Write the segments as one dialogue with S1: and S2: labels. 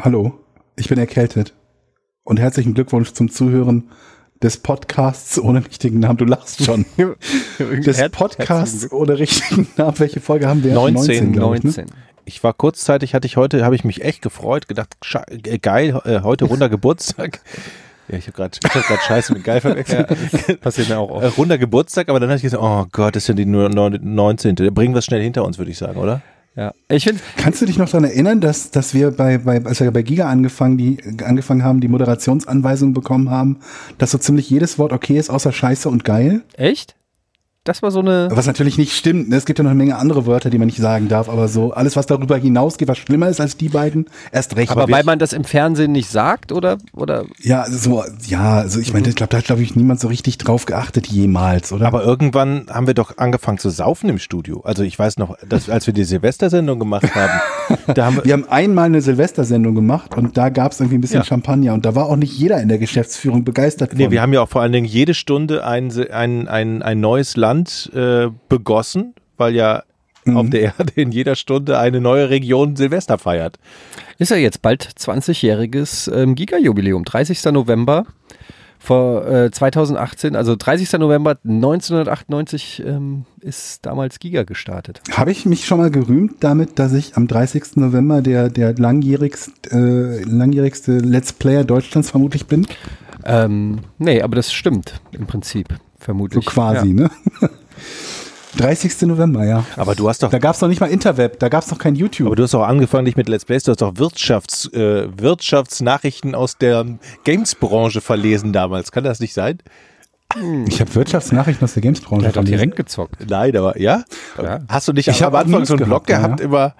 S1: Hallo, ich bin erkältet. Und herzlichen Glückwunsch zum Zuhören des Podcasts ohne richtigen Namen. Du lachst schon. Des Podcasts ohne richtigen Namen. Welche Folge haben wir?
S2: 19,
S1: glaub ich, ne?
S2: 19. Ich war kurzzeitig, hatte ich heute, habe ich mich echt gefreut, gedacht, sche- äh, geil, äh, heute runder Geburtstag. Ja, ich habe gerade hab grad Scheiße mit geil verwechselt.
S3: Passiert mir auch
S2: Äh,
S3: oft.
S2: runder Geburtstag, aber dann habe ich gesagt, oh Gott, ist ja die nur neun- 19. Bringen wir es schnell hinter uns, würde ich sagen, oder?
S3: Ja. Ich finde,
S1: Kannst du dich noch daran erinnern, dass, dass wir bei, bei, als wir bei Giga angefangen, die, angefangen haben, die Moderationsanweisung bekommen haben, dass so ziemlich jedes Wort okay ist, außer Scheiße und geil?
S3: echt? Äh, Das war so eine.
S1: Was natürlich nicht stimmt. Ne? Es gibt ja noch eine Menge andere Wörter, die man nicht sagen darf, aber so alles, was darüber hinausgeht, was schlimmer ist als die beiden, erst recht.
S3: Aber weil man das im Fernsehen nicht sagt, oder? oder
S1: ja, so, ja, also ich meine, ich glaube, da hat, glaube ich, niemand so richtig drauf geachtet jemals, oder?
S2: Aber irgendwann haben wir doch angefangen zu saufen im Studio. Also ich weiß noch, dass, als wir die Silvestersendung gemacht haben, da haben wir,
S1: wir haben einmal eine Silvestersendung gemacht und da gab es irgendwie ein bisschen
S2: Ja.
S1: Champagner und da war auch nicht jeder in der Geschäftsführung begeistert.
S2: Nee,
S1: von.
S2: wir haben ja auch vor allen Dingen jede Stunde ein, ein, ein, ein neues Land äh, begossen, weil ja auf der Erde in jeder Stunde eine neue Region Silvester feiert.
S3: ist ja jetzt bald 20-jähriges ähm, Giga-Jubiläum. 30. November vor, äh, 2018, also 30. November 1998 ähm, ist damals Giga gestartet.
S1: Habe ich mich schon mal gerühmt damit, dass ich am 30. November der, der langjährigst, äh, langjährigste Let's Player Deutschlands vermutlich bin?
S3: Ähm, nee, aber das stimmt im Prinzip,
S1: So
S3: vermutlich.
S1: quasi,
S3: Ja.
S1: ne? 30. November, ja.
S2: Aber du hast doch,
S1: Da gab es noch nicht mal Interweb, da gab es noch kein YouTube.
S2: aber du hast auch angefangen nicht mit Let's Plays, du hast doch Wirtschafts, äh, Wirtschaftsnachrichten aus der Gamesbranche verlesen damals. Kann das nicht sein?
S1: ich habe Wirtschaftsnachrichten aus der Gamesbranche
S3: Der hat doch
S1: verlesen.
S3: direkt gezockt.
S2: Nein, aber ja.
S3: Ja.
S2: Hast du nicht
S1: Ich
S2: am
S1: hab
S2: Anfang
S1: News
S2: so einen Blog gehabt,
S1: gehabt,
S2: über,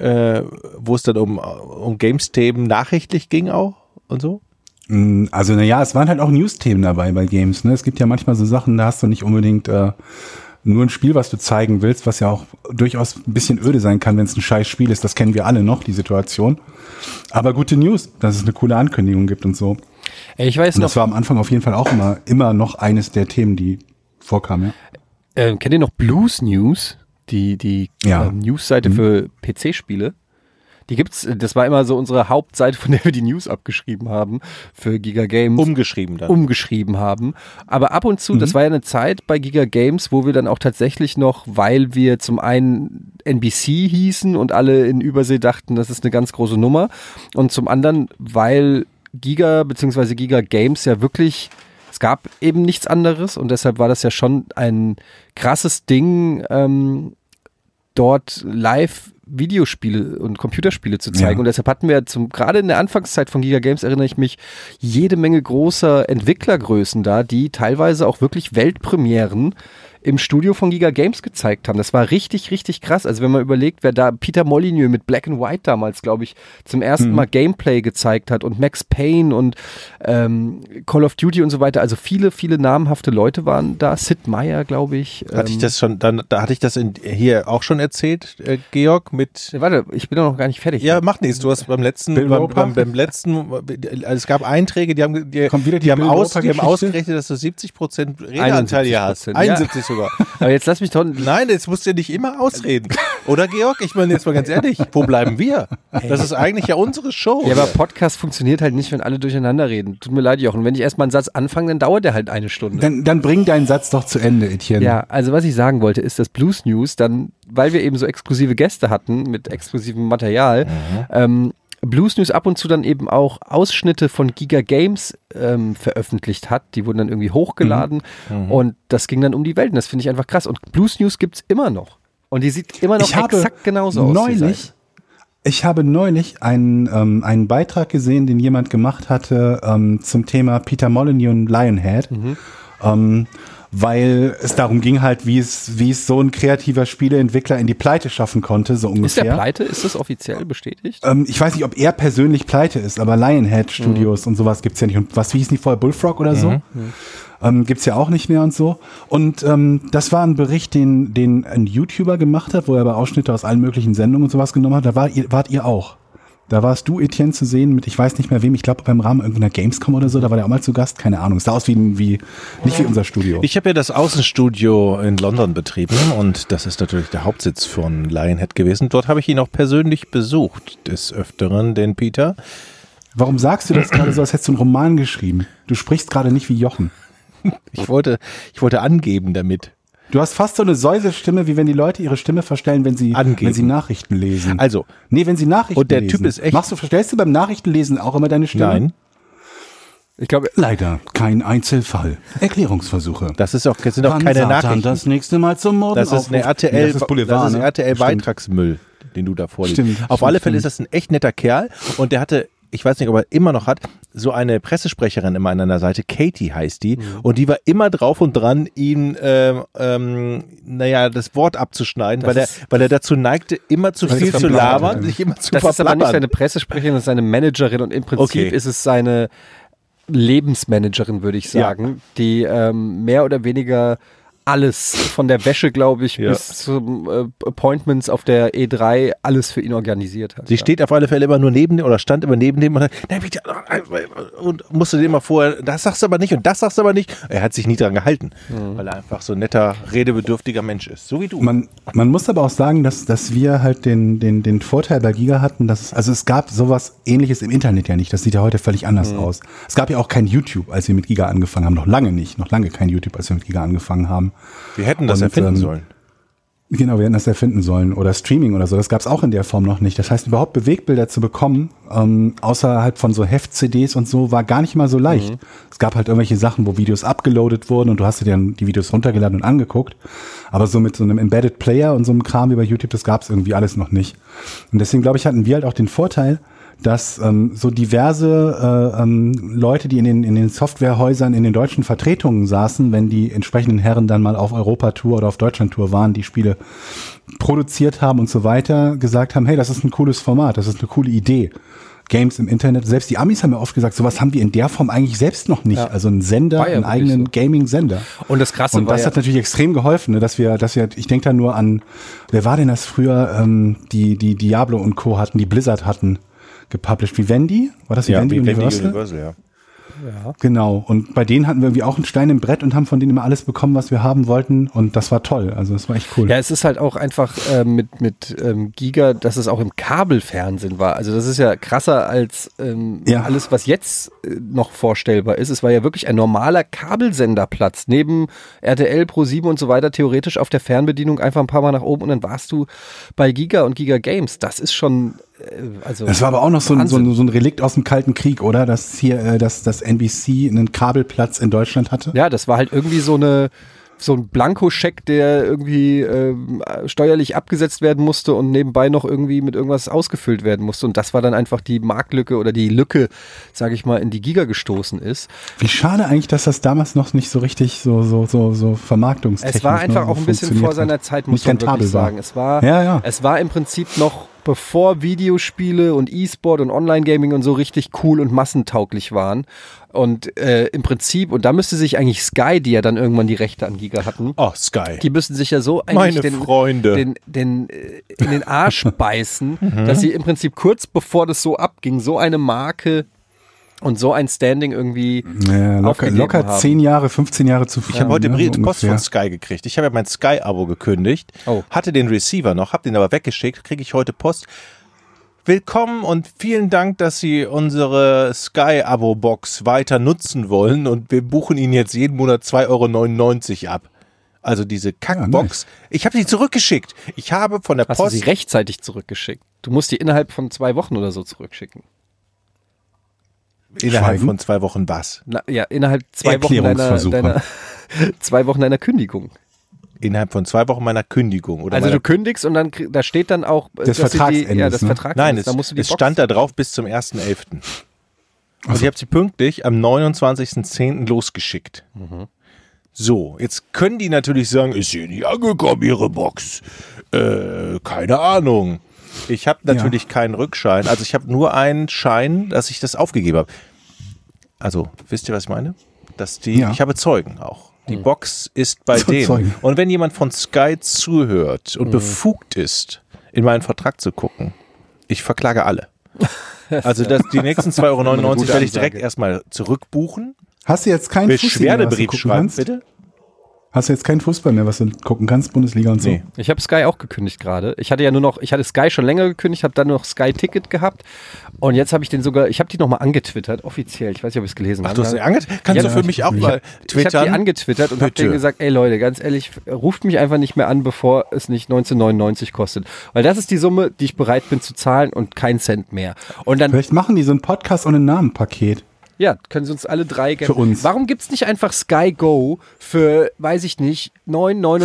S2: äh, wo es dann um, um Games-Themen nachrichtlich ging auch und so?
S1: Mm, Also naja, es waren halt auch News-Themen dabei bei Games. Ne? Es gibt ja manchmal so Sachen, da hast du nicht unbedingt äh, nur ein Spiel, was du zeigen willst, was ja auch durchaus ein bisschen öde sein kann, wenn es ein scheiß Spiel ist. Das kennen wir alle noch, die Situation. Aber gute News, dass es eine coole Ankündigung gibt und so.
S3: Ey, Ich weiß
S1: Und
S3: noch,
S1: das war am Anfang auf jeden Fall auch immer, immer noch eines der Themen, die vorkamen.
S3: Ähm, kennt ihr noch Blues News? Die, die
S1: Ja.
S3: ähm, News-Seite für PC-Spiele. Die gibt's, äh, das war immer so unsere Hauptseite, von der wir die News abgeschrieben haben für Giga
S2: Um
S3: Games.
S2: Umgeschrieben dann.
S1: Um-
S3: umgeschrieben haben. Aber ab und zu, das war ja eine Zeit bei Giga Games, wo wir dann auch tatsächlich noch, weil wir zum einen NBC hießen und alle in Übersee dachten, das ist eine ganz große Nummer. Und zum anderen, weil Giga bzw. Giga Games ja wirklich, es gab eben nichts anderes und deshalb war das ja schon ein krasses Ding, ähm, dort live Videospiele und Computerspiele zu zeigen.
S1: Ja.
S3: Und deshalb hatten wir zum, gerade in der Anfangszeit von Giga Games, erinnere ich mich, jede Menge großer Entwicklergrößen da, die teilweise auch wirklich Weltpremieren im Studio von Giga Games gezeigt haben. Das war richtig, richtig krass. Also wenn man überlegt, wer da Peter Molyneux mit Black and White damals, glaube ich, zum
S2: Mhm.
S3: ersten Mal Gameplay gezeigt hat und Max Payne und ähm, Call of Duty und so weiter. Also viele, viele namhafte Leute waren da. Sid Meier, glaube ich.
S2: Hatte ich
S3: ähm,
S2: das schon, dann, da hatte ich das in, hier auch schon erzählt, äh, Georg, mit.
S3: ähm, Warte, ich bin doch noch gar nicht fertig.
S2: Ja, macht nichts. Du hast beim letzten,
S1: Bill
S2: beim,
S1: Roper?
S2: beim, beim letzten, also es gab Einträge, die haben, die,
S1: Kommt wieder die
S2: die haben,
S1: Bill
S2: aus, die haben
S1: Roper-Geschichte?
S2: ausgerechnet, dass du 70 Prozent Redeanteil hier hast.
S3: 71%, ja.
S2: 71 sogar.
S3: Aber jetzt lass mich doch.
S2: Nein, jetzt musst du nicht immer ausreden. Oder Georg, ich meine jetzt mal ganz ehrlich, wo bleiben wir? Das ist eigentlich ja unsere Show.
S3: Ja, aber Podcast funktioniert halt nicht, wenn alle durcheinander reden. Tut mir leid, Jochen. Wenn ich erstmal einen Satz anfange, dann dauert der halt eine Stunde.
S1: Dann, dann bring deinen Satz doch zu Ende, Etienne.
S3: Ja, also was ich sagen wollte, ist, dass Blues News dann, weil wir eben so exklusive Gäste hatten mit exklusivem Material, ähm, Blues News ab und zu dann eben auch Ausschnitte von Giga Games ähm, veröffentlicht hat. Die wurden dann irgendwie hochgeladen und das ging dann um die Welt. Und das finde ich einfach krass. Und Blues News gibt's immer noch. Und die sieht immer noch
S1: ich habe
S3: exakt genauso aus. die Seite.
S1: neulich, ich habe neulich einen, ähm, einen Beitrag gesehen, den jemand gemacht hatte ähm, zum Thema Peter Molyneux und Lionhead.
S3: Mhm.
S1: Ähm, weil es darum ging halt, wie es, wie es so ein kreativer Spieleentwickler in die Pleite schaffen konnte, so ungefähr.
S3: Ist der pleite? Ist das offiziell bestätigt?
S1: Ähm, ich weiß nicht, ob er persönlich pleite ist, aber
S2: Mhm.
S1: Lionhead Studios und sowas gibt's ja nicht. Und was, wie hieß die vorher? Bullfrog oder so?
S2: Mhm.
S1: Ähm, gibt's ja auch nicht mehr und so. Und ähm, das war ein Bericht, den, den ein YouTuber gemacht hat, wo er aber Ausschnitte aus allen möglichen Sendungen und sowas genommen hat. Da war, ihr- wart ihr auch. Da warst du, Etienne, zu sehen mit, ich weiß nicht mehr wem, ich glaube beim Rahmen irgendeiner Gamescom oder so, da war der auch mal zu Gast, keine Ahnung. Es sah aus wie, ein- wie nicht wie unser Studio.
S2: Ich habe ja das Außenstudio in London betrieben und das ist natürlich der Hauptsitz von Lionhead gewesen. Dort habe ich ihn auch persönlich besucht, des Öfteren, den Peter.
S1: Warum sagst du das gerade so, als hättest du einen Roman geschrieben? Du sprichst gerade nicht wie Jochen.
S2: Ich wollte, ich wollte angeben damit.
S1: Du hast fast so eine Säuselstimme, wie wenn die Leute ihre Stimme verstellen, wenn sie,
S2: Angeben.
S1: wenn sie Nachrichten lesen.
S2: Also,
S1: nee, wenn sie Nachrichten
S2: Und der
S1: lesen.
S2: Typ ist echt-
S1: Machst du, verstellst du beim Nachrichtenlesen auch immer deine Stimme?
S2: nein,
S3: Ich glaube,
S1: Leider kein Einzelfall. Erklärungsversuche.
S2: das ist auch, das sind auch
S1: Wann
S2: keine
S1: Satan
S2: Nachrichten.
S1: das nächste Mal zum Morden
S2: Das ist eine
S1: aufruft?
S2: RTL,
S1: Nee, das ist Boulevard.
S2: das ist
S1: ne?
S2: RTL
S1: Stimmt.
S2: Beitragsmüll, den du da vorliegst.
S1: Stimmt,
S2: Auf
S1: stimmt,
S2: alle Fälle
S1: stimmt.
S2: ist das ein echt netter Kerl und der hatte, ich weiß nicht, ob er immer noch hat, so eine Pressesprecherin immer an einer Seite, Katie heißt die,
S3: Mhm.
S2: und die war immer drauf und dran, ihm, ähm, ähm, naja, das Wort abzuschneiden, weil er,
S3: ist-
S2: weil er dazu neigte, immer zu
S1: Weil
S2: viel
S1: es
S2: zu
S1: verplappert,
S2: labern,
S1: ja.
S2: sich immer zu
S3: das ist aber nicht
S2: verplappern.
S3: seine Pressesprecherin, das ist seine Managerin und im Prinzip
S2: Okay.
S3: ist es seine Lebensmanagerin, würde ich
S2: Ja.
S3: sagen, die ähm, mehr oder weniger alles von der Wäsche, glaube ich,
S2: Ja.
S3: bis zum äh, Appointments auf der E3 alles für ihn organisiert hat.
S2: Sie
S3: ja.
S2: steht auf alle Fälle immer nur neben dem oder stand immer neben dem und, hat, "Nein, bitte, und musste dem mal vorher, das sagst du aber nicht und das sagst du aber nicht. Er hat sich nie dran gehalten, weil er einfach so ein netter, redebedürftiger Mensch ist. So wie du.
S1: Mhm. Man, man muss aber auch sagen, dass, dass wir halt den, den, den Vorteil bei Giga hatten, dass es, also es gab sowas ähnliches im Internet ja nicht. Das sieht ja heute völlig anders
S2: Hm.
S1: aus. Es gab ja auch kein YouTube, als wir mit Giga angefangen haben. Noch lange nicht. Noch lange kein YouTube, als wir mit Giga angefangen haben.
S2: Wir hätten das
S1: Und,
S2: erfinden
S1: ähm,
S2: sollen.
S1: Genau, wir hätten das erfinden sollen. Oder Streaming oder so. Das gab es auch in der Form noch nicht. Das heißt, überhaupt Bewegbilder zu bekommen, ähm, außerhalb von so Heft-CDs und so, war gar nicht mal so leicht. Es gab halt irgendwelche Sachen, wo Videos abgeloadet wurden und du hast dir dann die Videos runtergeladen und angeguckt. Aber so mit so einem Embedded Player und so einem Kram wie bei YouTube, das gab es irgendwie alles noch nicht. Und deswegen, glaube ich, hatten wir halt auch den Vorteil, dass ähm, so diverse äh, ähm, Leute, die in den, in den Softwarehäusern, in den deutschen Vertretungen saßen, wenn die entsprechenden Herren dann mal auf Europatour oder auf Deutschlandtour waren, die Spiele produziert haben und so weiter, gesagt haben, hey, das ist ein cooles Format, das ist eine coole Idee. Games im Internet, selbst die Amis haben ja oft gesagt, sowas haben wir in der Form eigentlich selbst noch nicht. Also einen Sender,
S3: War ja
S1: einen
S3: wirklich
S1: eigenen
S3: so.
S1: Gaming-Sender.
S3: Und das Krasse
S1: Und
S3: war
S1: das
S3: ja-
S1: hat natürlich extrem geholfen, ne, dass wir, dass wir, ich denke da nur an, wer war denn das früher, ähm, die, die Diablo und Co. hatten, die Blizzard hatten, gepublished. Wie Wendy? War das Vivendi
S2: wie- wenn die
S1: Universal?
S2: Universal, ja.
S1: Genau. Und bei denen hatten wir irgendwie auch einen Stein im Brett und haben von denen immer alles bekommen, was wir haben wollten. Und das war toll. Also das war echt cool.
S3: Ja, es ist halt auch einfach äh, mit, mit ähm, Giga, dass es auch im Kabelfernsehen war. Also das ist ja krasser als ähm,
S1: Ja.
S3: alles, was jetzt äh, noch vorstellbar ist. Es war ja wirklich ein normaler Kabelsenderplatz. Neben RTL, Pro7 und so weiter, theoretisch auf der Fernbedienung einfach ein paar Mal nach oben und dann warst du bei Giga und Giga Games. Das ist schon, äh, also
S1: Das war aber auch noch so ein, so,
S3: Wahnsinn.
S1: ein, so ein Relikt aus dem Kalten Krieg, oder? Dass hier, äh, dass das NBC einen Kabelplatz in Deutschland hatte.
S3: Ja, das war halt irgendwie so eine so ein Blankoscheck, der irgendwie ähm, steuerlich abgesetzt werden musste und nebenbei noch irgendwie mit irgendwas ausgefüllt werden musste. Und das war dann einfach die Marktlücke oder die Lücke, sage ich mal, in die Giga gestoßen ist.
S1: Wie schade eigentlich, dass das damals noch nicht so richtig so so so so vermarktungstechnisch.
S3: Es war einfach
S1: ne, so
S3: auch ein bisschen
S1: funktioniert
S3: vor
S1: hat.
S3: seiner Zeit, muss
S1: Nicht
S3: man
S1: rentabel
S3: wirklich
S1: war.
S3: sagen. Es war,
S1: Ja, ja.
S3: es war im Prinzip noch bevor Videospiele und E-Sport und Online-Gaming und so richtig cool und massentauglich waren. Und äh, im Prinzip, und da müsste sich eigentlich Sky, die ja dann irgendwann die Rechte an Giga hatten,
S2: Oh, Sky.
S3: Die müssen sich ja so eigentlich
S2: Meine
S3: den,
S2: Freunde.
S3: Den, den, äh, in den Arsch beißen,
S1: Mhm.
S3: dass sie im Prinzip kurz bevor das so abging, so eine Marke und so ein Standing irgendwie
S1: ja, locker,
S3: aufgegeben
S1: locker
S3: haben.
S1: zehn Jahre, 15 Jahre zu ne, früh.
S2: Ich habe heute Brie- Post von Sky gekriegt. Ich habe ja mein Sky-Abo gekündigt,
S3: Oh.
S2: hatte den Receiver noch, habe den aber weggeschickt, kriege ich heute Post. Willkommen und vielen Dank, dass Sie unsere Sky-Abo-Box weiter nutzen wollen und wir buchen Ihnen jetzt jeden Monat 2,99 Euro ab. Also diese Kackbox. Ich habe sie zurückgeschickt. Ich habe von der
S3: hast du
S2: Post
S3: sie rechtzeitig zurückgeschickt. Du musst die innerhalb von zwei Wochen oder so zurückschicken.
S2: innerhalb
S1: Schweigen?
S2: von zwei Wochen was?
S3: Na, ja, innerhalb zwei Wochen deiner,
S1: Erklärungsversuche.
S3: deiner zwei Wochen deiner Kündigung.
S2: Innerhalb von zwei Wochen meiner Kündigung oder
S3: Also
S2: meiner
S3: du kündigst und dann krieg- da steht dann auch äh,
S1: Des
S3: dass sie die,
S1: Vertragsendes,
S3: ja, das
S1: ne?
S3: Vertrag
S2: Nein, es,
S3: da musst du die
S2: es
S3: Box-
S2: stand da drauf bis zum 1.11. Und
S1: Also
S2: ich habe sie pünktlich am 29.10. losgeschickt.
S3: Mhm.
S2: So, jetzt können die natürlich sagen, ist hier nicht angekommen, ihre Box. Äh, keine Ahnung. Ich habe natürlich keinen Rückschein. Also ich habe nur einen Schein, dass ich das aufgegeben habe. Also, wisst ihr, was ich meine? Dass die,
S1: Ja.
S2: ich habe Zeugen auch. Die
S3: Mhm.
S2: Box ist bei
S1: So,
S2: denen.
S1: Zeugen.
S2: Und wenn jemand von Sky
S3: Mhm.
S2: zuhört und befugt ist, in meinen Vertrag zu gucken, ich verklage alle. Also das, die nächsten 2,99 Euro
S4: gute
S2: werde ich direkt
S4: Ansage.
S2: erstmal zurückbuchen.
S1: Hast du jetzt keinen Fußball mehr, was du
S2: Beschwerdebrief
S1: gucken
S2: schreiben,
S1: kannst?
S2: bitte.
S1: Hast du jetzt keinen Fußball mehr, was du gucken kannst, Bundesliga und so?
S2: Nee.
S3: Ich habe Sky auch gekündigt gerade. Ich hatte ja nur noch, ich hatte Sky schon länger gekündigt, habe dann noch Sky Ticket gehabt und jetzt habe ich den sogar, ich habe die nochmal angetwittert, offiziell. Ich weiß nicht, ob ich es gelesen
S2: Ach,
S3: habe.
S2: du hast den angetwittert?
S3: Ja,
S2: Kannst du für mich auch mal
S3: Ich habe die
S2: twittern?
S3: angetwittert und habe
S2: Bitte.
S3: denen gesagt, ey Leute, ganz ehrlich, ruft mich einfach nicht mehr an, bevor es nicht 1999 kostet. Weil das ist die Summe, die ich bereit bin zu zahlen und kein Cent mehr. Und dann,
S1: Vielleicht machen die so einen Podcast ohne Namenpaket.
S3: ja, können sie uns alle drei gerne.
S1: Für uns.
S3: Warum gibt's nicht einfach Sky Go für, weiß ich nicht,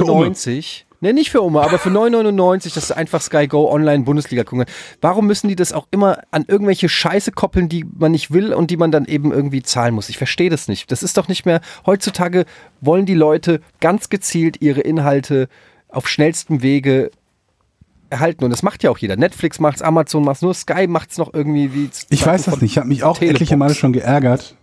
S3: 9,99? Ne, nicht für Oma, aber für 9,99, dass du einfach Sky Go online Bundesliga gucken kannst. Warum müssen die das auch immer an irgendwelche Scheiße koppeln, die man nicht will und die man dann eben irgendwie zahlen muss? Ich verstehe das nicht. Das ist doch nicht mehr, heutzutage wollen die Leute ganz gezielt ihre Inhalte auf schnellstem Wege erhalten. Und das macht ja auch jeder. Netflix macht's, Amazon macht's, nur Sky macht's noch irgendwie wie...
S1: Ich weiß das nicht. Ich habe mich auch
S3: Telebox.
S1: etliche Male schon geärgert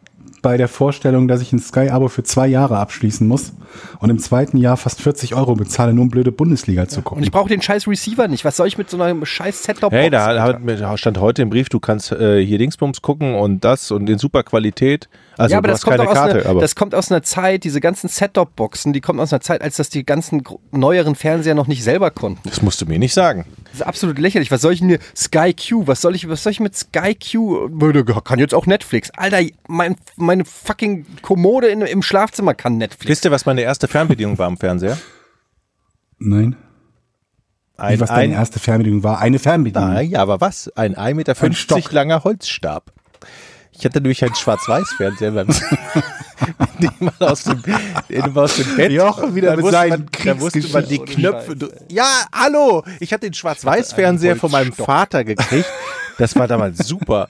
S1: bei der Vorstellung, dass ich ein Sky-Abo für zwei Jahre abschließen muss und im zweiten Jahr fast 40 Euro bezahle, nur um blöde Bundesliga zu
S3: Und
S1: gucken.
S3: ich brauche den scheiß Receiver nicht. Was soll ich mit so einem scheiß Set-Top-Box?
S2: Hey, da
S3: Alter?
S2: hat, also mir- stand heute im Brief, du kannst äh, hier Dingsbums gucken und das und in super Qualität. Also
S3: ja, aber
S2: du
S3: das
S2: hast
S3: kommt,
S2: keine
S3: doch aus
S2: Karte.
S3: einer,
S2: aber
S3: das kommt aus einer Zeit, diese ganzen Set-Top-Boxen, die kommen aus einer Zeit, als das die ganzen gro- neueren Fernseher noch nicht selber konnten.
S2: das musst du mir nicht sagen.
S3: Das ist absolut lächerlich. Was soll ich denn hier? Sky Q, was soll ich, was soll ich mit Sky Q? Würde- Kann jetzt auch Netflix. Alter, mein, meine fucking Kommode in, im Schlafzimmer kann Netflix.
S2: Wisst ihr, was meine erste Fernbedienung war am Fernseher?
S1: Nein. Wie
S2: Ein,
S1: was deine
S2: ein,
S1: erste Fernbedienung war? Eine Fernbedienung.
S2: ah, ja, aber was? Ein 1,50
S1: Mhm. Ein Stock.
S2: Meter langer Holzstab. Ich hatte nämlich einen Schwarz-Weiß-Fernseher, beim- den man aus dem, den man aus dem Bett.
S1: Jochen wieder
S2: da
S1: mit
S2: wusste
S1: seinen
S2: man, Da wusste man die
S1: Kriegsgeschichten.
S2: Knöpfe. dr- Ja, hallo! Ich hatte den Schwarz-Weiß-Fernseher von meinem Vater gekriegt. Das war damals super.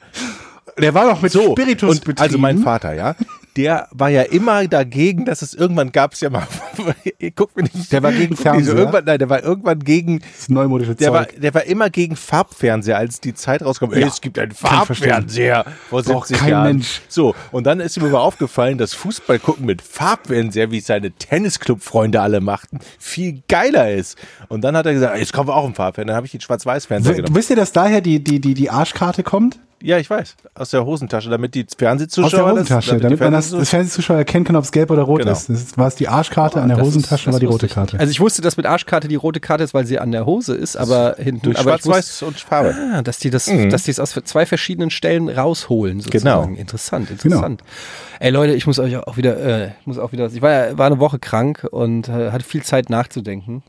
S1: Der war doch mit
S2: So,
S1: Spiritus
S2: und also mein Vater, ja, der war ja immer dagegen, dass es irgendwann gab es ja mal. Ihr guckt mir nicht.
S1: Der war gegen
S2: guckt mir nicht
S1: Fernseher?
S2: so Irgendwann, nein, der war irgendwann gegen.
S1: Das neumodische
S2: Der
S1: Zeug.
S2: war, der war immer gegen Farbfernseher, als die Zeit rauskam. Ey, es gibt einen
S1: ich verstehen.
S2: Farbfernseher vor
S1: Braucht
S2: 70
S1: kein
S2: Jahren.
S1: Mensch.
S2: So, und dann ist ihm aber aufgefallen, dass Fußball gucken mit Farbfernseher, wie es seine Tennisclub-Freunde alle machten, viel geiler ist. Und dann hat er gesagt, jetzt kommen wir auch im Farbfernseher. Dann habe ich den Schwarz-Weiß-Fernseher
S1: so,
S2: genommen.
S1: wisst ihr, dass daher die, die, die, die Arschkarte kommt?
S2: Ja, ich weiß. Aus der Hosentasche, damit die Fernsehzuschauer
S1: Aus der
S2: das-
S1: Hosentasche,
S2: die
S1: damit man das,
S2: Fernsehzuschauer-
S1: das Fernsehzuschauer erkennen kann, ob es gelb oder rot
S2: Genau. Ah,
S1: ist. Das ist- war es die Arschkarte, an der
S3: Das ist-
S1: Hosentasche
S3: das
S1: war die
S3: wusste
S1: rote
S3: ich nicht.
S1: Karte.
S3: Also ich wusste, dass mit Arschkarte die rote Karte ist, weil sie an der Hose ist, aber hinten.
S2: Durch
S3: aber ich wusste-
S2: Schwarz-Weiß und Farbe.
S3: Ah, dass die das, dass die es aus zwei verschiedenen Stellen rausholen, sozusagen. Genau. Interessant, interessant. Ey Leute, ich muss euch auch wieder, äh, ich muss auch wieder, ich war, ja- war eine Woche krank und äh, hatte viel Zeit nachzudenken.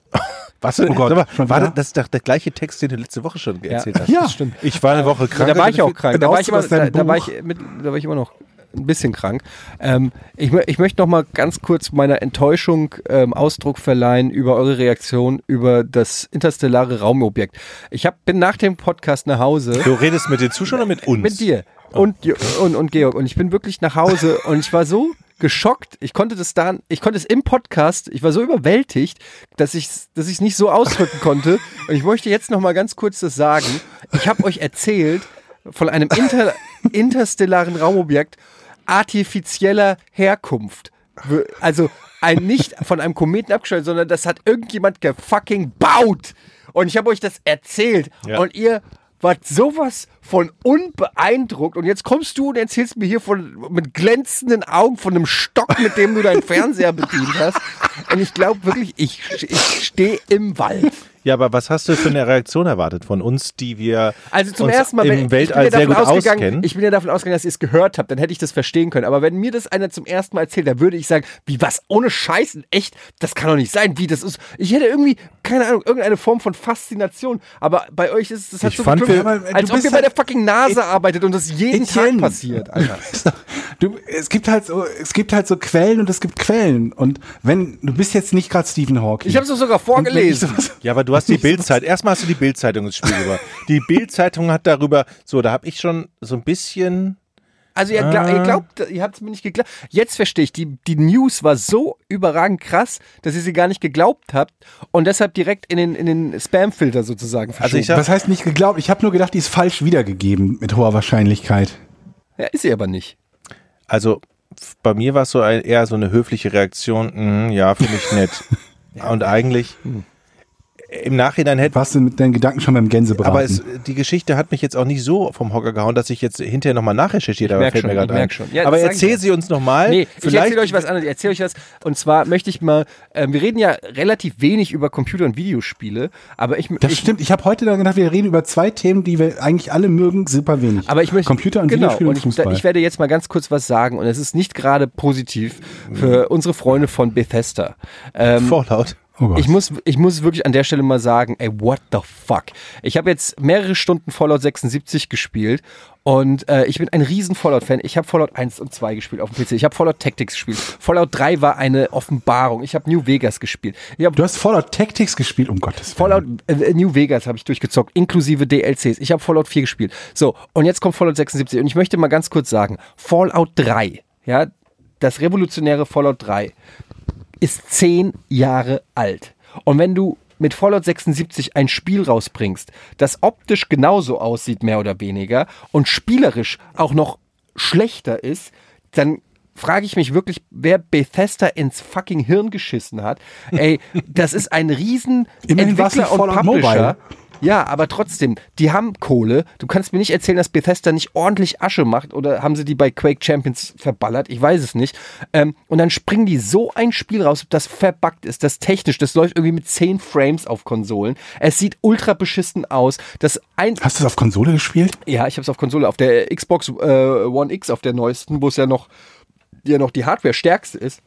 S2: Was? Oh
S1: Gott,
S2: Gott,
S1: schon
S2: war
S1: wieder?
S2: das, das ist doch der gleiche Text, den du letzte Woche schon erzählt hast?
S1: Ja.
S3: das stimmt.
S2: Ich war eine Woche krank. also
S3: Da war ich auch krank. Da war ich, immer,
S1: Aus
S3: da,
S1: deinem
S3: da, war
S1: Buch.
S3: ich mit, da war ich immer noch ein bisschen krank. Ähm, ich, mö- ich möchte noch mal ganz kurz meiner Enttäuschung ähm, Ausdruck verleihen über eure Reaktion über das interstellare Raumobjekt. Ich hab, bin nach dem Podcast nach Hause.
S2: Du redest mit den Zuschauern oder mit uns? Ah.
S3: Mit dir. Und, Jo- und, und Georg. Und ich bin wirklich nach Hause und ich war so geschockt. Ich konnte das dann, ich konnte es im Podcast, ich war so überwältigt, dass ich es dass ich's nicht so ausdrücken konnte. Und ich möchte jetzt nochmal ganz kurz das sagen. Ich habe euch erzählt von einem inter, interstellaren Raumobjekt artifizieller Herkunft. W- Also ein nicht von einem Kometen abgeschaltet, sondern das hat irgendjemand gefucking baut. Und ich habe euch das erzählt.
S2: Ja.
S3: Und ihr wart sowas von unbeeindruckt und jetzt kommst du und erzählst mir hier von, mit glänzenden Augen von einem Stock, mit dem du deinen Fernseher bedient hast. Und ich glaube wirklich, ich, ich stehe im Wald.
S2: Ja, aber was hast du für eine Reaktion erwartet von uns, die wir
S3: Also zum
S2: uns
S3: ersten Mal,
S2: im
S3: wenn-
S2: Weltall sehr gut
S3: ausgegangen,
S2: auskennen?
S3: ich bin ja davon ausgegangen, dass ihr es gehört habt, dann hätte ich das verstehen können. Aber wenn mir das einer zum ersten Mal erzählt, dann würde ich sagen, wie was, ohne Scheißen, echt, das kann doch nicht sein, wie das ist. Ich hätte irgendwie, keine Ahnung, irgendeine Form von Faszination. Aber bei euch ist es, das hat
S2: Ich
S3: so
S2: fand,
S3: geklungen,
S1: wir- aber du
S3: als ob
S1: bist
S3: ihr bei
S1: halt-
S3: der fucking NASA arbeitet und das jeden Tag
S1: Etienne.
S3: passiert, Alter.
S1: Du, es gibt halt so, es gibt halt so Quellen und es gibt Quellen. Und wenn, du bist jetzt nicht gerade Stephen Hawking.
S3: Ich hab's doch sogar vorgelesen.
S1: Und wenn ich so-
S2: ja, aber du hast die Bildzeit. Erstmal hast du die Bildzeitung ins Spiel gebracht. Die Bildzeitung hat darüber, so, da habe ich schon so ein bisschen.
S3: Also ihr, glaub,
S1: Ah.
S3: ihr glaubt, ihr habt es mir nicht geglaubt. Jetzt verstehe ich, die, die News war so überragend krass, dass ihr sie gar nicht geglaubt habt und deshalb direkt in den, in den Spamfilter sozusagen
S2: Also
S3: verschoben.
S2: ich sag,
S1: Was heißt nicht geglaubt? Ich habe nur gedacht, die ist falsch wiedergegeben mit hoher Wahrscheinlichkeit.
S3: ja, ist sie aber nicht.
S2: Also f- bei mir war es so ein,
S3: Hm.
S2: eher so eine höfliche Reaktion, mhm, ja, finde ich nett. Und eigentlich, im Nachhinein hätte.
S1: Warst du mit deinen Gedanken schon beim Gänsebraten?
S2: Aber es, die Geschichte hat mich jetzt auch nicht so vom Hocker gehauen, dass ich jetzt hinterher nochmal nachrecherchiert habe.
S3: merk
S2: Fällt
S3: schon,
S2: mir
S3: ich
S2: gerade ein.
S3: merk schon. Ja,
S2: aber
S3: das sag ich
S2: erzähl
S3: ja.
S2: sie uns nochmal.
S1: Äh,
S3: Nee, ich
S2: Vielleicht
S3: erzähle euch was anderes. Ich erzähle euch was. Und zwar möchte ich mal, ähm, wir reden ja relativ wenig über Computer- und Videospiele, aber ich,
S1: Das
S3: ich
S1: stimmt. Ich habe heute dann gedacht, wir reden über zwei Themen, die wir eigentlich alle mögen, super wenig.
S3: aber ich möchte
S1: Computer und
S3: genau,
S1: Videospiele und,
S3: und ich, da,
S1: Fußball.
S3: ich werde jetzt mal ganz kurz was sagen und es ist nicht gerade positiv
S1: Mhm.
S3: für unsere Freunde von Bethesda. Ähm,
S2: Vorlaut.
S1: oh Gott.
S3: Ich muss, ich muss wirklich an der Stelle mal sagen, ey, what the fuck? Ich habe jetzt mehrere Stunden Fallout 76 gespielt und äh, ich bin ein riesen Fallout-Fan. Ich habe Fallout 1 und 2 gespielt auf dem PC. Ich habe Fallout Tactics gespielt. Fallout 3 war eine Offenbarung. Ich habe New Vegas gespielt. Ich habe
S1: du hast Fallout Tactics gespielt, um Gottes Willen.
S3: Fallout äh, New Vegas habe ich durchgezockt, inklusive DLCs. Ich habe Fallout 4 gespielt. So, und jetzt kommt Fallout 76. Und ich möchte mal ganz kurz sagen, Fallout 3, ja, das revolutionäre Fallout 3 ist zehn Jahre alt. Und wenn du mit Fallout 76 ein Spiel rausbringst, das optisch genauso aussieht, mehr oder weniger, und spielerisch auch noch schlechter ist, dann frage ich mich wirklich, wer Bethesda ins fucking Hirn geschissen hat. Ey, das ist ein riesen
S1: Immerhin war's
S3: Entwickler
S1: nicht
S3: und
S1: Fallout
S3: Publisher.
S1: Mobile.
S3: Ja, aber trotzdem, die haben Kohle. Du kannst mir nicht erzählen, dass Bethesda nicht ordentlich Asche macht oder haben sie die bei Quake Champions verballert? Ich weiß es nicht. Ähm, und dann springen die so ein Spiel raus, das verbuggt ist, das technisch, das läuft irgendwie mit 10 Frames auf Konsolen. Es sieht ultra beschissen aus. Das ein
S1: Hast du das auf Konsole gespielt?
S3: ja, ich habe es auf Konsole, auf der Xbox äh, One X, auf der neuesten, wo es ja noch, ja noch die Hardware stärkste ist.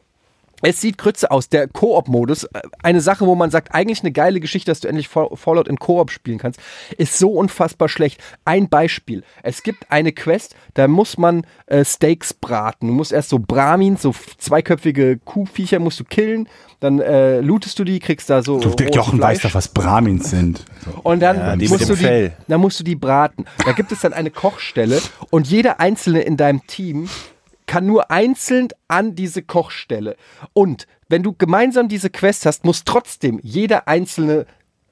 S3: Es sieht Krütze aus, der Koop-Modus, äh, eine Sache, wo man sagt, eigentlich eine geile Geschichte, dass du endlich Fall- Fallout in Koop spielen kannst, ist so unfassbar schlecht. Ein Beispiel, es gibt eine Quest, da muss man äh, Steaks braten. Du musst erst so Brahmins, so f- zweiköpfige Kuhviecher musst du killen, dann äh, lootest du die, kriegst da so
S1: Du, der
S3: rohes
S1: Jochen weiß
S3: Oh, Fleisch.
S1: doch, was Brahmins sind.
S3: Und dann
S2: Ja, die
S3: musst
S2: mit
S3: du
S2: dem
S3: die,
S2: Fell.
S3: dann musst du die braten. Da gibt es dann eine Kochstelle und jeder einzelne in deinem Team kann nur einzeln an diese Kochstelle. Und wenn du gemeinsam diese Quest hast, muss trotzdem jeder einzelne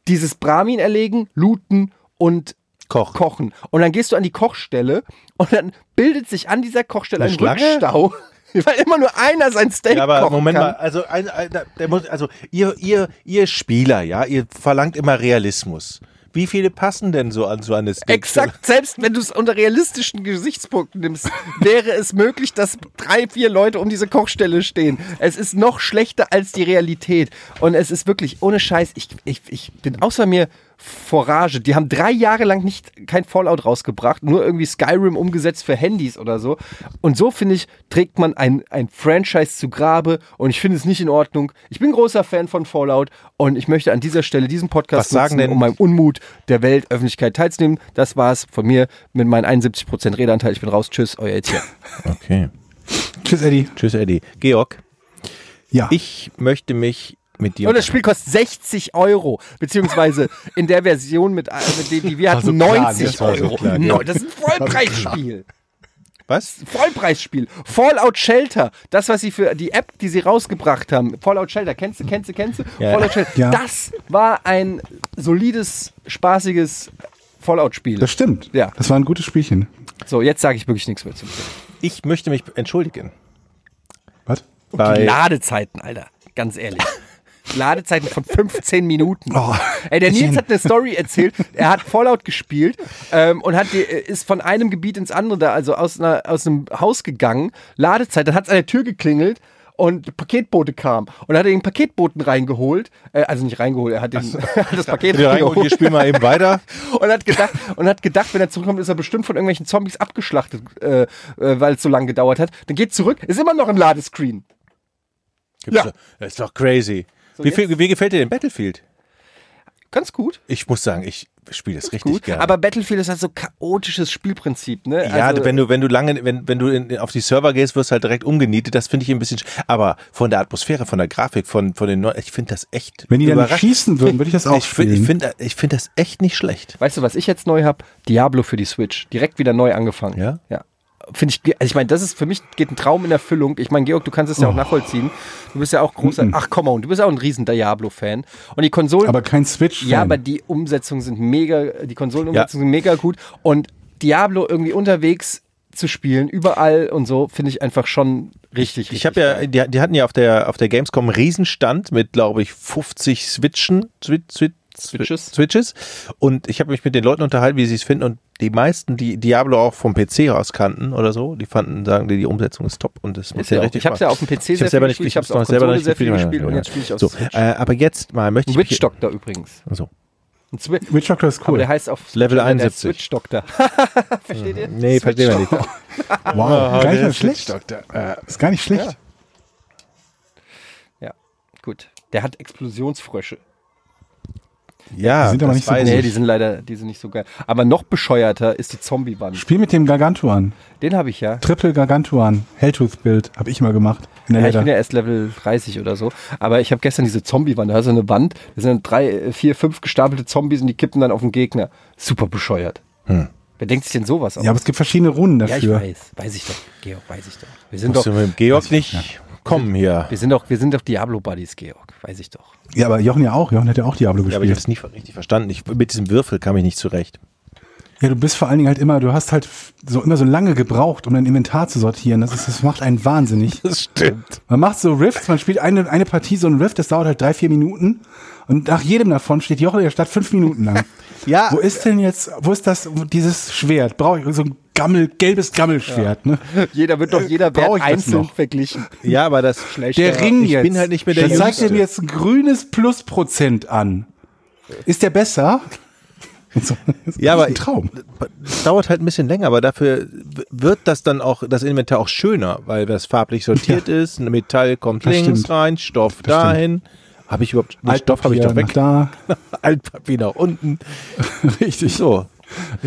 S3: dieses Brahmin erlegen, looten und
S2: Kochen.
S3: kochen. Und dann gehst du an die Kochstelle und dann bildet sich an dieser Kochstelle
S2: Eine
S3: ein
S2: Schlange?
S3: Rückstau, weil immer nur einer sein Steak
S2: Ja, aber
S3: kochen
S2: Moment
S3: kann.
S2: mal, also, ein, ein, da- der muss, also ihr, ihr, ihr Spieler, ja, ihr verlangt immer Realismus. Wie viele passen denn so an so eine Steak?
S3: Exakt, selbst wenn du es unter realistischen Gesichtspunkten nimmst, wäre es möglich, dass drei, vier Leute um diese Kochstelle stehen. Es ist noch schlechter als die Realität. Und es ist wirklich, ohne Scheiß, ich, ich, ich bin außer mir Forage. Die haben drei Jahre lang nicht kein Fallout rausgebracht, nur irgendwie Skyrim umgesetzt für Handys oder so. Und so, finde ich, trägt man ein, ein Franchise zu Grabe und ich finde es nicht in Ordnung. Ich bin großer Fan von Fallout und ich möchte an dieser Stelle diesen Podcast
S2: Was sagen
S3: nutzen,
S2: denn-
S3: um meinem Unmut der Weltöffentlichkeit teilzunehmen. Das war's von mir mit meinem 71% Redeanteil. Ich bin raus. Tschüss, euer Etienne.
S2: Okay.
S1: Tschüss, Eddie.
S2: Tschüss, Eddie. Georg,
S1: Ja.
S2: ich möchte mich mit dir.
S3: Und das Spiel kostet 60 Euro, beziehungsweise in der Version, mit, äh, mit denen, die wir hatten,
S1: so klar,
S3: 90
S1: das war so
S3: Euro.
S2: klar, ja.
S3: Neu- genau. Das ist ein Vollpreisspiel.
S2: was?
S3: Vollpreisspiel. Fallout Shelter. Das, was sie für die App, die sie rausgebracht haben. Fallout Shelter. Kennst du, kennst du, kennst du?
S2: Ja.
S3: Fallout Shelter.
S1: Ja.
S3: Das war ein solides, spaßiges Fallout-Spiel.
S1: das stimmt.
S3: Ja.
S1: Das war ein gutes Spielchen.
S3: So, jetzt sage ich wirklich nichts mehr zu.
S2: Ich möchte mich entschuldigen.
S1: Was?
S2: Bei,
S3: Ladezeiten, Alter. Ganz ehrlich. Ladezeiten von 15 Minuten.
S1: Oh.
S3: Ey, der Nils
S1: Ich-
S3: hat eine Story erzählt. Er hat Fallout gespielt ähm, und hat die, ist von einem Gebiet ins andere, da, also aus, einer, aus einem Haus gegangen. Ladezeit. Dann hat es an der Tür geklingelt und Paketbote kam. Und dann hat er den Paketboten reingeholt. Äh, also nicht reingeholt, er hat, den, hat das Paket
S2: wir rein und wir
S3: reingeholt.
S2: spielen mal eben weiter.
S3: Und hat, gedacht, und hat gedacht, wenn er zurückkommt, ist er bestimmt von irgendwelchen Zombies abgeschlachtet, äh, äh, weil es so lange gedauert hat. Dann geht zurück, ist immer noch im Ladescreen.
S2: Gibt's
S3: Ja.
S2: doch- Das ist doch crazy. wie, viel, wie gefällt dir denn Battlefield?
S3: Ganz gut.
S2: Ich muss sagen, ich spiele es richtig
S3: gut.
S2: gerne.
S3: Aber Battlefield ist halt so chaotisches Spielprinzip, ne?
S2: ja,
S3: also,
S2: wenn du, wenn du lange, wenn, wenn du in, auf die Server gehst, wirst du halt direkt umgenietet. Das finde ich ein bisschen. sch- Aber von der Atmosphäre, von der Grafik, von, von den neuen, ich finde das echt.
S1: Wenn die dann nicht
S2: überraschend.
S1: schießen würden, würde ich das auch
S2: Ich finde ich
S1: spielen.
S2: find, ich find das echt nicht schlecht.
S3: Weißt du, was ich jetzt neu habe? Diablo für die Switch. Direkt wieder neu angefangen.
S2: Ja?
S3: Ja. Finde ich, also ich meine, das ist für mich geht ein Traum in Erfüllung. Ich meine, Georg, du kannst es
S2: Oh.
S3: ja auch nachvollziehen. Du bist ja auch großer. Ach, komm on, du bist ja auch ein riesen Diablo-Fan. Und die Konsolen.
S1: aber kein Switch.
S3: Ja, aber die Umsetzungen sind mega, die Konsolenumsetzungen sind
S2: Ja.
S3: mega gut. Und Diablo irgendwie unterwegs zu spielen, überall und so, finde ich einfach schon richtig, richtig.
S2: Ich habe ja, die, die hatten ja auf der, auf der Gamescom einen Riesenstand mit, glaube ich, 50 Switchen, Switch, Switch,
S3: Switches.
S2: Switches. Und ich habe mich mit den Leuten unterhalten, wie sie es finden. Und die meisten, die Diablo auch vom PC aus kannten oder so, die fanden, sagen, die, die Umsetzung ist top und das muss ja
S3: ja auch.
S2: richtig
S3: Ich hab's
S2: Spaß.
S3: ja auf dem PC
S2: ich
S3: sehr
S2: hab's
S3: viel
S2: selber nicht,
S3: gespielt,
S2: ich
S3: ich hab's
S2: hab's noch
S3: auf
S2: selber
S3: Konsole
S2: nicht
S3: sehr viel
S2: gespielt,
S3: gespielt
S2: ja,
S3: und
S2: ja.
S3: jetzt spiele ich auf
S2: so,
S3: Switch.
S2: äh, aber jetzt mal möchte ich
S3: Witch Doctor übrigens.
S2: so.
S3: Ein Zwi
S1: Witch Doctor ist
S3: Aber
S1: cool.
S3: der heißt auf
S2: Level
S3: der
S2: 71.
S3: Switch Doctor. Versteht ihr?
S2: Nee, verstehen wir nicht.
S1: Wow, gar nicht
S2: Ah, der
S1: mal
S2: ist
S1: schlecht. Äh, ist gar nicht schlecht.
S3: Ja, gut. Der hat Explosionsfrösche.
S2: Ja,
S1: Die sind aber
S2: das
S1: nicht so
S2: weiß
S1: groß.
S3: Nee,
S2: ich.
S3: die sind leider, die sind nicht so geil. Aber noch bescheuerter ist die Zombie-Wand.
S1: Spiel mit dem Gargantuan.
S3: Den habe ich ja.
S1: Triple Gargantuan. Helltooth-Bild. Habe ich mal gemacht. In der
S3: Ja, ich bin ja
S1: Leder.
S3: erst Level 30 oder so. Aber ich habe gestern diese Zombie-Wand. Da hast du eine Wand, da sind dann drei, äh, vier, fünf gestapelte Zombies und die kippen dann auf den Gegner. Super bescheuert. Wer denkt sich denn sowas aus?
S1: Hm. ja, aber es gibt verschiedene Runden
S3: Ja, ich
S1: dafür.
S3: weiß. Weiß ich doch. Georg, weiß ich doch. Wir sind
S2: Musst
S3: doch,
S2: du mit dem Georg nicht kommen hier.
S3: wir sind doch, wir sind doch Diablo-Buddies, Georg. Weiß ich doch.
S1: ja, aber Jochen ja auch. Jochen hat ja auch Diablo
S2: Ja, aber ich habe
S1: gespielt.
S2: es nicht richtig verstanden. Ich, mit diesem Würfel kam ich nicht zurecht.
S1: Ja, du bist vor allen Dingen halt immer, du hast halt so immer so lange gebraucht, um dein Inventar zu sortieren. Das, ist, das macht einen wahnsinnig.
S2: Das stimmt.
S1: Man macht so Rifts, man spielt eine, eine Partie so ein Rift, das dauert halt drei, vier Minuten. Und nach jedem davon steht Jochen in der Stadt fünf Minuten lang.
S2: Ja.
S1: Wo ist denn jetzt, wo ist das, wo- dieses Schwert? Brauche ich so ein Gammel, gelbes Gammelschwert, ne?
S3: Jeder wird doch jeder
S1: brauch
S3: Wert
S1: ich das
S3: einzeln
S1: noch?
S3: verglichen.
S2: Ja, aber das
S1: Der Ring
S2: ich
S1: jetzt.
S2: Ich bin halt nicht mehr der
S1: Dann zeigt er
S2: Jüngste.
S1: mir jetzt ein grünes Plusprozent an. Ist der besser? So, das
S2: Ja,
S1: ist
S2: aber
S1: ein Traum.
S2: Es dauert halt ein bisschen länger, aber dafür w- wird das dann auch, das Inventar auch schöner, weil das farblich sortiert ist, ein Metall kommt
S1: Das
S2: links
S1: stimmt.
S2: rein, Stoff dahin. Habe ich überhaupt, nee, Stoff habe ich doch
S1: Altpapier
S2: weg.
S1: nach Da.
S2: Altpapier nach unten.
S1: Richtig.
S2: So.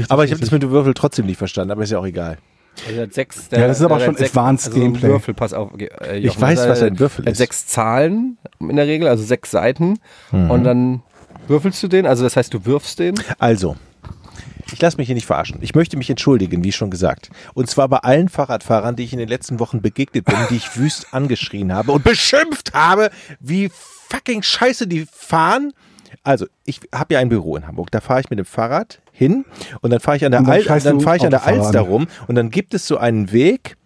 S2: aber ich habe das mit dem Würfel trotzdem nicht verstanden, aber ist ja auch egal.
S3: Also der hat sechs,
S1: Ja, das ist aber
S3: der
S1: schon
S3: hat sechs- also
S1: advanced
S3: so ein
S1: Gameplay.
S3: Würfel, pass auf. Ge- äh, Jochen.
S2: weiß,
S3: Also,
S2: was ein Würfel
S3: der hat
S2: ist. Mhm.
S3: Sechs Zahlen in der Regel, also sechs Seiten. Und dann würfelst du den, also das heißt, du wirfst den.
S2: Also, ich lasse mich hier nicht verarschen. Ich möchte mich entschuldigen, wie schon gesagt. Und zwar bei allen Fahrradfahrern, die ich in den letzten Wochen begegnet bin, die ich wüst angeschrien habe und beschimpft habe, wie fucking scheiße die fahren. Also, ich habe ja ein Büro in Hamburg. Da fahre ich mit dem Fahrrad hin und dann fahre ich an der,
S1: Und dann
S2: Al
S1: scheißt
S2: dann
S1: du
S2: fahre ich an der
S1: Autofahrer
S2: Alster
S1: an.
S2: rum und dann gibt es so einen Weg,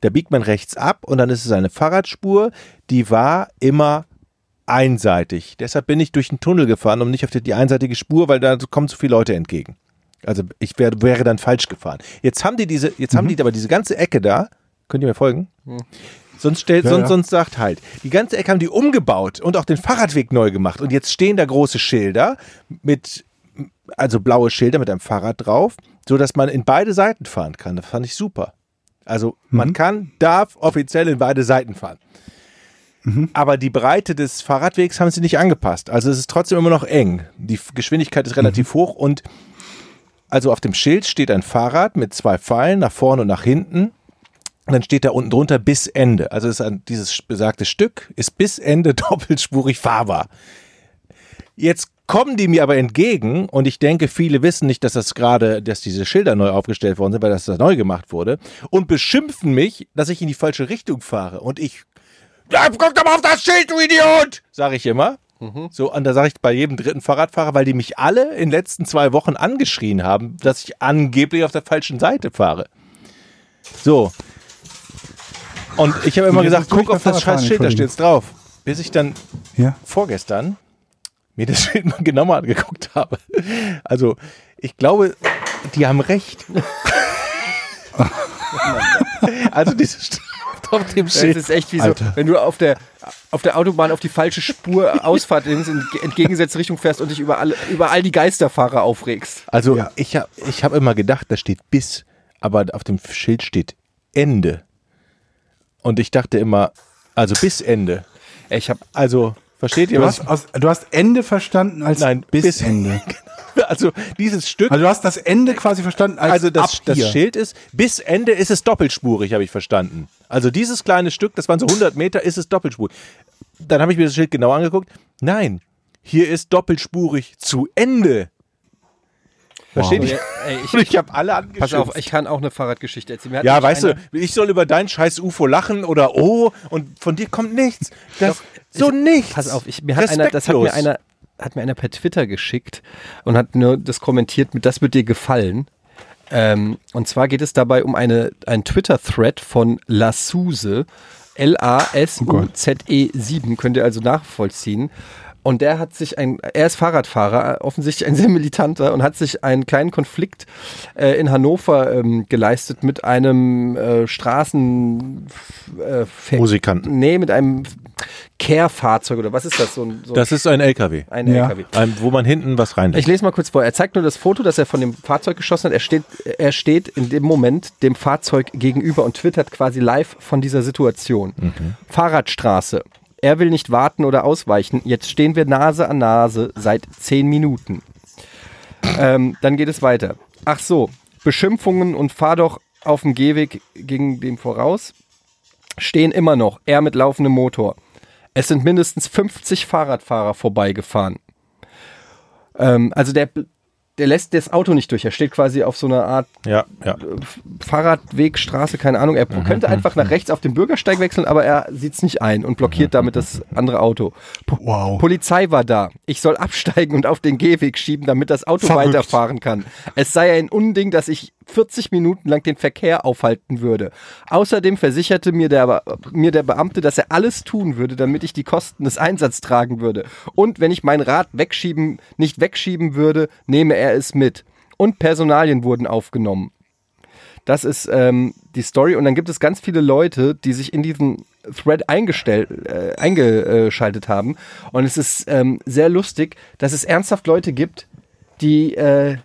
S2: da biegt man rechts ab und dann ist es eine Fahrradspur, die war immer einseitig. Deshalb bin ich durch den Tunnel gefahren und nicht auf die, die einseitige Spur, weil da kommen zu viele Leute entgegen. Also ich wär, wäre dann falsch gefahren. Jetzt haben die diese, jetzt
S1: Mhm.
S2: haben die aber diese ganze Ecke da. Könnt ihr mir folgen? Sonst, stellt,
S1: Ja,
S2: sonst,
S1: ja.
S2: sonst sagt halt, die ganze Ecke haben die umgebaut und auch den Fahrradweg neu gemacht. Und jetzt stehen da große Schilder mit, also blaue Schilder mit einem Fahrrad drauf, sodass man in beide Seiten fahren kann. Das fand ich super. Also
S1: Mhm.
S2: man kann, darf offiziell in beide Seiten fahren. Aber die Breite des Fahrradwegs haben sie nicht angepasst. Also es ist trotzdem immer noch eng. Die F- Geschwindigkeit ist relativ hoch und also auf dem Schild steht ein Fahrrad mit zwei Pfeilen nach vorne und nach hinten. Und dann steht da unten drunter bis Ende. Also ist ein, dieses besagte Stück ist bis Ende doppelspurig fahrbar. Jetzt kommen die mir aber entgegen und ich denke, viele wissen nicht, dass das gerade, dass diese Schilder neu aufgestellt worden sind, weil das da neu gemacht wurde und beschimpfen mich, dass ich in die falsche Richtung fahre und ich ja, guck doch mal auf das Schild, du Idiot! Sag ich immer. So, und da sage ich bei jedem dritten Fahrradfahrer, weil die mich alle in den letzten zwei Wochen angeschrien haben, dass ich angeblich auf der falschen Seite fahre. So. Und ich habe immer
S1: Und jetzt
S2: gesagt,
S1: musst du nicht
S2: guck
S1: mehr
S2: auf das
S1: Fahrrad fahren,
S2: scheiß Schild, da
S1: Entschuldigung.
S2: steht's drauf. Bis ich dann
S1: Ja.
S2: vorgestern mir das Schild mal genau mal angeguckt habe. Also, ich glaube, die haben recht. also, diese St- auf dem
S3: Das
S2: Schild.
S3: ist echt wie so,
S1: Alter.
S3: wenn du auf der, auf der Autobahn auf die falsche Spur Ausfahrt in in entgegengesetzte Richtung fährst und dich über, alle, über all die Geisterfahrer aufregst.
S2: Also
S1: Ja.
S2: ich habe ich hab immer gedacht, da steht bis, aber auf dem Schild steht Ende. Und ich dachte immer, also bis Ende.
S3: Ey, Ich habe
S2: Also, versteht ihr
S1: Du
S2: was?
S1: hast, aus, du hast Ende verstanden als
S2: Nein,
S1: bis,
S2: bis-
S1: Ende.
S2: Also dieses Stück,
S1: Also du hast das Ende quasi verstanden als
S2: also das,
S1: ab
S2: das
S1: hier.
S2: Schild ist, bis Ende ist es doppelspurig, habe ich verstanden. Also dieses kleine Stück, das waren so 100 Meter, ist es doppelspurig. Dann habe ich mir das Schild genau angeguckt. Nein, hier ist doppelspurig zu Ende. Versteht
S3: Wow.
S2: ihr?
S3: Ey, ich-
S2: ich habe alle angeschaut.
S3: Pass auf, ich kann auch eine Fahrradgeschichte erzählen. Mir hat
S2: Ja,
S3: nämlich
S2: weißt
S3: einer-
S2: du, ich soll über dein scheiß UFO lachen oder oh und von dir kommt nichts. Das,
S3: Doch,
S2: so
S3: ich-
S2: nichts.
S3: Pass auf, ich, mir hat einer, das hat mir
S2: Respektlos.
S3: einer, hat mir einer per Twitter geschickt und hat nur das kommentiert mit, das wird dir gefallen. Ähm, und zwar geht es dabei um eine, einen Twitter-Thread von E Lasuse, L-A-S-U-Z-E 7, könnt ihr also nachvollziehen. Und der hat sich ein, er ist Fahrradfahrer, offensichtlich ein sehr militanter und hat sich einen kleinen Konflikt äh, in Hannover ähm, geleistet mit einem äh, Straßen äh, Fe-
S2: Musikanten.
S3: Nee, mit einem Care-Fahrzeug oder was ist das? So ein, so
S2: Das ist ein LKW,
S3: ein
S1: Ja.
S3: LKW.
S2: ein, wo man hinten was
S3: Ich
S2: reinlegt.
S3: lese mal kurz vor. Er zeigt nur das Foto, das er von dem Fahrzeug geschossen hat. Er steht, er steht in dem Moment dem Fahrzeug gegenüber und twittert quasi live von dieser Situation. Fahrradstraße. Er will nicht warten oder ausweichen. Jetzt stehen wir Nase an Nase seit zehn Minuten. Ähm, dann geht es weiter. Ach so, Beschimpfungen und fahr doch auf dem Gehweg gegen dem voraus. Stehen immer noch. Er mit laufendem Motor. Es sind mindestens 50 Fahrradfahrer vorbeigefahren. Ähm, also der, der lässt das Auto nicht durch. Er steht quasi auf so einer Art
S2: Ja, ja.
S3: Fahrradweg, Straße, keine Ahnung. Er könnte einfach nach rechts auf den Bürgersteig wechseln, aber er sieht es nicht ein und blockiert damit das andere Auto. Po-
S1: Wow.
S3: Polizei war da. Ich soll absteigen und auf den Gehweg schieben, damit das Auto
S1: Verrückt.
S3: weiterfahren kann. Es sei ein Unding, dass ich 40 Minuten lang den Verkehr aufhalten würde. Außerdem versicherte mir der, Be- mir der Beamte, dass er alles tun würde, damit ich die Kosten des Einsatzes tragen würde. Und wenn ich mein Rad wegschieben, nicht wegschieben würde, nehme er es mit. Und Personalien wurden aufgenommen. Das ist ähm, die Story. Und dann gibt es ganz viele Leute, die sich in diesen Thread eingestellt, äh, eingeschaltet haben. Und es ist ähm, sehr lustig, dass es ernsthaft Leute gibt, die äh,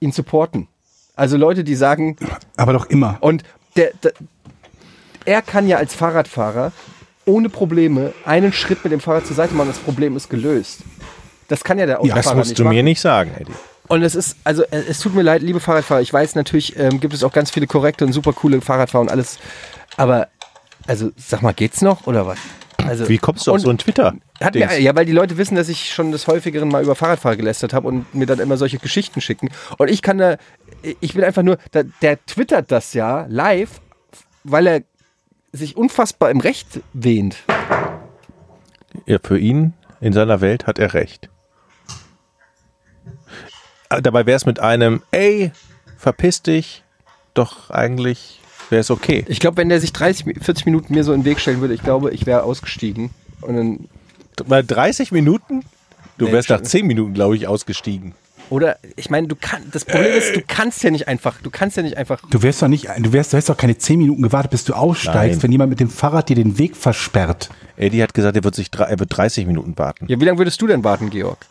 S3: ihn supporten. Also Leute, die sagen,
S1: Aber doch immer.
S3: und der, der, er kann ja als Fahrradfahrer ohne Probleme einen Schritt mit dem Fahrrad zur Seite machen. Das Problem ist gelöst. Das kann ja der Autofahrer
S2: Das musst
S3: nicht
S2: du
S3: machen.
S2: mir nicht sagen, Eddie.
S3: Und es ist, also äh, es tut mir leid, liebe Fahrradfahrer, ich weiß natürlich, ähm, gibt es auch ganz viele korrekte und super coole Fahrradfahrer und alles, aber also sag mal, geht's noch oder was? Also,
S2: Wie kommst du auf
S3: und
S2: so einen Twitter?
S3: hat mir, ja, weil die Leute wissen, dass ich schon des häufigeren mal über Fahrradfahrer gelästert habe und mir dann immer solche Geschichten schicken. Und ich kann da, ich bin einfach nur, da, der twittert das ja live, weil er sich unfassbar im Recht wähnt.
S2: Ja, für ihn, in seiner Welt, hat er recht. Aber Dabei wäre es mit einem, ey, verpiss dich, doch eigentlich wäre es okay.
S3: Ich glaube, wenn der sich 30, Mi- 40 Minuten mir so in den Weg stellen würde, ich glaube, ich wäre ausgestiegen. Und dann
S2: Bei 30 Minuten? Du
S3: Nee,
S2: wärst nach
S3: schon.
S2: 10 Minuten, glaube ich, ausgestiegen.
S3: Oder ich meine, du kannst das Problem ist, du kannst ja nicht einfach, du kannst ja nicht einfach.
S1: Du wärst doch nicht, du wärst, du hättest doch keine zehn Minuten gewartet, bis du aussteigst,
S2: Nein.
S1: wenn jemand mit dem Fahrrad dir den Weg versperrt.
S2: Eddie hat gesagt, er wird, sich, drei- er wird 30 Minuten warten.
S3: Ja, wie lange würdest du denn warten, Georg?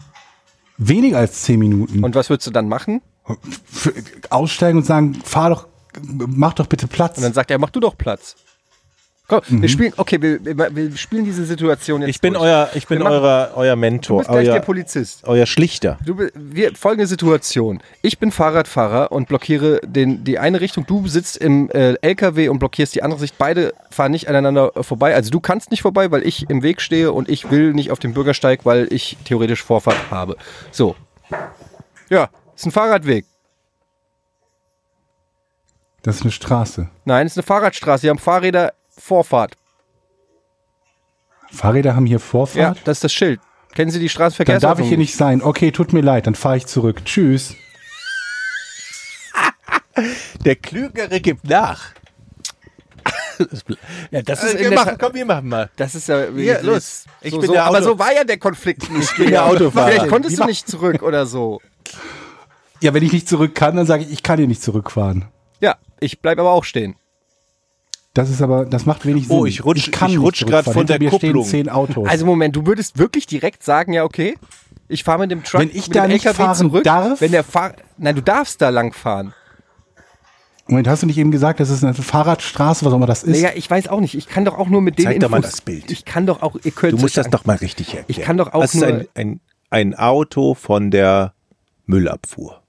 S1: Weniger als zehn Minuten.
S3: Und was würdest du dann machen?
S1: F- aussteigen und sagen, fahr doch, mach doch bitte Platz.
S3: Und dann sagt er, mach du doch Platz. Komm, wir spielen, okay, wir, wir, wir spielen diese Situation jetzt.
S2: Mhm. Ich bin
S3: durch.
S2: euer, ich bin
S3: Wir machen-
S2: euer, euer
S3: Du
S2: Mentor,
S3: bist gleich der
S2: euer,
S3: Polizist.
S2: euer Schlichter.
S3: Du, bi- wir, folgende Situation. Ich bin Fahrradfahrer und blockiere den, die eine Richtung. Du sitzt im äh, LKW und blockierst die andere Sicht. Beide fahren nicht aneinander äh, vorbei. Also du kannst nicht vorbei, weil ich im Weg stehe und ich will nicht auf den Bürgersteig, weil ich theoretisch Vorfahrt habe. So. Ja, ist ein Fahrradweg.
S1: das ist eine Straße.
S3: Nein, ist eine Fahrradstraße. Die haben Fahrräder Vorfahrt.
S1: Fahrräder haben hier
S3: Ja,
S1: Vorfahrt.
S3: das ist das Schild. Kennen Sie die
S1: Dann
S3: Straßenverkehrsordnung?
S1: darf ich hier nicht sein. Okay, tut mir leid, dann fahre ich zurück. Tschüss.
S2: Der Klügere gibt nach.
S3: Ja, das ist
S2: wir
S3: in der
S2: machen,
S3: Tat-
S2: komm, wir machen mal.
S3: Das ist ja.
S2: Hier, los. Ich
S3: Ich so,
S2: bin
S3: bin so,
S2: der
S3: aber
S2: Auto-
S3: so war ja der Konflikt nicht. Ich bin
S2: der Autofahrer.
S3: Vielleicht konntest
S1: Wie ma-
S3: du nicht zurück oder so.
S1: Ja, wenn ich nicht zurück kann, dann sage ich, ich kann hier nicht zurückfahren.
S3: Ja, ich bleib aber auch stehen.
S1: Das ist aber, das macht wenig Sinn.
S2: Oh, ich rutsch- ich
S1: nicht
S2: rutsch
S1: zurückfahren.
S2: grad von
S1: Hinter
S2: der
S1: mir
S2: Kupplung.
S1: stehen zehn Autos.
S3: Also Moment, du würdest wirklich direkt sagen, ja okay, ich fahre mit dem Truck,
S1: Wenn ich
S3: mit
S1: da
S3: dem
S1: nicht fahren darf?
S3: wenn der Fahr Nein, du darfst da lang fahren.
S1: Moment, hast du nicht eben gesagt, das ist eine Fahrradstraße, was auch immer das ist?
S3: Naja, ich weiß auch nicht. Ich kann doch auch nur mit den
S2: Zeig
S3: Infos.
S2: doch mal das Bild.
S3: Ich kann doch auch. Ihr könnt
S2: Du musst
S3: euch
S2: das doch mal richtig erklären.
S3: Ich kann doch auch
S2: das ist
S3: nur-
S2: ein, ein, ein Auto von der Müllabfuhr.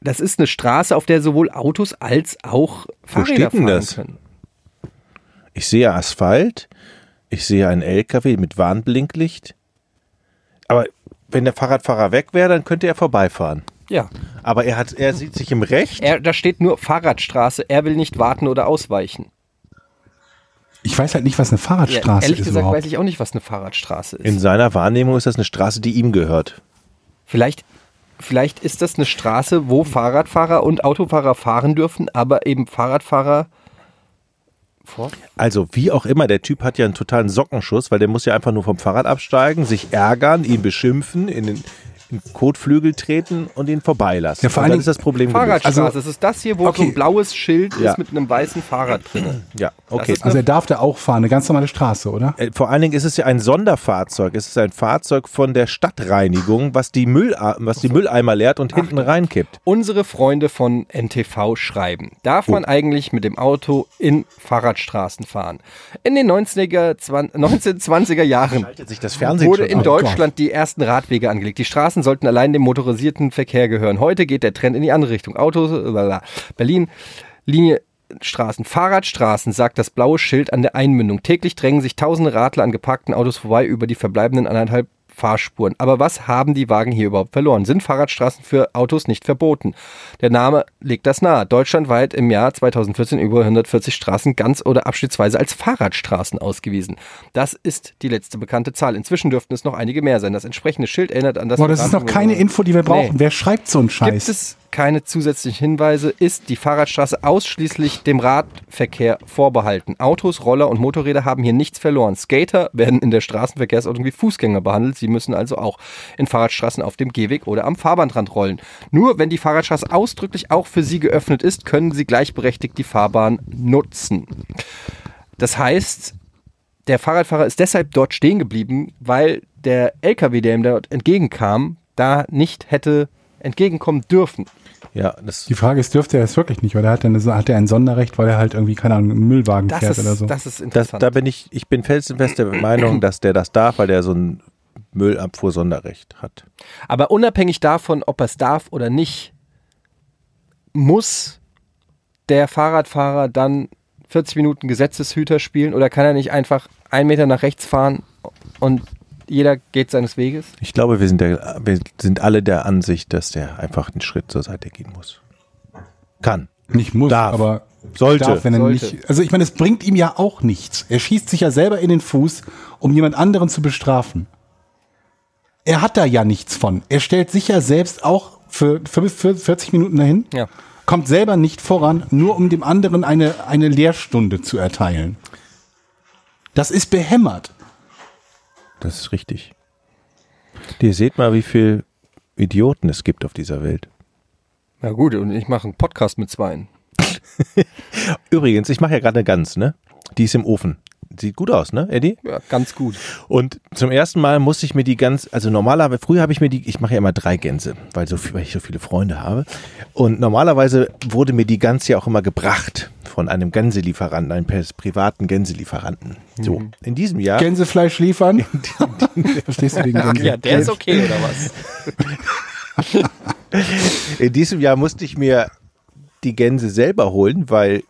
S3: Das ist eine Straße, auf der sowohl Autos als auch Fahrräder
S2: steht
S3: fahren
S2: denn das?
S3: können.
S2: Ich sehe Asphalt, ich sehe einen LKW mit Warnblinklicht. Aber wenn der Fahrradfahrer weg wäre, dann könnte er vorbeifahren.
S3: Ja.
S2: Aber er, hat, er sieht sich im Recht.
S3: Er, da steht nur Fahrradstraße. Er will nicht warten oder ausweichen.
S1: Ich weiß halt nicht, was eine
S3: Ja,
S1: Fahrradstraße
S3: ehrlich
S1: ist
S3: gesagt
S1: überhaupt.
S3: weiß ich auch nicht, was eine Fahrradstraße ist.
S2: In seiner Wahrnehmung ist das eine Straße, die ihm gehört.
S3: Vielleicht, vielleicht ist das eine Straße, wo Fahrradfahrer und Autofahrer fahren dürfen, aber eben Fahrradfahrer vor?
S2: Also, wie auch immer, der Typ hat ja einen totalen Sockenschuss, weil der muss ja einfach nur vom Fahrrad absteigen, sich ärgern, ihn beschimpfen, in den in den Kotflügel treten und ihn vorbeilassen.
S1: Ja, vor
S2: und
S1: allen
S2: dann ist das Problem gelöst.
S3: Fahrradstraße,
S1: Also-
S3: das ist das hier, wo so
S1: Okay.
S3: ein blaues Schild
S2: Ja.
S3: ist mit einem weißen Fahrrad drin.
S2: Ja, okay.
S1: Also er darf da auch fahren, eine ganz normale Straße, oder?
S2: Äh, Vor allen Dingen ist es ja ein Sonderfahrzeug. Es ist ein Fahrzeug von der Stadtreinigung, was die, Müll, äh, was die Mülleimer leert und hinten reinkippt.
S3: Unsere Freunde von NTV schreiben, darf
S1: Oh.
S3: man eigentlich mit dem Auto in Fahrradstraßen fahren? In den 90er, 20, 1920er Jahren
S2: Schaltet sich das Fernsehen
S3: wurde
S2: schon
S3: in
S2: an?
S3: Deutschland die ersten Radwege angelegt. Die Straßen sollten allein dem motorisierten Verkehr gehören. Heute geht der Trend in die andere Richtung. Autos, blablabla. Berlin, Linie. Straßen, Fahrradstraßen, sagt das blaue Schild an der Einmündung. Täglich drängen sich tausende Radler an geparkten Autos vorbei über die verbleibenden anderthalb Fahrspuren. Aber was haben die Wagen hier überhaupt verloren? Sind Fahrradstraßen für Autos nicht verboten? Der Name legt das nahe. Deutschlandweit im Jahr 2014 über 140 Straßen ganz oder abschnittsweise als Fahrradstraßen ausgewiesen. Das ist die letzte bekannte Zahl. Inzwischen dürften es noch einige mehr sein. Das entsprechende Schild erinnert an das.
S1: Boah, das ist noch keine Info, die wir brauchen.
S3: Nee.
S1: Wer schreibt so einen
S3: Gibt
S1: Scheiß?
S3: es keine zusätzlichen Hinweise, ist die Fahrradstraße ausschließlich dem Radverkehr vorbehalten. Autos, Roller und Motorräder haben hier nichts verloren. Skater werden in der Straßenverkehrsordnung wie Fußgänger behandelt. Sie müssen also auch in Fahrradstraßen auf dem Gehweg oder am Fahrbahnrand rollen. Nur wenn die Fahrradstraße ausdrücklich auch für sie geöffnet ist, können sie gleichberechtigt die Fahrbahn nutzen. Das heißt, der Fahrradfahrer ist deshalb dort stehen geblieben, weil der LKW, der ihm dort entgegenkam, da nicht hätte entgegenkommen dürfen.
S2: Ja, das,
S1: Die Frage ist, dürfte er das wirklich nicht, weil er hat, dann, hat er ein Sonderrecht, weil er halt irgendwie, keine Ahnung, einen Müllwagen
S3: Das,
S1: fährt
S3: ist,
S1: oder so.
S3: das ist
S2: das,
S3: interessant.
S2: da bin ich, ich bin felsenfest der Meinung, dass der das darf, weil der so ein Müllabfuhr-Sonderrecht hat.
S3: Aber unabhängig davon, ob er es darf oder nicht, muss der Fahrradfahrer dann 40 Minuten Gesetzeshüter spielen oder kann er nicht einfach einen Meter nach rechts fahren und jeder geht seines Weges?
S2: Ich glaube, wir sind, der, wir sind alle der Ansicht, dass der einfach einen Schritt zur Seite gehen muss. Kann.
S1: nicht muss,
S2: Darf.
S1: aber
S2: Sollte.
S1: darf, wenn er
S3: Sollte.
S1: nicht. Also ich meine, es bringt ihm ja auch nichts. Er schießt sich ja selber in den Fuß, um jemand anderen zu bestrafen. Er hat da ja nichts von. Er stellt sich ja selbst auch für, für, für 40 Minuten dahin,
S3: Ja.
S1: kommt selber nicht voran, nur um dem anderen eine, eine Lehrstunde zu erteilen. Das ist behämmert.
S2: Das ist richtig. Ihr seht mal, wie viel Idioten es gibt auf dieser Welt.
S3: Na gut, und ich mache einen Podcast mit zweien.
S2: Übrigens, ich mache ja gerade eine Gans, ne? Die ist im Ofen. Sieht gut aus, ne, Eddie?
S3: Ja, ganz gut.
S2: Und zum ersten Mal musste ich mir die ganz, also normalerweise, früher habe ich mir die, ich mache ja immer drei Gänse, weil, so, viel- weil ich so viele Freunde habe. Und normalerweise wurde mir die Gans ja auch immer gebracht von einem Gänselieferanten, einem pers- privaten Gänselieferanten. So,
S1: Mhm.
S2: in diesem Jahr.
S1: Gänsefleisch liefern. Verstehst du wegen Gänse?
S3: okay, oder was?
S2: In diesem Jahr musste ich mir die Gänse selber holen, weil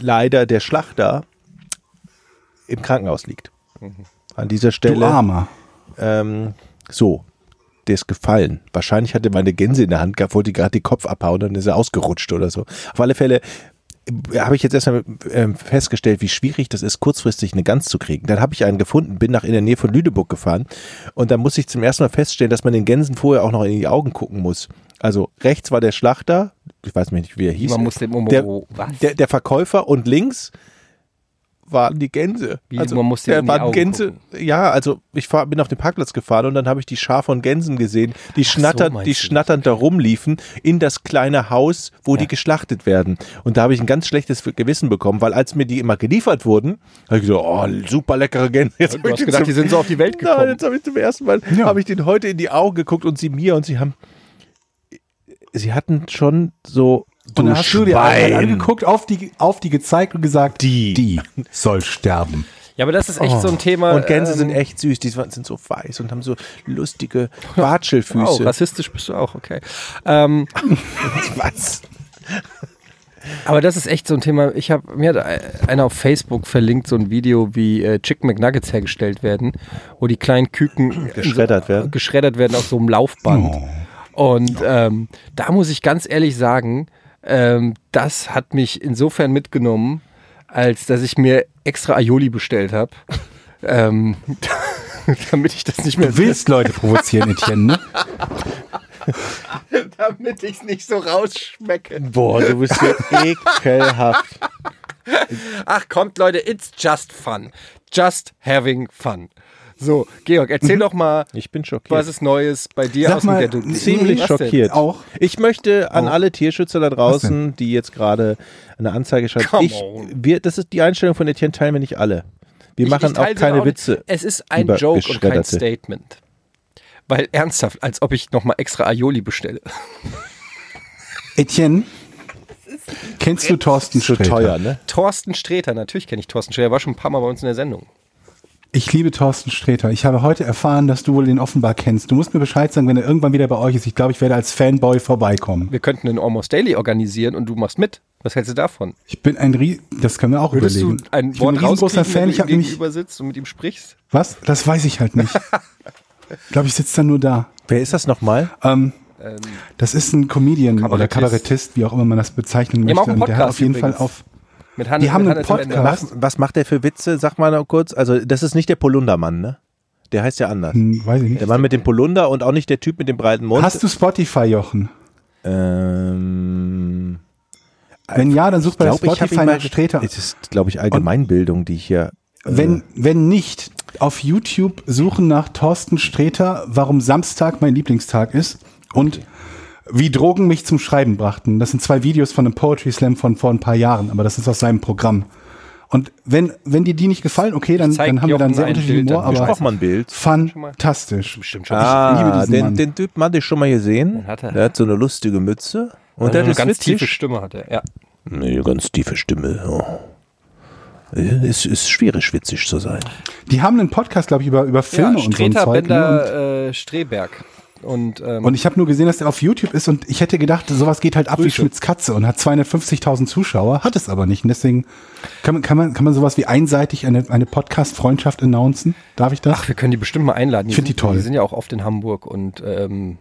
S2: leider der Schlachter im Krankenhaus liegt. An
S1: Mhm.
S2: dieser
S1: Du
S2: Stelle
S1: Armer.
S2: ähm, so, der ist gefallen. Wahrscheinlich hatte meine Gänse in der Hand gehabt, wollte gerade den Kopf abhauen, dann ist er ausgerutscht oder so. Auf alle Fälle äh, habe ich jetzt erstmal ähm, festgestellt, wie schwierig das ist, kurzfristig eine Gans zu kriegen. Dann habe ich einen gefunden, bin nach in der Nähe von Lüneburg gefahren und dann musste ich zum ersten Mal feststellen, dass man den Gänsen vorher auch noch in die Augen gucken muss. Also rechts war der Schlachter, ich weiß nicht, wie er hieß.
S3: Man muss dem Omo-
S2: der,
S3: was?
S2: der, der Verkäufer und links waren die Gänse.
S3: Wie, man muss denen
S2: der
S3: in die
S2: waren
S3: Augen
S2: Gänse. Ja, also ich fahr, bin auf den Parkplatz gefahren und dann habe ich die Schar von Gänsen gesehen, die schnattern,
S3: meinst
S2: die
S3: du das?
S2: schnatternd da rumliefen in das kleine Haus, wo die geschlachtet werden. Und da habe ich ein ganz schlechtes Gewissen bekommen, weil als mir die immer geliefert wurden, habe ich gesagt, oh, super leckere Gänse. Jetzt hab
S3: Du
S2: ich
S3: hast
S2: den
S3: gedacht,
S2: zum-
S3: die sind so auf die Welt
S2: Nein,
S3: gekommen.
S2: jetzt habe ich zum ersten Mal,
S1: Ja.
S2: habe ich den heute in die Augen geguckt und sie mir und sie haben, sie hatten schon so,
S1: Und dann hast du dir
S2: Schwein.
S1: einen angeguckt, auf die, auf die gezeigt und gesagt,
S2: Die.
S1: die soll sterben.
S3: Ja, aber das ist echt so ein Thema.
S2: Oh. Und Gänse
S3: ähm,
S2: sind echt süß, die sind so weiß und haben so lustige Watschelfüße.
S3: Oh, rassistisch bist du auch, okay. Ähm,
S2: was?
S3: aber das ist echt so ein Thema. Ich habe mir hat einer auf Facebook verlinkt so ein Video, wie äh, Chicken McNuggets hergestellt werden, wo die kleinen Küken
S2: Geschreddert werden.
S3: geschreddert werden auf so einem Laufband. Und ähm, da muss ich ganz ehrlich sagen, ähm, das hat mich insofern mitgenommen, als dass ich mir extra Aioli bestellt habe. ähm, damit ich das nicht mehr
S1: Du willst Leute provozieren, Etienne, ne?
S3: damit ich es nicht so rausschmecke.
S2: Boah, du bist so ekelhaft.
S3: Ach kommt, Leute, it's just fun. Just having fun. So, Georg, erzähl doch mal,
S2: Ich bin schockiert.
S3: was es Neues bei
S1: Mhm.
S3: dir
S1: Sag
S3: aus dem
S1: mal,
S3: Ghetto gibt.
S2: ziemlich
S3: Was denn?
S2: schockiert.
S1: Auch?
S2: Ich möchte an alle Tierschützer da draußen, die jetzt gerade eine Anzeige schreiben,
S3: Come
S2: ich,
S3: on.
S2: wir, das ist die Einstellung von Etienne, teilen wir nicht alle. Wir
S3: Ich-
S2: machen
S3: ich
S2: auch
S3: teile
S2: keine
S3: auch nicht.
S2: Witze.
S3: Es ist ein
S2: über
S3: Joke und kein
S2: Geschredderte.
S3: Statement. Weil ernsthaft, als ob ich nochmal extra Aioli bestelle.
S1: Etienne, kennst du Thorsten
S2: Zu
S1: Sträter?
S2: teuer, ne?
S3: Thorsten Sträter, natürlich kenne ich Thorsten Sträter, war schon ein paar Mal bei uns in der Sendung.
S1: Ich liebe Thorsten Sträter. Ich habe heute erfahren, dass du wohl den offenbar kennst. Du musst mir Bescheid sagen, wenn er irgendwann wieder bei euch ist. Ich glaube, ich werde als Fanboy vorbeikommen.
S3: Wir könnten einen Almost Daily organisieren und du machst mit. Was hältst du davon?
S1: Ich bin ein Rie das können wir auch
S3: Würdest
S1: überlegen.
S3: du ein
S1: ich bin
S3: Wort
S1: ein riesengroßer
S3: rauskriegen,
S1: Fan.
S3: wenn
S1: Ich
S3: du ihm
S1: habe nämlich
S3: gegenüber sitzt und mit ihm sprichst?
S1: was? Das weiß ich halt nicht. ich glaube, ich sitze dann nur da.
S2: Wer ist das nochmal?
S1: Ähm, das ist ein Comedian oder
S3: Kabarettist.
S1: Kabarettist, wie auch immer man das bezeichnen
S3: haben
S1: möchte.
S3: auch einen
S1: Und der hat
S3: Podcast
S1: auf jeden
S3: übrigens.
S1: Fall auf.
S3: Mit Hannes,
S1: Die haben
S3: mit
S1: einen
S3: Hannes am Ende.
S1: Podcast.
S2: Was, was macht der für Witze? Sag mal noch kurz. Also, das ist nicht der Polundermann, ne? Der heißt ja anders.
S1: Hm, weiß ich nicht.
S2: Der Mann mit dem Polunder und auch nicht der Typ mit dem breiten Mund.
S1: Hast du Spotify, Jochen?
S2: Ähm,
S1: Wenn ja, dann such bei
S2: glaub, ich hab ihn
S1: Spotify
S2: mal
S1: nach Sträter.
S2: Es äh, ist, glaube ich, Allgemeinbildung, die ich hier. äh,
S1: Wenn, wenn nicht, auf YouTube suchen nach Thorsten Sträter, warum Samstag mein Lieblingstag ist und wie Drogen mich zum Schreiben brachten. Das sind zwei Videos von einem Poetry Slam von vor ein paar Jahren, aber das ist aus seinem Programm. Und wenn, wenn dir die nicht gefallen, okay, dann,
S3: Ich zeig
S1: dann haben
S3: dir
S1: wir dann
S3: auch
S1: sehr
S3: ein
S1: unterschiedlichen
S3: Bild,
S1: Humor,
S3: dann
S2: Ich brauche
S1: aber
S2: mal ein Bild.
S1: fantastisch.
S3: Bestimmt schon.
S1: Ich liebe
S2: Ah,
S1: diesen
S2: den,
S1: Mann.
S2: den Typen hatte ich schon mal gesehen.
S3: hat er.
S2: Der hat so eine lustige Mütze. Und
S3: Also
S2: der
S3: eine
S2: ist
S3: ganz
S2: witzig.
S3: tiefe Stimme hat er. Ja.
S2: Nee, ganz tiefe Stimme. Oh. Es ist schwierig, witzig zu sein.
S1: Die haben einen Podcast, glaube ich, über, über Filme
S3: ja,
S1: und so ein
S3: Sträter,
S1: Zeug. ne? Und-
S3: Bender, äh, Streberg. Und, ähm,
S1: Und ich habe nur gesehen, dass er auf YouTube ist und ich hätte gedacht, sowas geht halt ab wie
S3: Grüße.
S1: Schmitz Katze und hat 250.000 Zuschauer, hat es aber nicht. Und deswegen kann man, kann man, kann man sowas wie einseitig eine, eine Podcast-Freundschaft announcen? Darf ich das?
S3: ach, wir können die bestimmt mal einladen.
S1: Ich find die
S3: sind-
S1: toll.
S3: Die sind ja auch oft in Hamburg und ähm,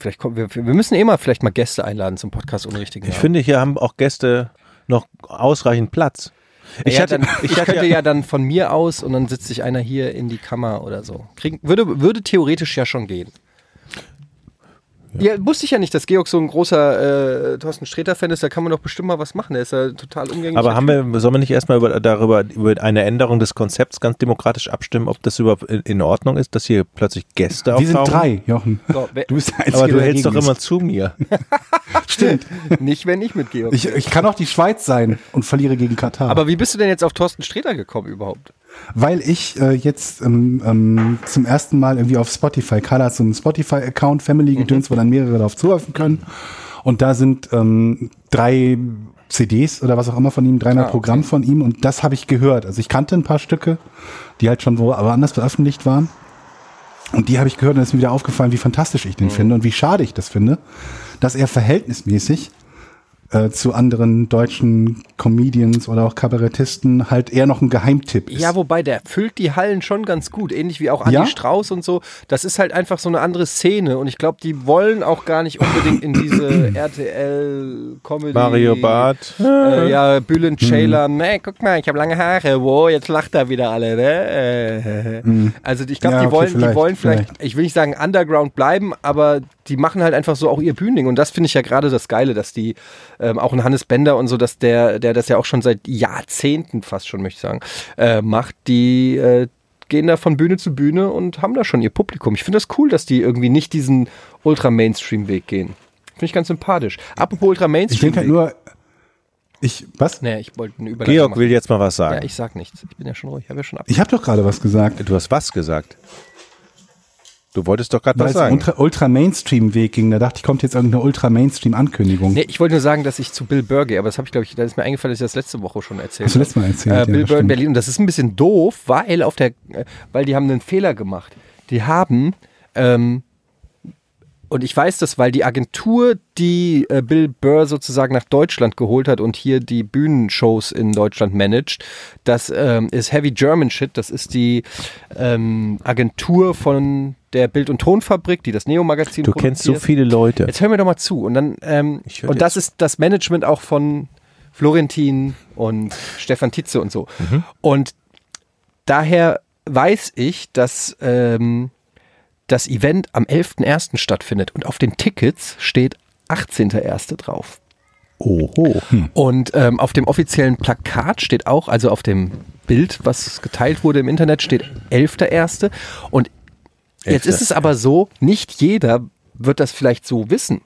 S3: vielleicht kommen wir, wir müssen eh mal vielleicht mal Gäste einladen zum Podcast Unrichtigen.
S2: Ich finde, hier haben auch Gäste noch ausreichend Platz.
S3: ich,
S2: Ich
S3: ja,
S2: hatte-
S3: dann, ich,
S2: ich hatte
S3: könnte
S2: ja-
S3: ja dann von mir aus und dann sitzt sich einer hier in die Kammer oder so. Kriegen, würde, würde theoretisch ja schon gehen. Ja. wusste ich ja nicht, dass Georg so ein großer äh, Thorsten Sträter-Fan ist. Da kann man doch bestimmt mal was machen. Der ist ja total umgänglich.
S2: Aber haben wir, sollen wir nicht erstmal über, darüber, über eine Änderung des Konzepts ganz demokratisch abstimmen, ob das überhaupt in- in Ordnung ist, dass hier plötzlich Gäste
S1: wir sind
S2: auftauchen?
S1: drei, Jochen.
S3: So, wer-
S1: du bist der Einzige,
S2: Aber du
S1: der
S2: hältst doch
S1: dagegen
S2: immer zu mir.
S1: ist. Stimmt.
S3: Nicht, wenn ich mit Georg.
S1: Ich, ich kann auch die Schweiz sein und verliere gegen Katar.
S3: Aber wie bist du denn jetzt auf Thorsten Sträter gekommen überhaupt?
S1: Weil ich äh, jetzt ähm, ähm, zum ersten Mal irgendwie auf Spotify, Carla hat so einen Spotify-Account,
S3: Mhm.
S1: Family-Gedöns, wo dann mehrere darauf zugreifen können. Und da sind ähm, drei CDs oder was auch immer von ihm, dreimal
S3: Ah, okay.
S1: Programm von ihm. Und das habe ich gehört. Also ich kannte ein paar Stücke, die halt schon wo aber anders veröffentlicht waren. Und die habe ich gehört und es ist mir wieder aufgefallen, wie fantastisch ich den
S3: Mhm.
S1: finde und wie schade ich das finde, dass er verhältnismäßig äh, zu anderen deutschen Comedians oder auch Kabarettisten halt eher noch ein Geheimtipp ist.
S3: Ja, wobei, der füllt die Hallen schon ganz gut, ähnlich wie auch Andi
S1: Ja?
S3: Strauß und so. Das ist halt einfach so eine andere Szene und ich glaube, die wollen auch gar nicht unbedingt in diese RTL-Comedy.
S2: Mario Barth.
S3: Äh,
S1: Hm.
S3: ja, Bülent Ceylan. Ne, guck mal, ich habe lange Haare. Wow, jetzt lacht er wieder alle. Ne? Äh, Also ich glaube,
S1: Hm. Ja, okay,
S3: die, wollen, die
S1: vielleicht,
S3: wollen vielleicht, ich will nicht sagen Underground bleiben, aber die machen halt einfach so auch ihr Bühning. Und das finde ich ja gerade das Geile, dass die, ähm, auch ein Hannes Bender und so, dass der, der das ja auch schon seit Jahrzehnten fast schon, möchte ich sagen, äh, macht, die äh, gehen da von Bühne zu Bühne und haben da schon ihr Publikum. Ich finde das cool, dass die irgendwie nicht diesen Ultra-Mainstream-Weg gehen. Finde ich ganz sympathisch. Apropos
S1: Ich
S3: Ultra-Mainstream.
S1: denke halt nur, ich, was?
S3: Nee, ich wollte eine Überleitung
S2: Georg
S3: machen.
S2: will jetzt mal was
S3: Ja,
S2: sagen.
S3: ich sag nichts. Ich bin ja schon ruhig. Ich habe ja schon ab.
S1: Ich habe doch gerade was gesagt.
S2: du hast was gesagt. Du wolltest doch gerade
S1: Weil
S2: was
S1: es
S2: sagen.
S1: Ultra, Ultra-Mainstream-Weg ging, da dachte ich, kommt jetzt irgendeine Ultra-Mainstream-Ankündigung.
S3: Nee, ich wollte nur sagen, dass ich zu Bill Burr gehe, aber das habe ich, glaube ich, da ist mir eingefallen, dass ich das letzte Woche schon erzählt
S1: Hast du letztes Mal erzählt, ja,
S3: Äh, Bill Burr in
S1: stimmt.
S3: Berlin. Und das ist ein bisschen doof, weil auf der, äh, weil die haben einen Fehler gemacht. Die haben, ähm, und ich weiß das, weil die Agentur, die äh, Bill Burr sozusagen nach Deutschland geholt hat und hier die Bühnenshows in Deutschland managt, das ähm, ist Heavy German Shit. Das ist die ähm, Agentur von der Bild- und Tonfabrik, die das Neo-Magazin
S2: du kennst so
S3: produziert.
S2: viele Leute.
S3: Jetzt hör mir doch mal zu. Und dann, ähm,
S2: Ich hör
S3: und
S2: dir
S3: das ist das Management auch von Florentin und Stefan Tietze und so.
S2: Mhm.
S3: Und daher weiß ich, dass ähm, das Event am 11.01. stattfindet und auf den Tickets steht 18.01. drauf.
S2: Oho.
S3: Und ähm, auf dem offiziellen Plakat steht auch, also auf dem Bild, was geteilt wurde im Internet, steht 11.1. Und jetzt ist es aber so, nicht jeder wird das vielleicht so wissen.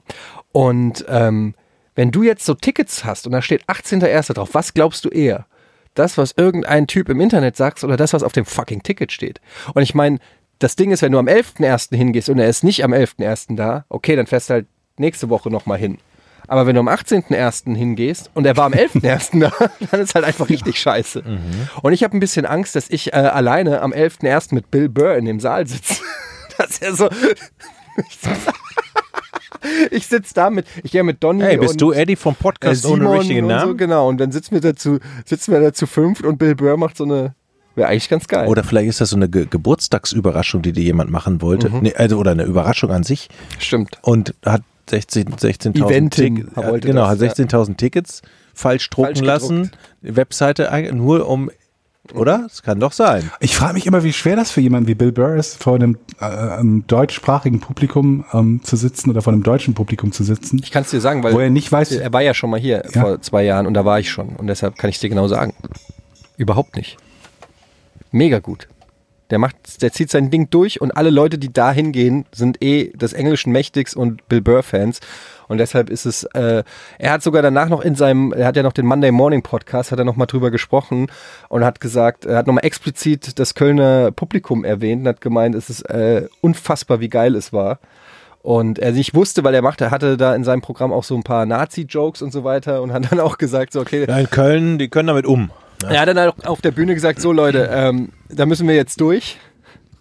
S3: Und ähm, wenn du jetzt so Tickets hast und da steht 18.1. drauf, was glaubst du eher? Das, was irgendein Typ im Internet sagt oder das, was auf dem fucking Ticket steht? Und ich meine, das Ding ist, wenn du am 11.1. hingehst und er ist nicht am 11.1. da, okay, dann fährst du halt nächste Woche nochmal hin. Aber wenn du am 18.01. hingehst und er war am 11.01. da, dann ist halt einfach richtig scheiße.
S2: Mhm.
S3: Und ich habe ein bisschen Angst, dass ich äh, alleine am 11.01. mit Bill Burr in dem Saal sitze. dass er so. ich sitze da mit. Ich gehe mit Donny.
S2: Hey, bist
S3: und
S2: du Eddie vom
S3: äh,
S2: Podcast
S3: Simon
S2: ohne richtigen
S3: und So,
S2: Namen?
S3: genau. Und dann sitzen wir dazu, sitzen wir da zu fünft und Bill Burr macht so eine. Wäre eigentlich ganz geil.
S2: Oder vielleicht ist das so eine Ge Geburtstagsüberraschung, die dir jemand machen wollte. Nee, also, oder eine Überraschung an sich.
S3: Stimmt.
S2: Und hat 16 16.000
S3: Eventing
S2: Tick-
S3: wollte
S2: hat- genau,
S3: das,
S2: hat
S3: ja.
S2: 16.000 Tickets falsch drucken
S3: Falsch
S2: lassen.
S3: gedruckt.
S2: Webseite ein- nur um, oder? Es kann doch sein.
S1: Ich frage mich immer, wie schwer das für jemanden wie Bill Burr ist, vor einem äh, ähm, deutschsprachigen Publikum ähm, zu sitzen oder vor einem deutschen Publikum zu sitzen,
S3: Ich kann es dir sagen, weil
S1: wo er nicht weiß,
S3: er war ja schon mal hier
S1: Ja.
S3: vor zwei Jahren und da war ich schon. Und deshalb kann ich dir genau sagen. Überhaupt nicht. Mega gut. Der macht, der zieht sein Ding durch und alle Leute, die da hingehen, sind eh des Englischen mächtigst und Bill Burr-Fans. Und deshalb ist es, äh, er hat sogar danach noch in seinem, er hat ja noch den Monday Morning Podcast, hat er nochmal drüber gesprochen und hat gesagt, er hat nochmal explizit das Kölner Publikum erwähnt und hat gemeint, es ist äh, unfassbar, wie geil es war. Und er nicht wusste, weil er machte, hatte da in seinem Programm auch so ein paar Nazi-Jokes und so weiter und hat dann auch gesagt, so, okay,
S2: Ja, in Köln, die können damit um.
S3: er hat dann halt auf der Bühne gesagt, so Leute, ähm, da müssen wir jetzt durch,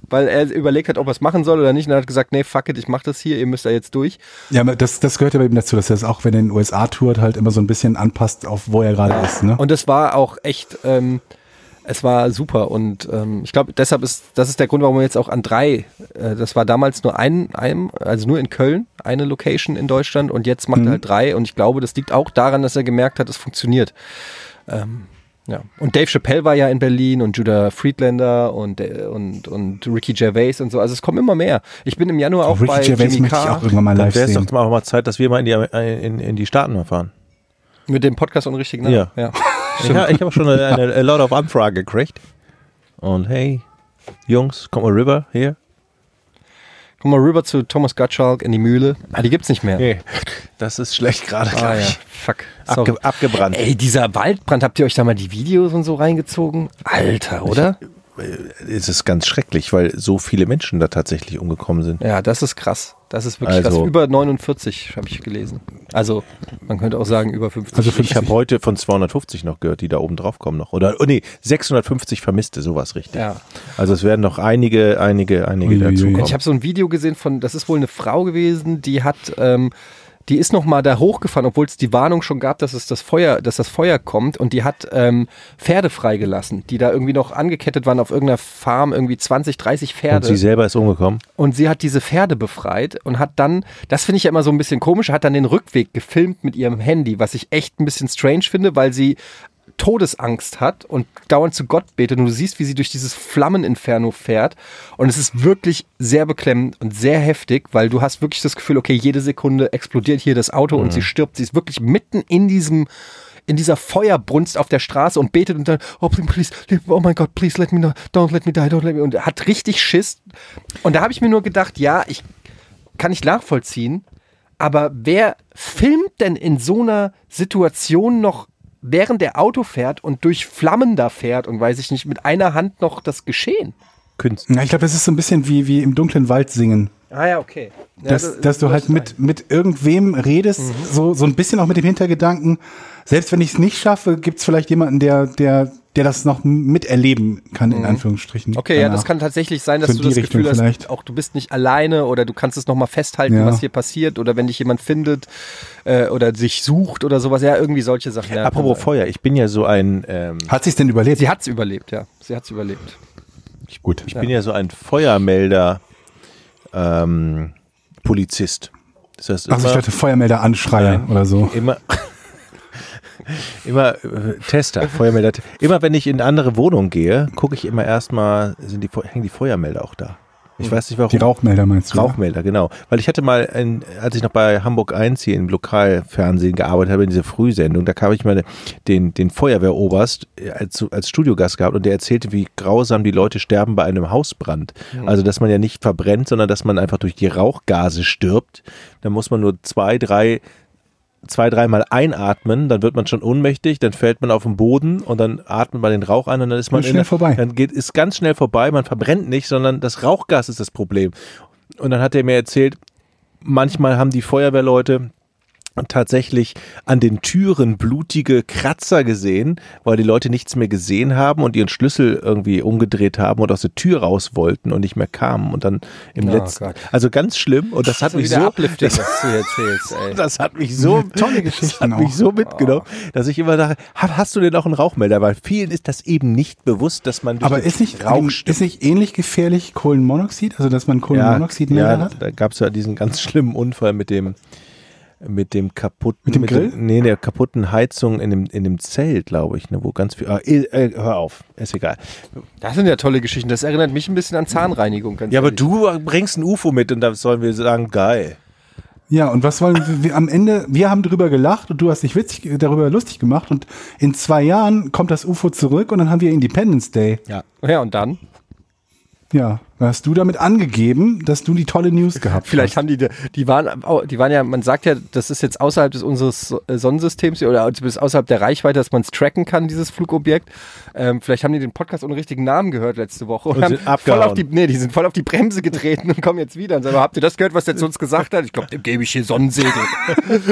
S3: weil er überlegt hat, ob er es machen soll oder nicht. Und er hat gesagt, nee, fuck it, ich mach das hier, ihr müsst da jetzt durch.
S1: Ja, aber das, das gehört ja bei ihm dazu, dass er es auch, wenn er in den USA tourt, halt immer so ein bisschen anpasst, auf wo er gerade ist. Ne?
S3: Und das war auch echt, ähm, es war super. Und ähm, ich glaube, deshalb ist, das ist der Grund, warum wir jetzt auch an drei, äh, das war damals nur ein, ein, also nur in Köln, eine Location in Deutschland und jetzt
S1: Mhm.
S3: macht er halt drei. Und ich glaube, das liegt auch daran, dass er gemerkt hat, es funktioniert. Ähm, ja. Und Dave Chappelle war ja in Berlin und Judah Friedlander und, äh, und, und Ricky Gervais und so. Also es kommen immer mehr. Ich bin im Januar auch bei Jimmy
S1: möchte ich
S3: Carr
S1: auch irgendwann mal
S2: Dann
S1: live
S2: wäre es
S1: sehen.
S2: doch mal- auch mal Zeit, dass wir mal in die, in, in die Staaten mal fahren.
S3: mit dem Podcast und richtig Namen.
S2: Ja.
S3: ja.
S2: Ja, ich habe schon eine, eine, eine Lot of Anfragen gekriegt. Und hey, Jungs, kommt mal rüber hier.
S3: Komm mal rüber zu Thomas Gottschalk in die Mühle. Ah, die gibt's nicht mehr.
S2: Nee, das ist schlecht gerade,
S3: Ah
S2: glaub
S3: ja,
S2: ich.
S3: fuck. Sorry.
S2: Abge abgebrannt.
S3: Ey, dieser Waldbrand, habt ihr euch da mal die Videos und so reingezogen? Alter, oder?
S2: Es ist ganz schrecklich, weil so viele Menschen da tatsächlich umgekommen sind.
S3: Ja, das ist krass. Das ist wirklich
S2: Also-
S3: krass. Über 49 habe ich gelesen. Also, man könnte auch sagen über 50.
S1: Also
S2: Ich habe heute von 250 noch gehört, die da oben drauf kommen noch. Oder oh nee, 650 Vermisste, sowas richtig.
S3: Ja.
S2: Also es werden noch einige, einige, einige
S1: Uiuiui.
S2: dazukommen.
S3: Ich habe so ein Video gesehen von, das ist wohl eine Frau gewesen, die hat, ähm, die ist noch mal da hochgefahren, obwohl es die Warnung schon gab, dass es das Feuer, dass das Feuer kommt und die hat ähm, Pferde freigelassen, die da irgendwie noch angekettet waren auf irgendeiner Farm, irgendwie 20, 30 Pferde.
S2: Und sie selber ist umgekommen.
S3: Und sie hat diese Pferde befreit und hat dann, das finde ich ja immer so ein bisschen komisch, hat dann den Rückweg gefilmt mit ihrem Handy, was ich echt ein bisschen strange finde, weil sie Todesangst hat und dauernd zu Gott betet und du siehst, wie sie durch dieses Flammeninferno fährt und es ist wirklich sehr beklemmend und sehr heftig, weil du hast wirklich das Gefühl, okay, jede Sekunde explodiert hier das Auto und sie stirbt. Sie ist wirklich mitten in diesem in dieser Feuerbrunst auf der Straße und betet und dann, oh please, please, oh mein Gott, please let me not, don't let me die, don't let me, und hat richtig Schiss. Und da habe ich mir nur gedacht, ja, ich kann ich nachvollziehen, aber wer filmt denn in so einer Situation noch, während der Auto fährt und durch Flammen da fährt und weiß ich nicht, mit einer Hand noch das Geschehen?
S2: Künst
S1: Ja, ich glaube, das ist so ein bisschen wie, wie im dunklen Wald singen.
S3: Ah ja, okay.
S1: Dass, dass du halt mit, mit irgendwem redest,
S3: Mhm.
S1: so, so ein bisschen auch mit dem Hintergedanken, selbst wenn ich es nicht schaffe, gibt es vielleicht jemanden, der, der, der das noch miterleben kann, in Anführungsstrichen.
S3: Mhm. Okay, ja, das
S1: danach.
S3: kann tatsächlich sein, dass
S1: So in
S3: du das
S1: die Richtung
S3: Gefühl hast,
S1: vielleicht.
S3: auch du bist nicht alleine oder du kannst es nochmal festhalten,
S1: Ja.
S3: was hier passiert oder wenn dich jemand findet äh, oder sich sucht oder sowas. Ja, irgendwie solche Sachen. Ja,
S2: Apropos Feuer, ich bin ja so ein, ähm,
S1: Hat sich's denn überlebt?
S3: Sie hat es überlebt, ja. Sie hat es überlebt.
S1: Gut.
S2: ich bin ja so ein Feuermelder ähm, Polizist. Das heißt,
S1: Also ich
S2: immer-
S1: dachte Feuermelder anschreien oder so.
S2: Immer, immer äh, Tester, Feuermelder. Immer wenn ich in andere Wohnungen gehe, gucke ich immer erstmal, sind die, Fe- hängen die Feuermelder auch da? Ich weiß nicht warum.
S1: Hm. Die Rauchmelder meinst du? ne? ja?
S2: Rauchmelder, genau. Weil ich hatte mal, ein, als ich noch bei Hamburg 1 hier im Lokalfernsehen gearbeitet habe, in dieser Frühsendung, da habe ich mal den, den Feuerwehroberst äh, als, als Studiogast gehabt und der erzählte, wie grausam die Leute sterben bei einem Hausbrand.
S1: Hm.
S2: Also, dass man ja nicht verbrennt, sondern dass man einfach durch die Rauchgase stirbt. Da muss man nur zwei, drei zwei, dreimal einatmen, dann wird man schon ohnmächtig, dann fällt man auf den Boden und dann atmet man den Rauch an und dann ist man
S1: Und schnell
S2: in-
S1: vorbei.
S2: Dann geht, ist ganz schnell vorbei, man verbrennt nicht, sondern das Rauchgas ist das Problem. Und dann hat er mir erzählt, manchmal haben die Feuerwehrleute tatsächlich an den Türen blutige Kratzer gesehen, weil die Leute nichts mehr gesehen haben und ihren Schlüssel irgendwie umgedreht haben und aus der Tür raus wollten und nicht mehr kamen und dann im
S3: Oh
S2: letzten,
S3: Gott.
S2: also ganz schlimm und das hat
S3: so
S2: mich
S3: wieder
S2: so,
S3: uplifting, was du erzählst, ey.
S2: das hat mich so
S1: Tolle
S2: das
S1: Geschichten
S2: hat mich
S1: auch.
S2: so mitgenommen,
S1: Oh.
S2: dass ich immer dachte, ha- hast du denn auch einen Rauchmelder? Weil vielen ist das eben nicht bewusst, dass man durch
S1: Aber
S2: den
S1: ist nicht,
S2: Rauch
S1: ist nicht ähnlich gefährlich Kohlenmonoxid, also dass man Kohlenmonoxid mehr
S2: ja,
S1: hat?
S2: Da gab es ja diesen ganz schlimmen Unfall mit dem mit dem kaputten
S1: Mit dem Grill?
S2: nee, der kaputten Heizung in dem in dem Zelt, glaube ich, ne, wo ganz viel ah, eh, äh, hör auf, ist egal.
S3: Das sind ja tolle Geschichten. Das erinnert mich ein bisschen an Zahnreinigung. Ganz
S2: Ja, aber
S3: ehrlich.
S2: du bringst ein UFO mit und da sollen wir sagen, geil.
S1: Ja, und was wollen wir, wir am Ende, wir haben drüber gelacht und du hast dich witzig darüber lustig gemacht und in zwei Jahren kommt das UFO zurück und dann haben wir Independence Day.
S2: Ja.
S3: Ja, und dann?
S1: Ja, da hast du damit angegeben, dass du die tolle News gehabt
S3: Vielleicht haben die, die waren, au- die waren ja, man sagt ja, das ist jetzt außerhalb des unseres So- äh, Sonnensystems oder zumindest außerhalb der Reichweite, dass man es tracken kann, dieses Flugobjekt. Ähm, vielleicht haben die den Podcast ohne richtigen Namen gehört letzte Woche und,
S2: Und
S3: haben
S2: sind
S3: voll
S2: abgehauen.
S3: auf die, nee, die sind voll auf die Bremse getreten und kommen jetzt wieder und sagen, habt ihr das gehört, was der zu uns gesagt hat? Ich glaube, dem gebe ich hier Sonnensegel.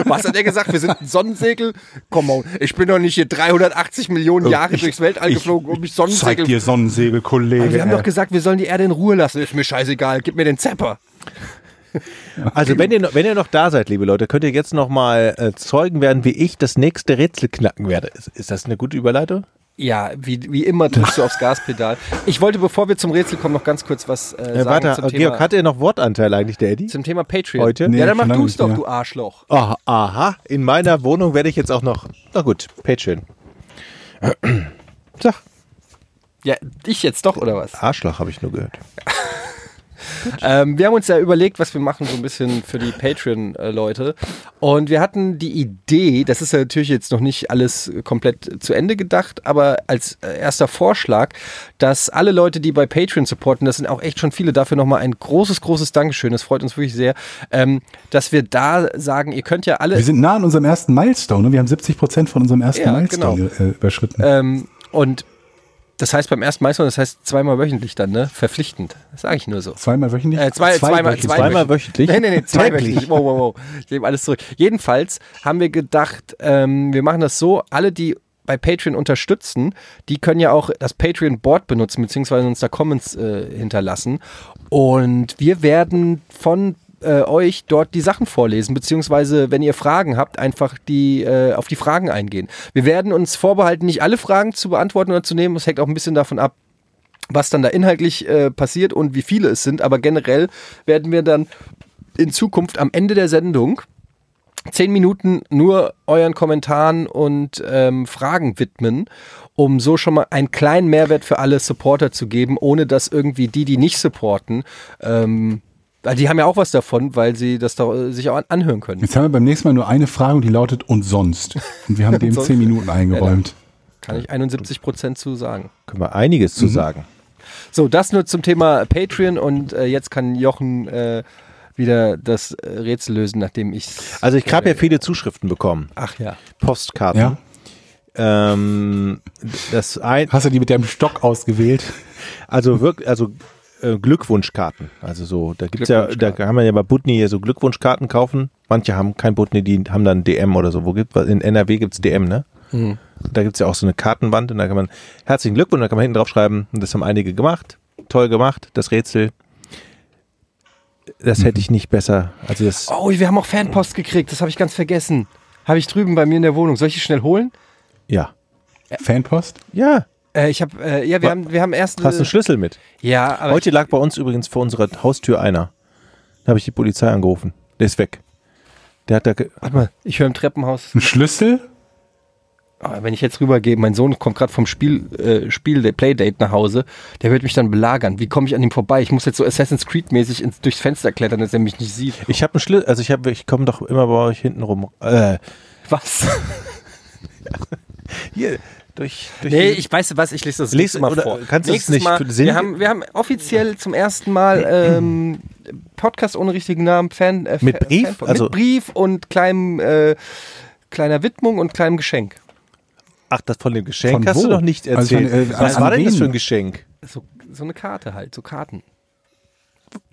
S3: was hat er gesagt? Wir sind ein Sonnensegel? Come on, ich bin doch nicht hier 380 Millionen Jahre durchs Weltall geflogen, um mich
S1: hast. Zeig
S3: Sonnensegel
S1: dir Sonnensegel, Kollege.
S3: aber wir haben
S1: ey.
S3: doch gesagt, wir sollen die Erde in Ruhe lassen. Ist mir scheißegal, gib mir den Zepper.
S2: Also wenn ihr, noch- wenn ihr noch da seid, liebe Leute, könnt ihr jetzt noch mal äh, Zeugen werden, wie ich das nächste Rätsel knacken werde. Ist, ist das eine gute Überleitung?
S3: Ja, wie, wie immer drückst du aufs Gaspedal. Ich wollte, bevor wir zum Rätsel kommen, noch ganz kurz was äh,
S2: Äh,
S3: sagen
S2: warte,
S3: zum,
S2: Georg,
S3: Thema,
S2: hat er noch Wortanteil eigentlich, der Eddie?
S3: zum Thema Patreon.
S2: Heute?
S1: Nee,
S3: ja, dann
S1: schon
S3: mach
S1: lange
S3: du es
S1: nicht
S3: doch,
S1: mehr.
S3: du Arschloch.
S2: Ah, aha, in meiner Wohnung werde ich jetzt auch noch. Na gut, Patreon. Sag,
S3: Ja, ich jetzt doch, oder was?
S2: Arschloch habe ich nur gehört.
S3: Ähm, wir haben uns ja überlegt, was wir machen, so ein bisschen für die Patreon-Leute. Und wir hatten die Idee, das ist ja natürlich jetzt noch nicht alles komplett zu Ende gedacht, aber als äh, erster Vorschlag, dass alle Leute, die bei Patreon supporten, das sind auch echt schon viele, dafür nochmal ein großes, großes Dankeschön, das freut uns wirklich sehr, ähm, dass wir da sagen, ihr könnt ja alle
S1: wir sind nah an unserem ersten Milestone. ne? Wir haben 70 Prozent von unserem ersten
S3: Ja, genau.
S1: Milestone äh, überschritten.
S3: Ähm, und das heißt beim ersten Meister, das heißt zweimal wöchentlich dann, ne? Verpflichtend. Das sage ich nur so.
S1: zweimal wöchentlich?
S3: Äh, zwei, zweimal,
S1: wöchentlich.
S2: Zweimal wöchentlich?
S3: Nee, nee, nee, zwei
S2: Täglich.
S3: wöchentlich. Wow, wow, wow. Ich nehme alles zurück. Jedenfalls haben wir gedacht, ähm, wir machen das so, alle, die bei Patreon unterstützen, die können ja auch das Patreon-Board benutzen, beziehungsweise uns da Comments äh, hinterlassen. Und wir werden von äh, euch dort die Sachen vorlesen, beziehungsweise wenn ihr Fragen habt, einfach die, äh, auf die Fragen eingehen. Wir werden uns vorbehalten, nicht alle Fragen zu beantworten oder zu nehmen. Es hängt auch ein bisschen davon ab, was dann da inhaltlich äh, passiert und wie viele es sind. Aber generell werden wir dann in Zukunft am Ende der Sendung zehn Minuten nur euren Kommentaren und ähm, Fragen widmen, um so schon mal einen kleinen Mehrwert für alle Supporter zu geben, ohne dass irgendwie die, die nicht supporten, ähm, weil die haben ja auch was davon, weil sie das doch, äh, sich auch an- anhören können.
S1: Jetzt haben wir beim nächsten Mal nur eine Frage und die lautet und sonst. Und wir haben dem
S3: Sonst?
S1: 10 Minuten eingeräumt.
S3: Kann ich 71 Prozent zu sagen.
S2: Können wir einiges
S3: Mhm.
S2: zu sagen.
S3: So, das nur zum Thema Patreon und äh, jetzt kann Jochen äh, wieder das äh, Rätsel lösen, nachdem ich.
S2: Also ich habe ja viele Zuschriften bekommen,
S3: Ach Äh, ja.
S2: Postkarten. Ähm, das ein,
S1: Hast du die mit deinem Stock ausgewählt?
S2: also wirklich, also äh, Glückwunschkarten. Also so, da gibt's ja, da
S3: Glückwunschkarten.
S2: kann man ja bei Butni hier so Glückwunschkarten kaufen. Manche haben kein Butni, die haben dann DM oder so. Wo gibt in NRW gibt's DM, ne?
S3: Mhm.
S2: Da gibt's ja auch so eine Kartenwand und da kann man herzlichen Glückwunsch, da kann man hinten drauf schreiben, und das haben einige gemacht. Toll gemacht, das Rätsel. Das hätte ich nicht besser. Also das
S3: Oh, wir haben auch Fanpost gekriegt, das habe ich ganz vergessen. Habe ich drüben bei mir in der Wohnung. Soll ich die schnell holen?
S2: ja.
S1: Fanpost?
S2: Ja,
S3: Äh, ich habe, äh, ja, wir
S2: Wa-
S3: haben, wir haben erst.
S2: hast einen Schlüssel mit.
S3: ja, aber
S2: Heute lag bei uns übrigens vor unserer Haustür einer. Da habe ich die Polizei angerufen. Der ist weg. Der hat da ge-
S3: warte mal, ich höre im Treppenhaus.
S1: Ein Schlüssel?
S3: Ah, Wenn ich jetzt rübergehe, mein Sohn kommt gerade vom Spiel, äh, Spiel der Playdate nach Hause, der wird mich dann belagern. Wie komme ich an ihm vorbei? Ich muss jetzt so Assassin's Creed-mäßig ins- durchs Fenster klettern, dass er mich nicht sieht.
S2: Ich habe einen Schlüssel, also ich habe, ich komme doch immer bei euch hinten rum. Äh,
S3: Was?
S2: hier, durch, durch
S3: Nee,
S2: die-
S3: ich weiß was, ich lese das
S2: Lies-
S3: nächste Mal
S2: oder
S3: vor.
S2: kannst du das
S3: Nächstes
S2: nicht
S3: Mal,
S2: für den Sinn-
S3: wir, haben, wir haben offiziell zum ersten Mal ähm, Podcast ohne richtigen Namen, Fan, äh,
S2: Mit
S3: Fan-
S2: Brief?
S3: Fanpod-
S2: Also-
S3: mit Brief und kleinem, äh, kleiner Widmung und kleinem Geschenk.
S2: Ach, das von dem Geschenk
S1: Von
S2: hast
S1: wo?
S2: du doch nicht
S1: Also
S2: erzählt.
S1: von, äh,
S2: Was
S1: an
S2: war denn das
S1: wen?
S2: für ein Geschenk?
S3: So, so eine Karte halt, so Karten.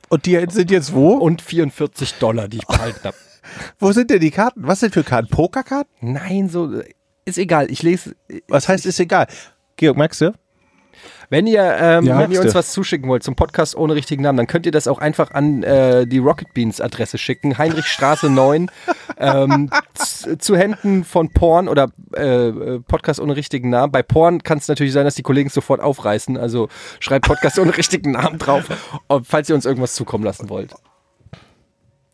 S2: Und die sind jetzt wo?
S3: Und 44 Dollar, die ich behalten habe.
S2: wo sind denn die Karten? Was sind für Karten? Pokerkarten?
S3: Nein, so äh, ist egal. Ich lese.
S2: Was heißt, ist egal. Georg, merkst du?
S3: Wenn ihr, ähm,
S1: Ja.
S3: wenn ihr uns was zuschicken wollt zum Podcast ohne richtigen Namen, dann könnt ihr das auch einfach an äh, die Rocket Beans Adresse schicken. Heinrichstraße 9 ähm, z- zu Händen von Porn oder äh, äh, Podcast ohne richtigen Namen. Bei Porn kann es natürlich sein, dass die Kollegen es sofort aufreißen. Also schreibt Podcast ohne richtigen Namen drauf, ob- falls ihr uns irgendwas zukommen lassen wollt.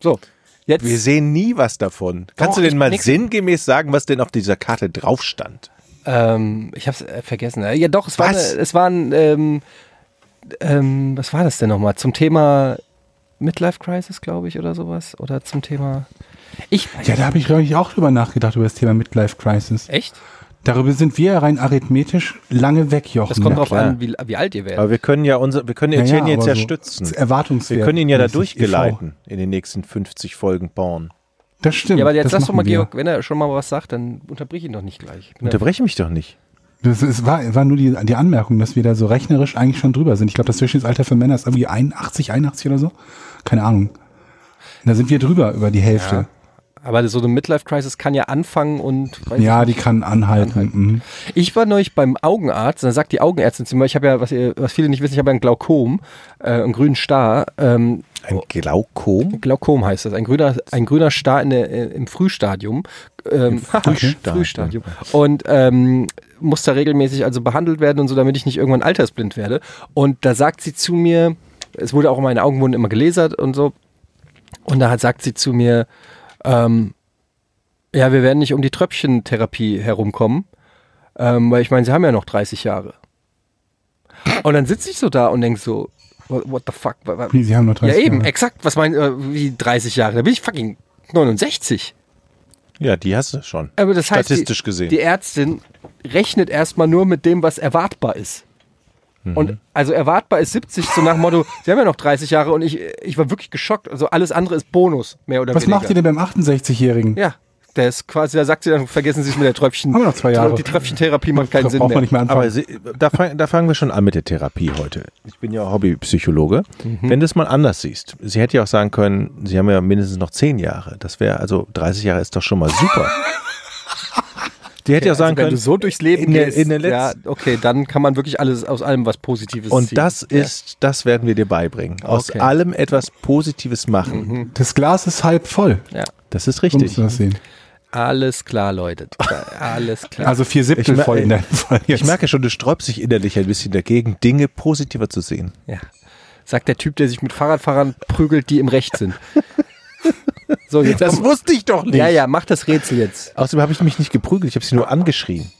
S3: So, jetzt.
S2: Wir sehen nie was davon. Kannst
S3: Doch,
S2: du denn
S3: ich-
S2: mal
S3: nix.
S2: sinngemäß sagen, was denn auf dieser Karte drauf stand?
S3: Ähm, ich hab's äh, vergessen. Äh, Ja, doch, es war, eine,
S2: Was?
S3: es war ein, ähm, ähm, was war das denn nochmal? Zum Thema Midlife Crisis, glaube ich, oder sowas? Oder zum Thema. Ich weiß
S1: Ja, da habe ich, glaube ich, auch drüber nachgedacht, über das Thema Midlife Crisis.
S3: Echt?
S1: Darüber sind wir rein arithmetisch lange weg, Jochen.
S3: Das kommt drauf
S2: klar.
S3: an, wie, wie alt ihr werdet.
S2: Aber wir können ja unser, wir können den
S1: Naja,
S2: Etienne jetzt
S1: aber
S2: ja
S1: so
S2: stützen.
S1: Erwartungswert. E
S2: Wir können ihn ja da
S1: mäßig, e.V.
S2: durchgeleiten in den nächsten 50 Folgen bauen.
S1: Das stimmt.
S3: Ja, aber jetzt
S1: das
S3: lass doch
S1: machen
S3: mal,
S1: wir.
S3: Georg, wenn er schon mal was sagt, dann unterbrich ihn doch nicht gleich. Ich bin ja-
S2: Unterbreche mich doch nicht.
S1: Das ist, war, war nur die, die Anmerkung, dass wir da so rechnerisch eigentlich schon drüber sind. Ich glaube, das Durchschnittsalter für Männer ist irgendwie 81, 81 oder so. Keine Ahnung. Da sind wir drüber über die Hälfte.
S3: Aber so eine Midlife Crisis kann ja anfangen und. weiß
S1: Ja, die kann anhalten. Mhm.
S3: Ich war neulich beim Augenarzt, und dann sagt die Augenärztin zu mir, ich habe ja, was, ihr, was viele nicht wissen, ich habe ja ein Glaukom, äh, einen grünen Star. Ähm,
S2: Ein Glaukom?
S3: Glaukom heißt das. Ein grüner, ein grüner Star in der, äh, im Frühstadium. Ähm,
S2: Frühstadium.
S3: Frühstadium. Und ähm, muss da regelmäßig also behandelt werden und so, damit ich nicht irgendwann altersblind werde. Und da sagt sie zu mir, es wurde auch in meinen Augenwunden immer gelasert und so. Und da hat, sagt sie zu mir, ähm, ja, wir werden nicht um die Tröpfchentherapie herumkommen, ähm, weil ich meine, sie haben ja noch 30 Jahre. Und dann sitze ich so da und denke so, what, what the fuck? wa- wa-
S1: Wie, Sie haben noch 30
S3: ja, eben,
S1: Jahre.
S3: exakt. Was mein, äh, wie 30 Jahre? Da bin ich fucking 69.
S2: Ja, die hast du schon.
S3: Aber das heißt,
S2: Statistisch
S3: die,
S2: gesehen.
S3: die Ärztin rechnet erstmal nur mit dem, was erwartbar ist.
S1: Mhm.
S3: Und also erwartbar ist 70, so nach Motto, sie haben ja noch 30 Jahre und ich, ich war wirklich geschockt. Also alles andere ist Bonus, mehr oder
S1: Was
S3: weniger.
S1: macht ihr denn beim 68-Jährigen?
S3: Ja, der ist quasi, da sagt sie dann, vergessen Sie es mit der Tröpfchen.
S1: Haben wir noch zwei Jahre.
S3: Die Tröpfchentherapie macht keinen
S1: da
S3: Sinn
S1: braucht
S3: mehr.
S1: man nicht mehr anfangen.
S2: Aber sie, da, fang, da fangen wir schon an mit der Therapie heute. Ich bin ja Hobbypsychologe.
S3: Mhm.
S2: Wenn du es mal anders siehst, sie hätte ja auch sagen können, sie haben ja mindestens noch 10 Jahre. Das wäre, also 30 Jahre ist doch schon mal super. Die hätte ja auch sagen
S3: also, wenn
S2: können,
S3: du so durchs Leben
S2: in der-
S3: gehst,
S2: in der letzten-
S3: ja, okay, dann kann man wirklich alles aus allem was Positives ziehen.
S2: und das ist, das werden wir dir beibringen. Aus
S3: Okay. Mhm.
S2: allem etwas Positives machen.
S1: Das Glas ist halb voll.
S3: ja.
S2: Das ist
S1: So musst
S2: richtig.
S1: du das sehen.
S3: Alles klar, Leute. Alles klar.
S1: Also vier Siebtel
S2: Ich mer-
S1: voll in deinem Fall jetzt.
S2: Ich merke schon, du sträubst dich innerlich ein bisschen dagegen, Dinge positiver zu sehen.
S3: Ja. Sagt der Typ, der sich mit Fahrradfahrern prügelt, die im Recht sind. So, jetzt komm-
S2: wusste ich doch
S3: Ja, ja, mach das Rätsel jetzt.
S2: Außerdem habe ich mich nicht geprügelt, ich habe sie nur angeschrien.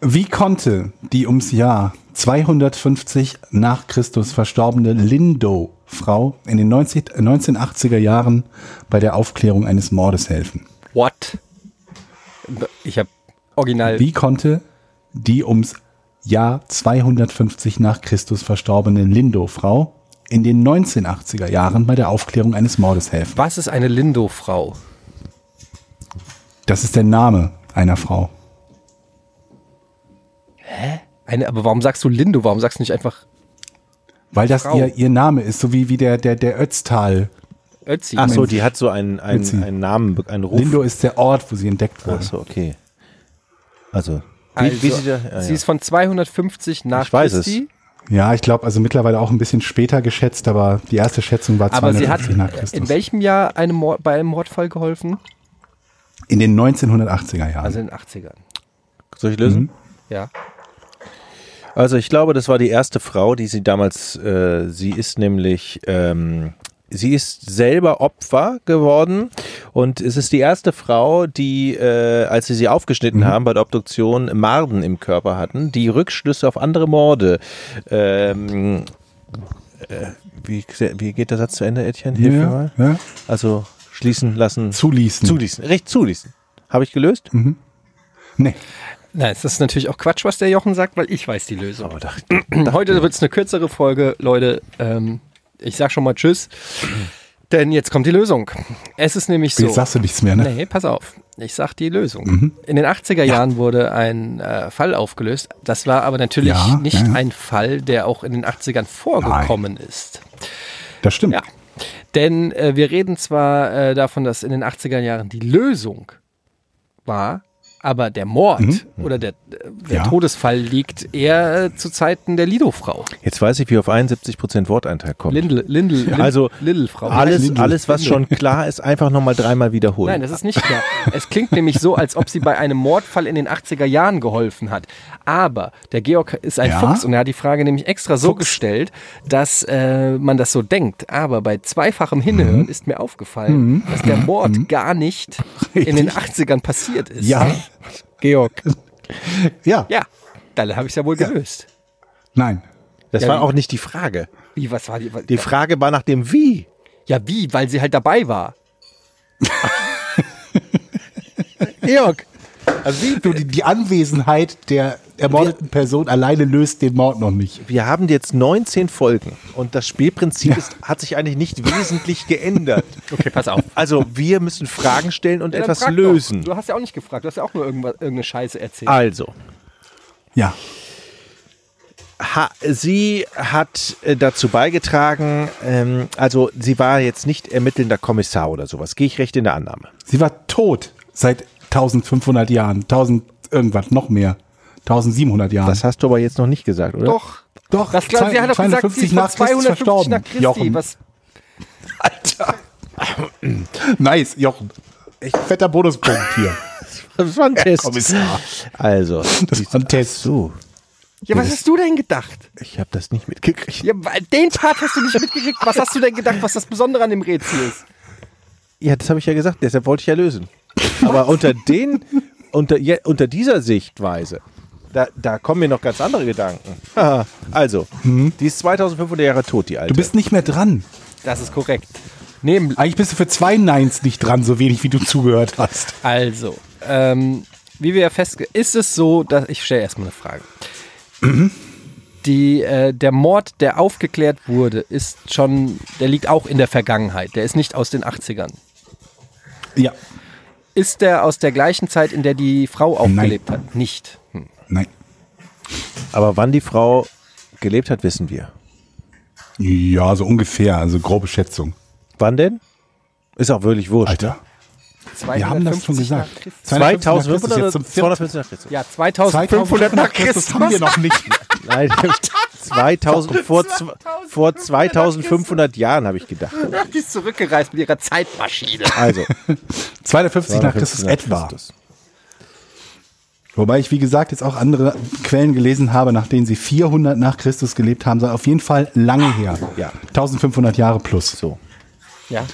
S1: Wie konnte die ums Jahr 250 nach Christus verstorbene Lindo-Frau in den 90, 1980er Jahren bei der Aufklärung eines Mordes helfen?
S3: What? Ich habe original.
S1: Wie konnte die ums Jahr 250 nach Christus verstorbene Lindo-Frau in den 1980er Jahren bei der Aufklärung eines Mordes helfen?
S3: Was ist eine Lindo-Frau?
S1: Das ist der Name einer Frau.
S3: Eine, aber warum sagst du Lindo? Warum sagst du nicht einfach
S1: Weil das
S3: Frau.
S1: ihr, ihr Name ist, so wie, wie der, der, der Ötztal.
S3: Ötzi?
S2: Ach so, die hat so einen,
S1: Witzig.
S2: einen, einen Namen, be- einen Ruf.
S1: Lindo ist der Ort, wo sie entdeckt wurde.
S2: Ach so, okay. Also, wie,
S3: also,
S2: wie sie da, ah,
S3: sie
S2: ja.
S3: ist von 250 nach
S2: Ich weiß es.
S3: Christi.
S1: Ja, ich glaube, also mittlerweile auch ein bisschen später geschätzt, aber die erste Schätzung war
S3: Aber sie hat
S1: 250 nach
S3: in
S1: Christus.
S3: welchem Jahr einem Mord, bei einem Mordfall geholfen?
S1: In den 1980er Jahren.
S3: Also in den 80ern.
S2: Soll ich lösen?
S3: Ja.
S2: Also, ich glaube, das war die erste Frau, die sie damals, äh, sie ist nämlich, ähm, sie ist selber Opfer geworden Und es ist die erste Frau, die, äh, als sie sie aufgeschnitten
S1: Mhm.
S2: haben bei der Obduktion, Marden im Körper hatten, die Rückschlüsse auf andere Morde. Ähm, äh, wie, wie geht der Satz zu Ende, Etienne? Hilf mir
S1: Ja,
S2: mal.
S1: ja.
S2: Also schließen lassen.
S1: Zuließen. Mhm.
S2: Zuließen. Recht zuließen. Habe ich gelöst?
S1: Nee.
S3: Nein, das ist natürlich auch Quatsch, was der Jochen sagt, weil ich weiß die Lösung.
S2: Aber dachte,
S3: Heute wird es eine kürzere Folge, Leute. Ähm, ich sag schon mal Tschüss, denn jetzt kommt die Lösung. Es ist nämlich so.
S1: Jetzt sagst du Mhm. nichts mehr, ne?
S3: Nee, pass auf. Ich sag die Lösung. In den 80er Jahren wurde ein äh, Fall aufgelöst. Das war aber natürlich
S1: Ja,
S3: nicht
S1: ja, ja.
S3: ein Fall, der auch in den 80ern vorgekommen ist.
S1: Das stimmt.
S3: Ja. Denn äh, wir reden zwar äh, davon, dass in den 80er Jahren die Lösung war, aber der Mord
S2: Mhm.
S3: oder der, äh, der
S1: Ja.
S3: Todesfall liegt eher äh, zu Zeiten der Lido-Frau.
S2: jetzt weiß ich, wie auf 71% Worteinteil kommt.
S3: Lindel, Lindel, Lindel,
S2: Also
S3: Lidl-Frau.
S2: alles, alles, was schon klar ist, einfach nochmal dreimal wiederholen.
S3: Nein, das ist nicht klar. Es klingt nämlich so, als ob sie bei einem Mordfall in den 80er Jahren geholfen hat. Aber der Georg ist ein
S1: Ja?
S3: Fuchs und er hat die Frage nämlich extra so gestellt, dass äh, man das so denkt. Aber bei zweifachem Hinhören ist mir aufgefallen, dass der Mord gar nicht in den 80ern passiert ist.
S1: Ja.
S3: Georg.
S1: Ja.
S3: Ja, dann habe ich es ja wohl gelöst.
S1: Nein.
S2: das
S3: Ja,
S2: war
S3: wie-
S2: auch nicht die Frage.
S3: Wie, was war die? wa-
S2: Die Frage war nach dem Wie.
S3: Ja, wie? Weil sie halt dabei war.
S2: Georg. Also wie,
S1: Du, die, die Anwesenheit der ermordeten Person alleine löst den Mord noch nicht.
S2: wir haben jetzt 19 Folgen und das Spielprinzip ist, hat sich eigentlich nicht wesentlich geändert.
S3: Okay, pass auf.
S2: Also wir müssen Fragen stellen und
S3: Dann
S2: etwas
S3: frag doch.
S2: lösen.
S3: Du hast ja auch nicht gefragt, du hast ja auch nur irgendwas, irgendeine Scheiße erzählt.
S1: Ah,
S2: Also,
S1: Ja.
S2: ha, sie hat äh, dazu beigetragen, ähm, also sie war jetzt nicht ermittelnder Kommissar oder sowas. Gehe ich recht in der Annahme.
S1: Sie war tot seit 1500 Jahren. 1000 irgendwas, noch mehr. 1700 Jahren.
S2: Das hast du aber jetzt noch nicht gesagt, oder?
S3: Doch.
S1: Doch,
S3: Das klar, sie hat doch gesagt, sie
S1: 52
S3: ist von
S1: nach Christus
S3: 250 nach
S1: verstorben.
S3: Christi.
S1: Jochen.
S3: Was,
S1: Alter. nice, Jochen. Echt fetter Bonuspunkt hier.
S2: Das war ein Test.
S1: Kommissar.
S2: Also,
S1: Das war ein Test.
S2: so,
S3: ja, was hast du denn gedacht?
S2: ich habe das nicht mitgekriegt.
S3: Ja, weil den Part hast du nicht mitgekriegt. Was hast du denn gedacht, was das Besondere an dem Rätsel ist?
S2: Ja, das habe ich ja gesagt, deshalb wollte ich ja lösen. Aber unter den, unter, ja, unter dieser Sichtweise, da, da kommen mir noch ganz andere Gedanken. Haha. also, die ist 2500 Jahre tot, die Alte.
S1: Du bist nicht mehr dran.
S3: Das ist korrekt. Neben,
S1: Eigentlich bist du für zwei Neins nicht dran, so wenig wie du zugehört hast.
S3: also, ähm, wie wir ja festge... Ist es so, dass... Ich stelle erstmal eine Frage. Die, äh, der Mord, der aufgeklärt wurde, ist schon... Der liegt auch in der Vergangenheit. Der ist nicht aus den 80ern.
S1: Ja.
S3: Ist der aus der gleichen Zeit, in der die Frau aufgelebt hat? Nicht.
S1: Nein.
S2: Aber wann die Frau gelebt hat, wissen wir.
S1: Ja, so ungefähr, also grobe Schätzung.
S2: Wann denn? Ist auch wirklich wurscht.
S1: Alter. Wir haben das schon
S3: 250 nach
S1: gesagt.
S3: Christus.
S2: 2500
S1: 2500
S2: oder
S1: jetzt zum vierten-
S2: 250 nach Christus?
S3: Ja, 2500 nach Christus.
S1: haben wir noch nicht.
S2: Nein, 2000, vor, zw- vor 2500 Jahren habe ich gedacht.
S3: Die ist zurückgereist mit ihrer Zeitmaschine.
S2: Also,
S1: 250 nach Christus etwa. Wobei ich, wie gesagt, jetzt auch andere Quellen gelesen habe, nach denen sie 400 nach Christus gelebt haben, sei auf jeden Fall lange her.
S2: Ja.
S1: 1500 Jahre plus.
S2: So,
S3: Ja.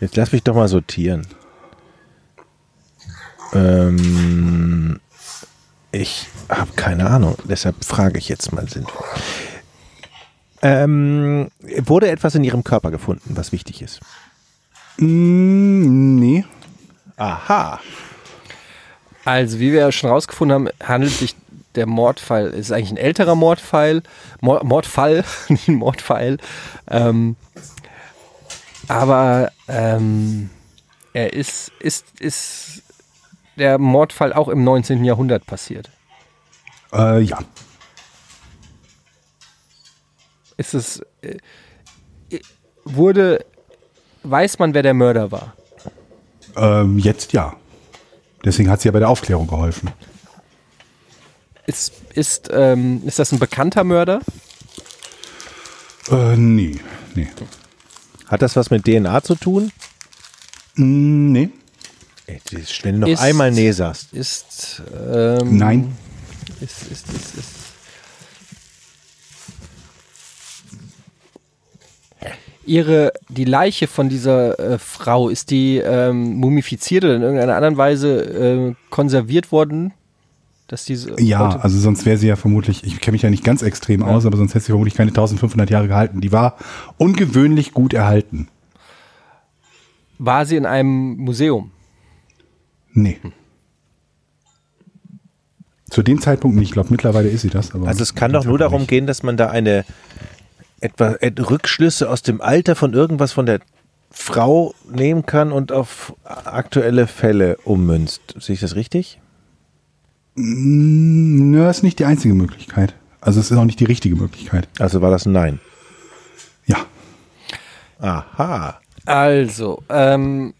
S2: jetzt lass mich doch mal sortieren. Ähm, ich habe keine Ahnung, deshalb frage ich jetzt mal sind. Ähm, wurde etwas in ihrem Körper gefunden, was wichtig ist?
S1: Mm, nee.
S2: Aha.
S3: Also, wie wir ja schon rausgefunden haben, handelt sich der Mordfall, es ist eigentlich ein älterer Mordfall, Mor Mordfall, nicht ein Mordfall. Ähm, aber ähm, er ist, ist, ist der Mordfall auch im 19. Jahrhundert passiert.
S1: Äh, ja.
S3: Ist es, äh, wurde, weiß man, wer der Mörder war?
S1: Ähm, jetzt ja. Deswegen hat sie ja bei der Aufklärung geholfen.
S3: Ist, ist, ähm, ist das ein bekannter Mörder?
S1: Äh, nee. Nee.
S2: Hat das was mit DNA zu tun?
S1: Mm, nee.
S2: Mhm. Ey, das- Wenn du noch
S3: Ist-
S2: einmal Nee sagst.
S3: Ist. Ähm,
S1: Nein.
S3: Ist, ist, ist, ist. ihre, die Leiche von dieser äh, Frau, ist die ähm, mumifiziert oder in irgendeiner anderen Weise äh, konserviert worden? Dass diese
S1: Ja,
S3: heute-
S1: also sonst wäre sie ja vermutlich, ich kenne mich ja nicht ganz extrem aus, aber sonst hätte sie vermutlich keine 1500 Jahre gehalten. Die war ungewöhnlich gut erhalten.
S3: war sie in einem Museum?
S1: Nee.
S2: Hm.
S1: Zu dem Zeitpunkt nicht. Ich glaube, mittlerweile ist sie das. Aber
S2: Also es kann doch nur darum gehen, dass man da eine etwa et- Rückschlüsse aus dem Alter von irgendwas von der Frau nehmen kann und auf aktuelle Fälle ummünzt. Sehe ich das richtig?
S1: Hm, Nö, ist nicht die einzige Möglichkeit. Also es ist auch nicht die richtige Möglichkeit.
S2: Also war das ein Nein.
S1: Ja.
S2: Aha.
S3: Also, ähm,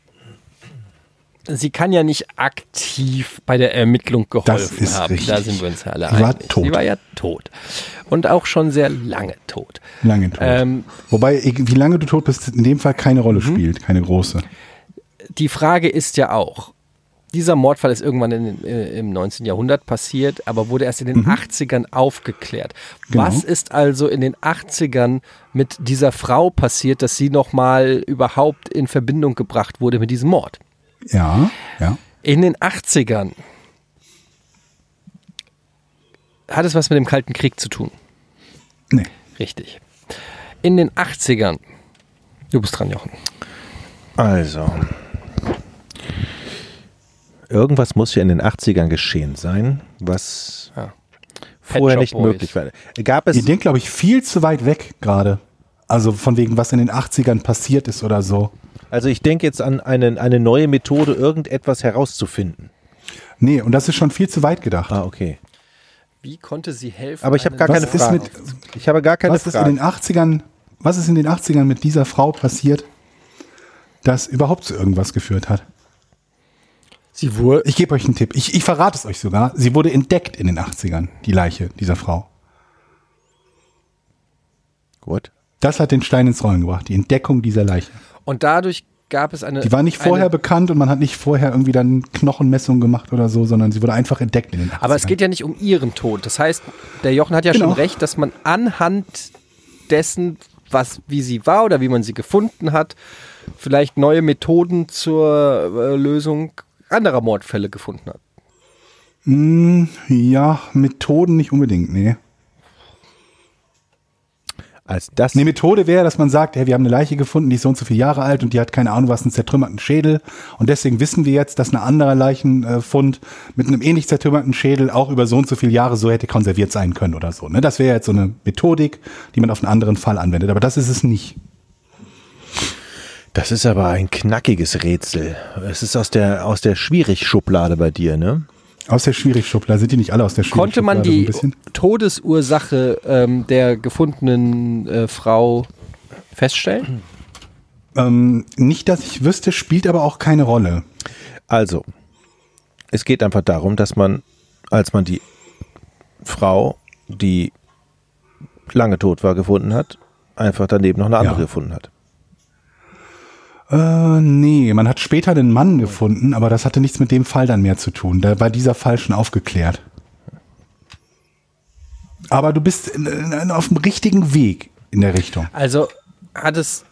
S3: sie kann ja nicht aktiv bei der Ermittlung geholfen
S1: Das ist
S3: haben. Da
S1: richtig.
S3: sind wir uns ja alle
S1: Sie war
S3: einig.
S1: tot.
S3: Sie war ja tot. Und auch schon sehr lange tot.
S1: Lange tot.
S3: Ähm,
S1: Wobei, ich- wie lange du tot bist, in dem Fall keine Rolle
S2: Mhm.
S1: spielt, keine große.
S3: die Frage ist ja auch, dieser Mordfall ist irgendwann in, äh, im 19. Jahrhundert passiert, aber wurde erst in den 80ern aufgeklärt.
S1: Mhm. Genau.
S3: Was ist also in den 80ern mit dieser Frau passiert, dass sie nochmal überhaupt in Verbindung gebracht wurde mit diesem Mord?
S1: Ja, ja.
S3: In den 80ern hat es was mit dem Kalten Krieg zu tun.
S1: Nee.
S3: Richtig. In den 80ern. Du bist dran, Jochen.
S2: Also. Irgendwas muss ja in den 80ern geschehen sein, was
S3: Ja.
S2: vorher
S3: Shop
S2: nicht
S3: Boys.
S2: möglich war. Gab
S1: Ihr
S2: es
S1: denkt, glaube ich, viel zu weit weg gerade. Also von wegen, was in den 80ern passiert ist oder so.
S2: Also ich denke jetzt an einen, eine neue Methode, irgendetwas herauszufinden.
S1: Nee, und das ist schon viel zu weit gedacht.
S2: Ah, okay.
S3: Wie konnte sie helfen?
S2: Aber ich habe gar
S1: Was
S2: keine
S1: ist
S2: Frage.
S1: mit-
S2: Ich habe gar keine
S1: was ist in
S2: Frage.
S1: den 80ern, was ist in den 80ern mit dieser Frau passiert, das überhaupt zu irgendwas geführt hat?
S3: Sie wurde.
S1: Ich gebe euch einen Tipp. Ich, ich verrate es euch sogar. Sie wurde entdeckt in den 80ern, die Leiche dieser Frau.
S2: What?
S1: Das hat den Stein ins Rollen gebracht, die Entdeckung dieser Leiche.
S3: Und dadurch gab es eine.
S1: Die war nicht vorher
S3: Eine,
S1: bekannt und man hat nicht vorher irgendwie dann Knochenmessungen gemacht oder so, sondern sie wurde einfach entdeckt in den 80ern.
S3: aber es geht ja nicht um ihren Tod. Das heißt, der Jochen hat ja
S1: Genau.
S3: schon recht, dass man anhand dessen, was, wie sie war oder wie man sie gefunden hat, vielleicht neue Methoden zur äh, Lösung anderer Mordfälle gefunden hat.
S1: Ja, Methoden nicht unbedingt, nee.
S2: Als das
S1: Eine Methode wäre, dass man sagt, hey, wir haben eine Leiche gefunden, die ist so und so viele Jahre alt und die hat keine Ahnung was, einen zertrümmerten Schädel. Und deswegen wissen wir jetzt, dass ein anderer Leichenfund äh, mit einem ähnlich zertrümmerten Schädel auch über so und so viele Jahre so hätte konserviert sein können oder so. Ne? Das wäre jetzt so eine Methodik, die man auf einen anderen Fall anwendet. Aber das ist es nicht.
S2: Das ist aber ein knackiges Rätsel. Es ist aus der aus der Schwierig-Schublade bei dir, ne?
S1: Aus der Schwierigschublade sind die nicht alle aus der
S3: Konnte
S1: Schwierigschublade.
S3: man die
S1: So ein bisschen?
S3: Todesursache ähm, der gefundenen äh, Frau feststellen?
S1: Ähm, nicht, dass ich wüsste, spielt aber auch keine Rolle.
S2: Also, es geht einfach darum, dass man, als man die Frau, die lange tot war, gefunden hat, einfach daneben noch eine andere
S1: Ja.
S2: gefunden hat.
S1: Äh, nee, man hat später einen Mann gefunden, aber das hatte nichts mit dem Fall dann mehr zu tun. Da war dieser Fall schon aufgeklärt. Aber du bist in, in, auf dem richtigen Weg in der Richtung.
S3: Also hat es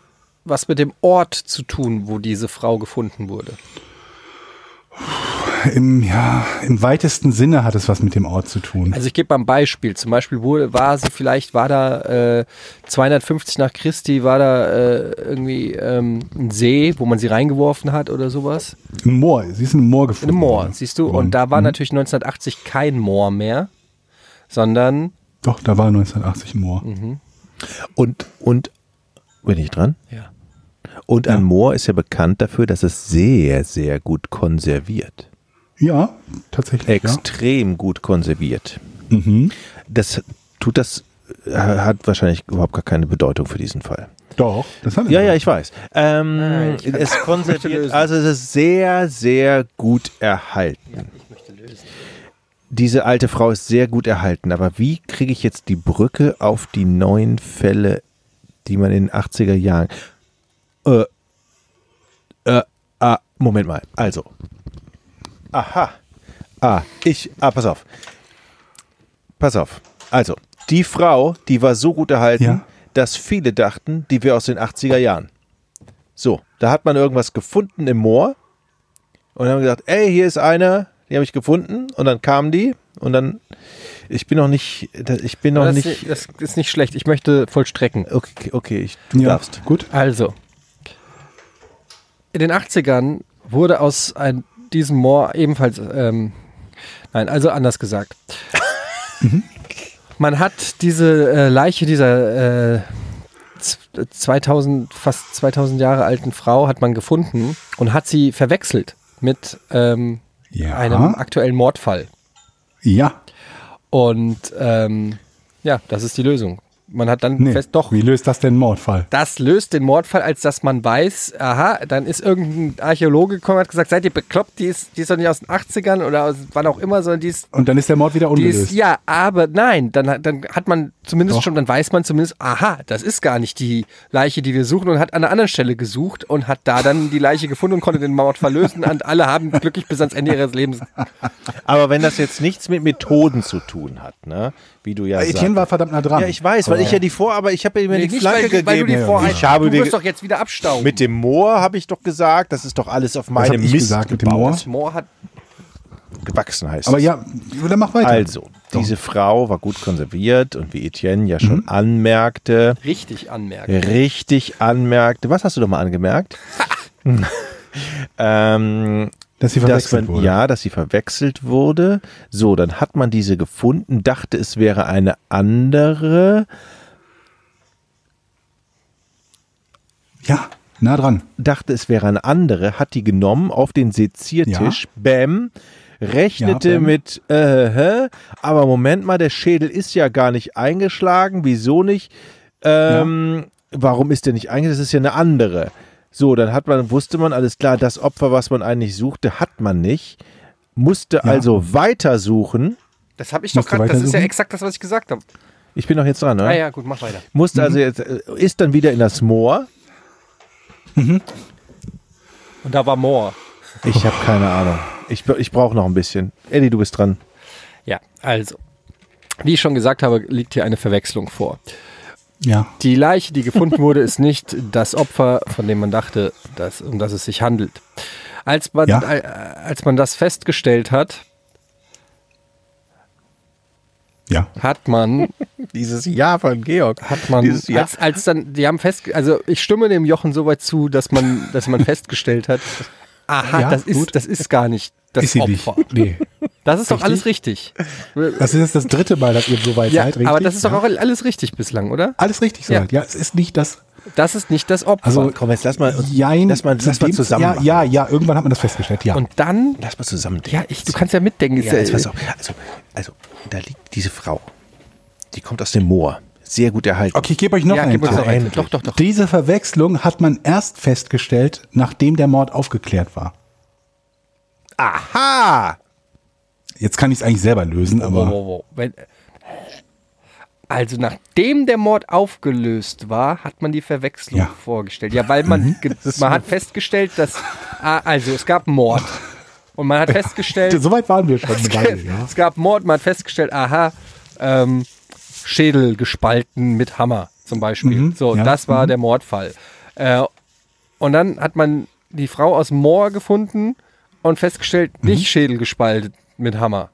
S3: was mit dem Ort zu tun, wo diese Frau gefunden wurde?
S1: Im, ja, im weitesten Sinne hat es was mit dem Ort zu tun.
S3: Also ich gebe mal ein Beispiel. Zum Beispiel wurde, war sie vielleicht, war da äh, 250 nach Christi, war da äh, irgendwie ähm, ein See, wo man sie reingeworfen hat oder sowas.
S1: Ein Moor, sie ist in einem Moor Mhm. gefunden.
S3: Ein Moor,
S1: worden.
S3: siehst du? Und da war natürlich 1980 kein Moor mehr, sondern
S1: Doch, da war 1980 ein Moor.
S2: Und und bin ich dran?
S3: ja.
S2: Und ein Moor ist ja bekannt dafür, dass es sehr sehr gut konserviert.
S1: Ja, tatsächlich. Ja.
S2: extrem gut konserviert. Das tut das äh, hat wahrscheinlich überhaupt gar keine Bedeutung für diesen Fall.
S1: Doch, das hat
S2: Ja, ja, ich weiß. Ähm,
S3: ich kann-
S2: es
S3: möchte
S2: konserviert,
S3: lösen.
S2: also es ist sehr, sehr gut erhalten. Diese alte Frau ist sehr gut erhalten, aber wie kriege ich jetzt die Brücke auf die neuen Fälle, die man in den 80er Jahren. Äh, äh, ah, Moment mal. Also. Aha. Ah, ich. Ah, pass auf. Pass auf. Also, die Frau, die war so gut erhalten,
S1: Ja.
S2: dass viele dachten, die wir aus den 80er Jahren. So, da hat man irgendwas gefunden im Moor und haben gesagt, ey, hier ist einer, die habe ich gefunden und dann kamen die und dann ich bin noch nicht ich bin noch
S3: das,
S2: nicht
S3: das ist nicht schlecht. Ich möchte vollstrecken.
S2: okay, okay, ich, du darfst.
S1: Gut.
S3: Also, in den 80ern wurde aus ein, diesem Moor ebenfalls, ähm, nein, also anders gesagt. Mhm. Man hat diese äh, Leiche dieser äh, z- 2000, fast 2000 Jahre alten Frau hat man gefunden und hat sie verwechselt mit ähm,
S1: Ja.
S3: einem aktuellen Mordfall.
S1: Ja.
S3: Und ähm, ja, das ist die Lösung. Man hat dann
S1: Nee.
S3: fest, doch,
S1: Wie löst das denn einen Mordfall?
S3: das löst den Mordfall, als dass man weiß, aha, dann ist irgendein Archäologe gekommen und hat gesagt, seid ihr bekloppt, die ist, die ist doch nicht aus den 80ern oder aus wann auch immer, sondern die ist,
S1: Und dann ist der Mord wieder
S3: die
S1: ungelöst.
S3: ist ja, aber nein, dann, hat- dann hat man zumindest
S1: Doch.
S3: schon, dann weiß man zumindest, aha, das ist gar nicht die Leiche, die wir suchen und hat an einer anderen Stelle gesucht und hat da dann die Leiche gefunden und konnte den Mordfall lösen und alle haben glücklich bis ans Ende ihres Lebens.
S2: Aber wenn das jetzt nichts mit Methoden zu tun hat, ne, wie du ja
S1: Äh, Etienne war
S2: sagst.
S1: verdammt nah dran.
S2: Ja, ich weiß, weil ich ja die Vor, aber ich habe ja mir die
S3: nicht,
S2: Flanke
S3: weil, weil du
S2: gegeben.
S3: die Vorhalt-
S2: ich habe
S3: du
S2: dir
S3: wirst doch jetzt wieder abstauben.
S2: mit dem Moor habe ich doch gesagt, das ist doch alles auf
S1: Was hab
S2: meinem
S1: ich
S2: Mist
S1: gesagt mit dem
S2: gebaut.
S1: Moor?
S3: das Moor hat
S2: gewachsen heißt.
S1: Aber
S2: es.
S1: ja, dann mach weiter.
S2: also diese Frau war gut konserviert und wie Etienne ja
S1: Mhm.
S2: schon anmerkte,
S3: richtig anmerken.
S2: richtig anmerkte. Was hast du doch mal angemerkt? ähm,
S1: Dass sie
S2: dass
S1: verwechselt
S2: man,
S1: wurde.
S2: Ja, dass sie verwechselt wurde. So, dann hat man diese gefunden, dachte, es wäre eine andere.
S1: ja, nah dran.
S2: dachte, es wäre eine andere, hat die genommen auf den Seziertisch, bäm, rechnete
S1: Ja, bäm.
S2: mit, äh, hä, aber Moment mal, der Schädel ist ja gar nicht eingeschlagen, wieso nicht? Ähm, Warum ist der nicht eingeschlagen? Das ist ja eine andere. So, dann hat man, wusste man, alles klar, das Opfer, was man eigentlich suchte, hat man nicht, musste also weitersuchen.
S3: Das habe ich doch
S1: Musst du
S3: gerade, das ist ja
S1: weitersuchen?
S3: exakt das, was ich gesagt habe.
S2: Ich bin doch jetzt dran, ne?
S3: Ah ja, gut, mach weiter.
S2: Musste
S1: Mhm.
S2: also jetzt, äh, ist dann wieder in das Moor.
S3: Und da war Moor.
S2: Ich habe keine Ahnung. Ich, ich brauche noch ein bisschen. Eddie, du bist dran.
S3: Ja, also. Wie ich schon gesagt habe, liegt hier eine Verwechslung vor.
S1: Ja.
S3: Die Leiche, die gefunden wurde, ist nicht das Opfer, von dem man dachte, dass, um das es sich handelt. Als man,
S1: Ja.
S3: äh, als man das festgestellt hat,
S1: Ja.
S3: hat man
S2: Dieses Jahr von Georg.
S3: hat man
S2: Dieses Jahr.
S3: als, als dann die haben fest also ich stimme dem Jochen so weit zu, dass man dass man festgestellt hat, aha,
S1: Ja,
S3: das ist
S1: gut.
S3: das ist gar nicht das
S1: ist sie
S3: Opfer.
S1: nicht. Nee.
S3: Das ist doch alles richtig.
S1: Das ist jetzt das dritte Mal, dass ihr so weit
S3: Ja,
S1: seid, richtig?
S3: aber das ist doch
S1: Ja.
S3: auch alles richtig bislang, oder?
S1: alles richtig soweit. Ja. es ist nicht das.
S3: Das ist nicht das Opfer.
S1: Also,
S2: Komm, jetzt lass mal,
S1: jein,
S2: lass mal, lass
S1: in
S2: mal
S1: dem-
S2: zusammen.
S1: Ja,
S2: machen.
S1: ja, ja, irgendwann hat man das festgestellt. Ja.
S3: und dann,
S2: Lass mal zusammen.
S3: ja, ich, du kannst ja mitdenken. ist
S2: ja,
S3: ja-
S2: jetzt pass auf. Also, also, da liegt diese Frau. Die kommt aus dem Moor. Sehr gut erhalten.
S1: okay, ich gebe euch noch
S3: ja,
S1: einen
S3: gib uns
S1: Tipp.
S3: doch einen.
S2: Endlich.
S3: Doch, doch, doch.
S1: Diese Verwechslung hat man erst festgestellt, nachdem der Mord aufgeklärt war.
S2: Aha!
S1: Jetzt kann ich es eigentlich selber
S2: Oh.
S1: lösen,
S3: Wow,
S1: aber
S3: wow, wow. Wenn, also nachdem der Mord aufgelöst war, hat man die Verwechslung
S1: Ja. Mhm.
S3: vorgestellt. Ja, weil man, ge- man hat festgestellt, dass ah, also es gab einen Mord und man hat festgestellt,
S1: so weit waren wir schon.
S3: es,
S1: eine
S3: gab,
S1: Weile, ja.
S3: es gab Mord, man hat festgestellt, aha, ähm, Schädel gespalten mit Hammer zum Beispiel. so,
S1: ja.
S3: das war der Mordfall. Äh, und dann hat man die Frau aus dem Moor gefunden und festgestellt, nicht Schädel gespalten mit Hammer.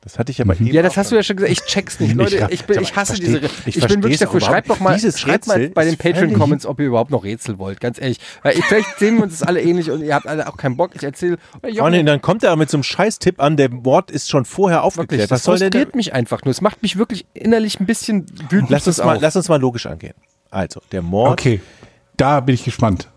S2: Das hatte ich aber
S1: Mhm.
S2: eben.
S3: Ja, das hast du ja schon gesagt. Ich check's nicht, Leute.
S2: hab-
S3: Ich, bin,
S2: aber
S3: ich hasse
S2: versteh-
S3: diese. Re-
S2: ich
S3: Ich, bin
S2: versteh's
S3: wirklich
S2: auch
S3: dafür.
S2: überhaupt
S3: Schreibt
S2: nicht.
S3: doch mal,
S2: Dieses
S3: schreibt mal
S2: Rätsel
S3: bei den
S2: ist völlig-
S3: Patreon-Comments, ob ihr überhaupt noch Rätsel wollt. Ganz ehrlich. Weil ich, vielleicht sehen wir uns das alle ähnlich und ihr habt alle auch keinen Bock. Ich erzähle.
S2: Freundin, dann kommt er mit so einem Scheißtipp an, der Mord ist schon vorher aufgeklärt.
S3: Wirklich, das
S2: Was soll denn
S3: frustriert mich einfach nur. Es macht mich wirklich innerlich ein bisschen wütend.
S2: Lass uns,
S3: das
S2: mal,
S3: auf.
S2: lass uns mal logisch angehen. Also, der Mord.
S1: Okay, da bin ich gespannt.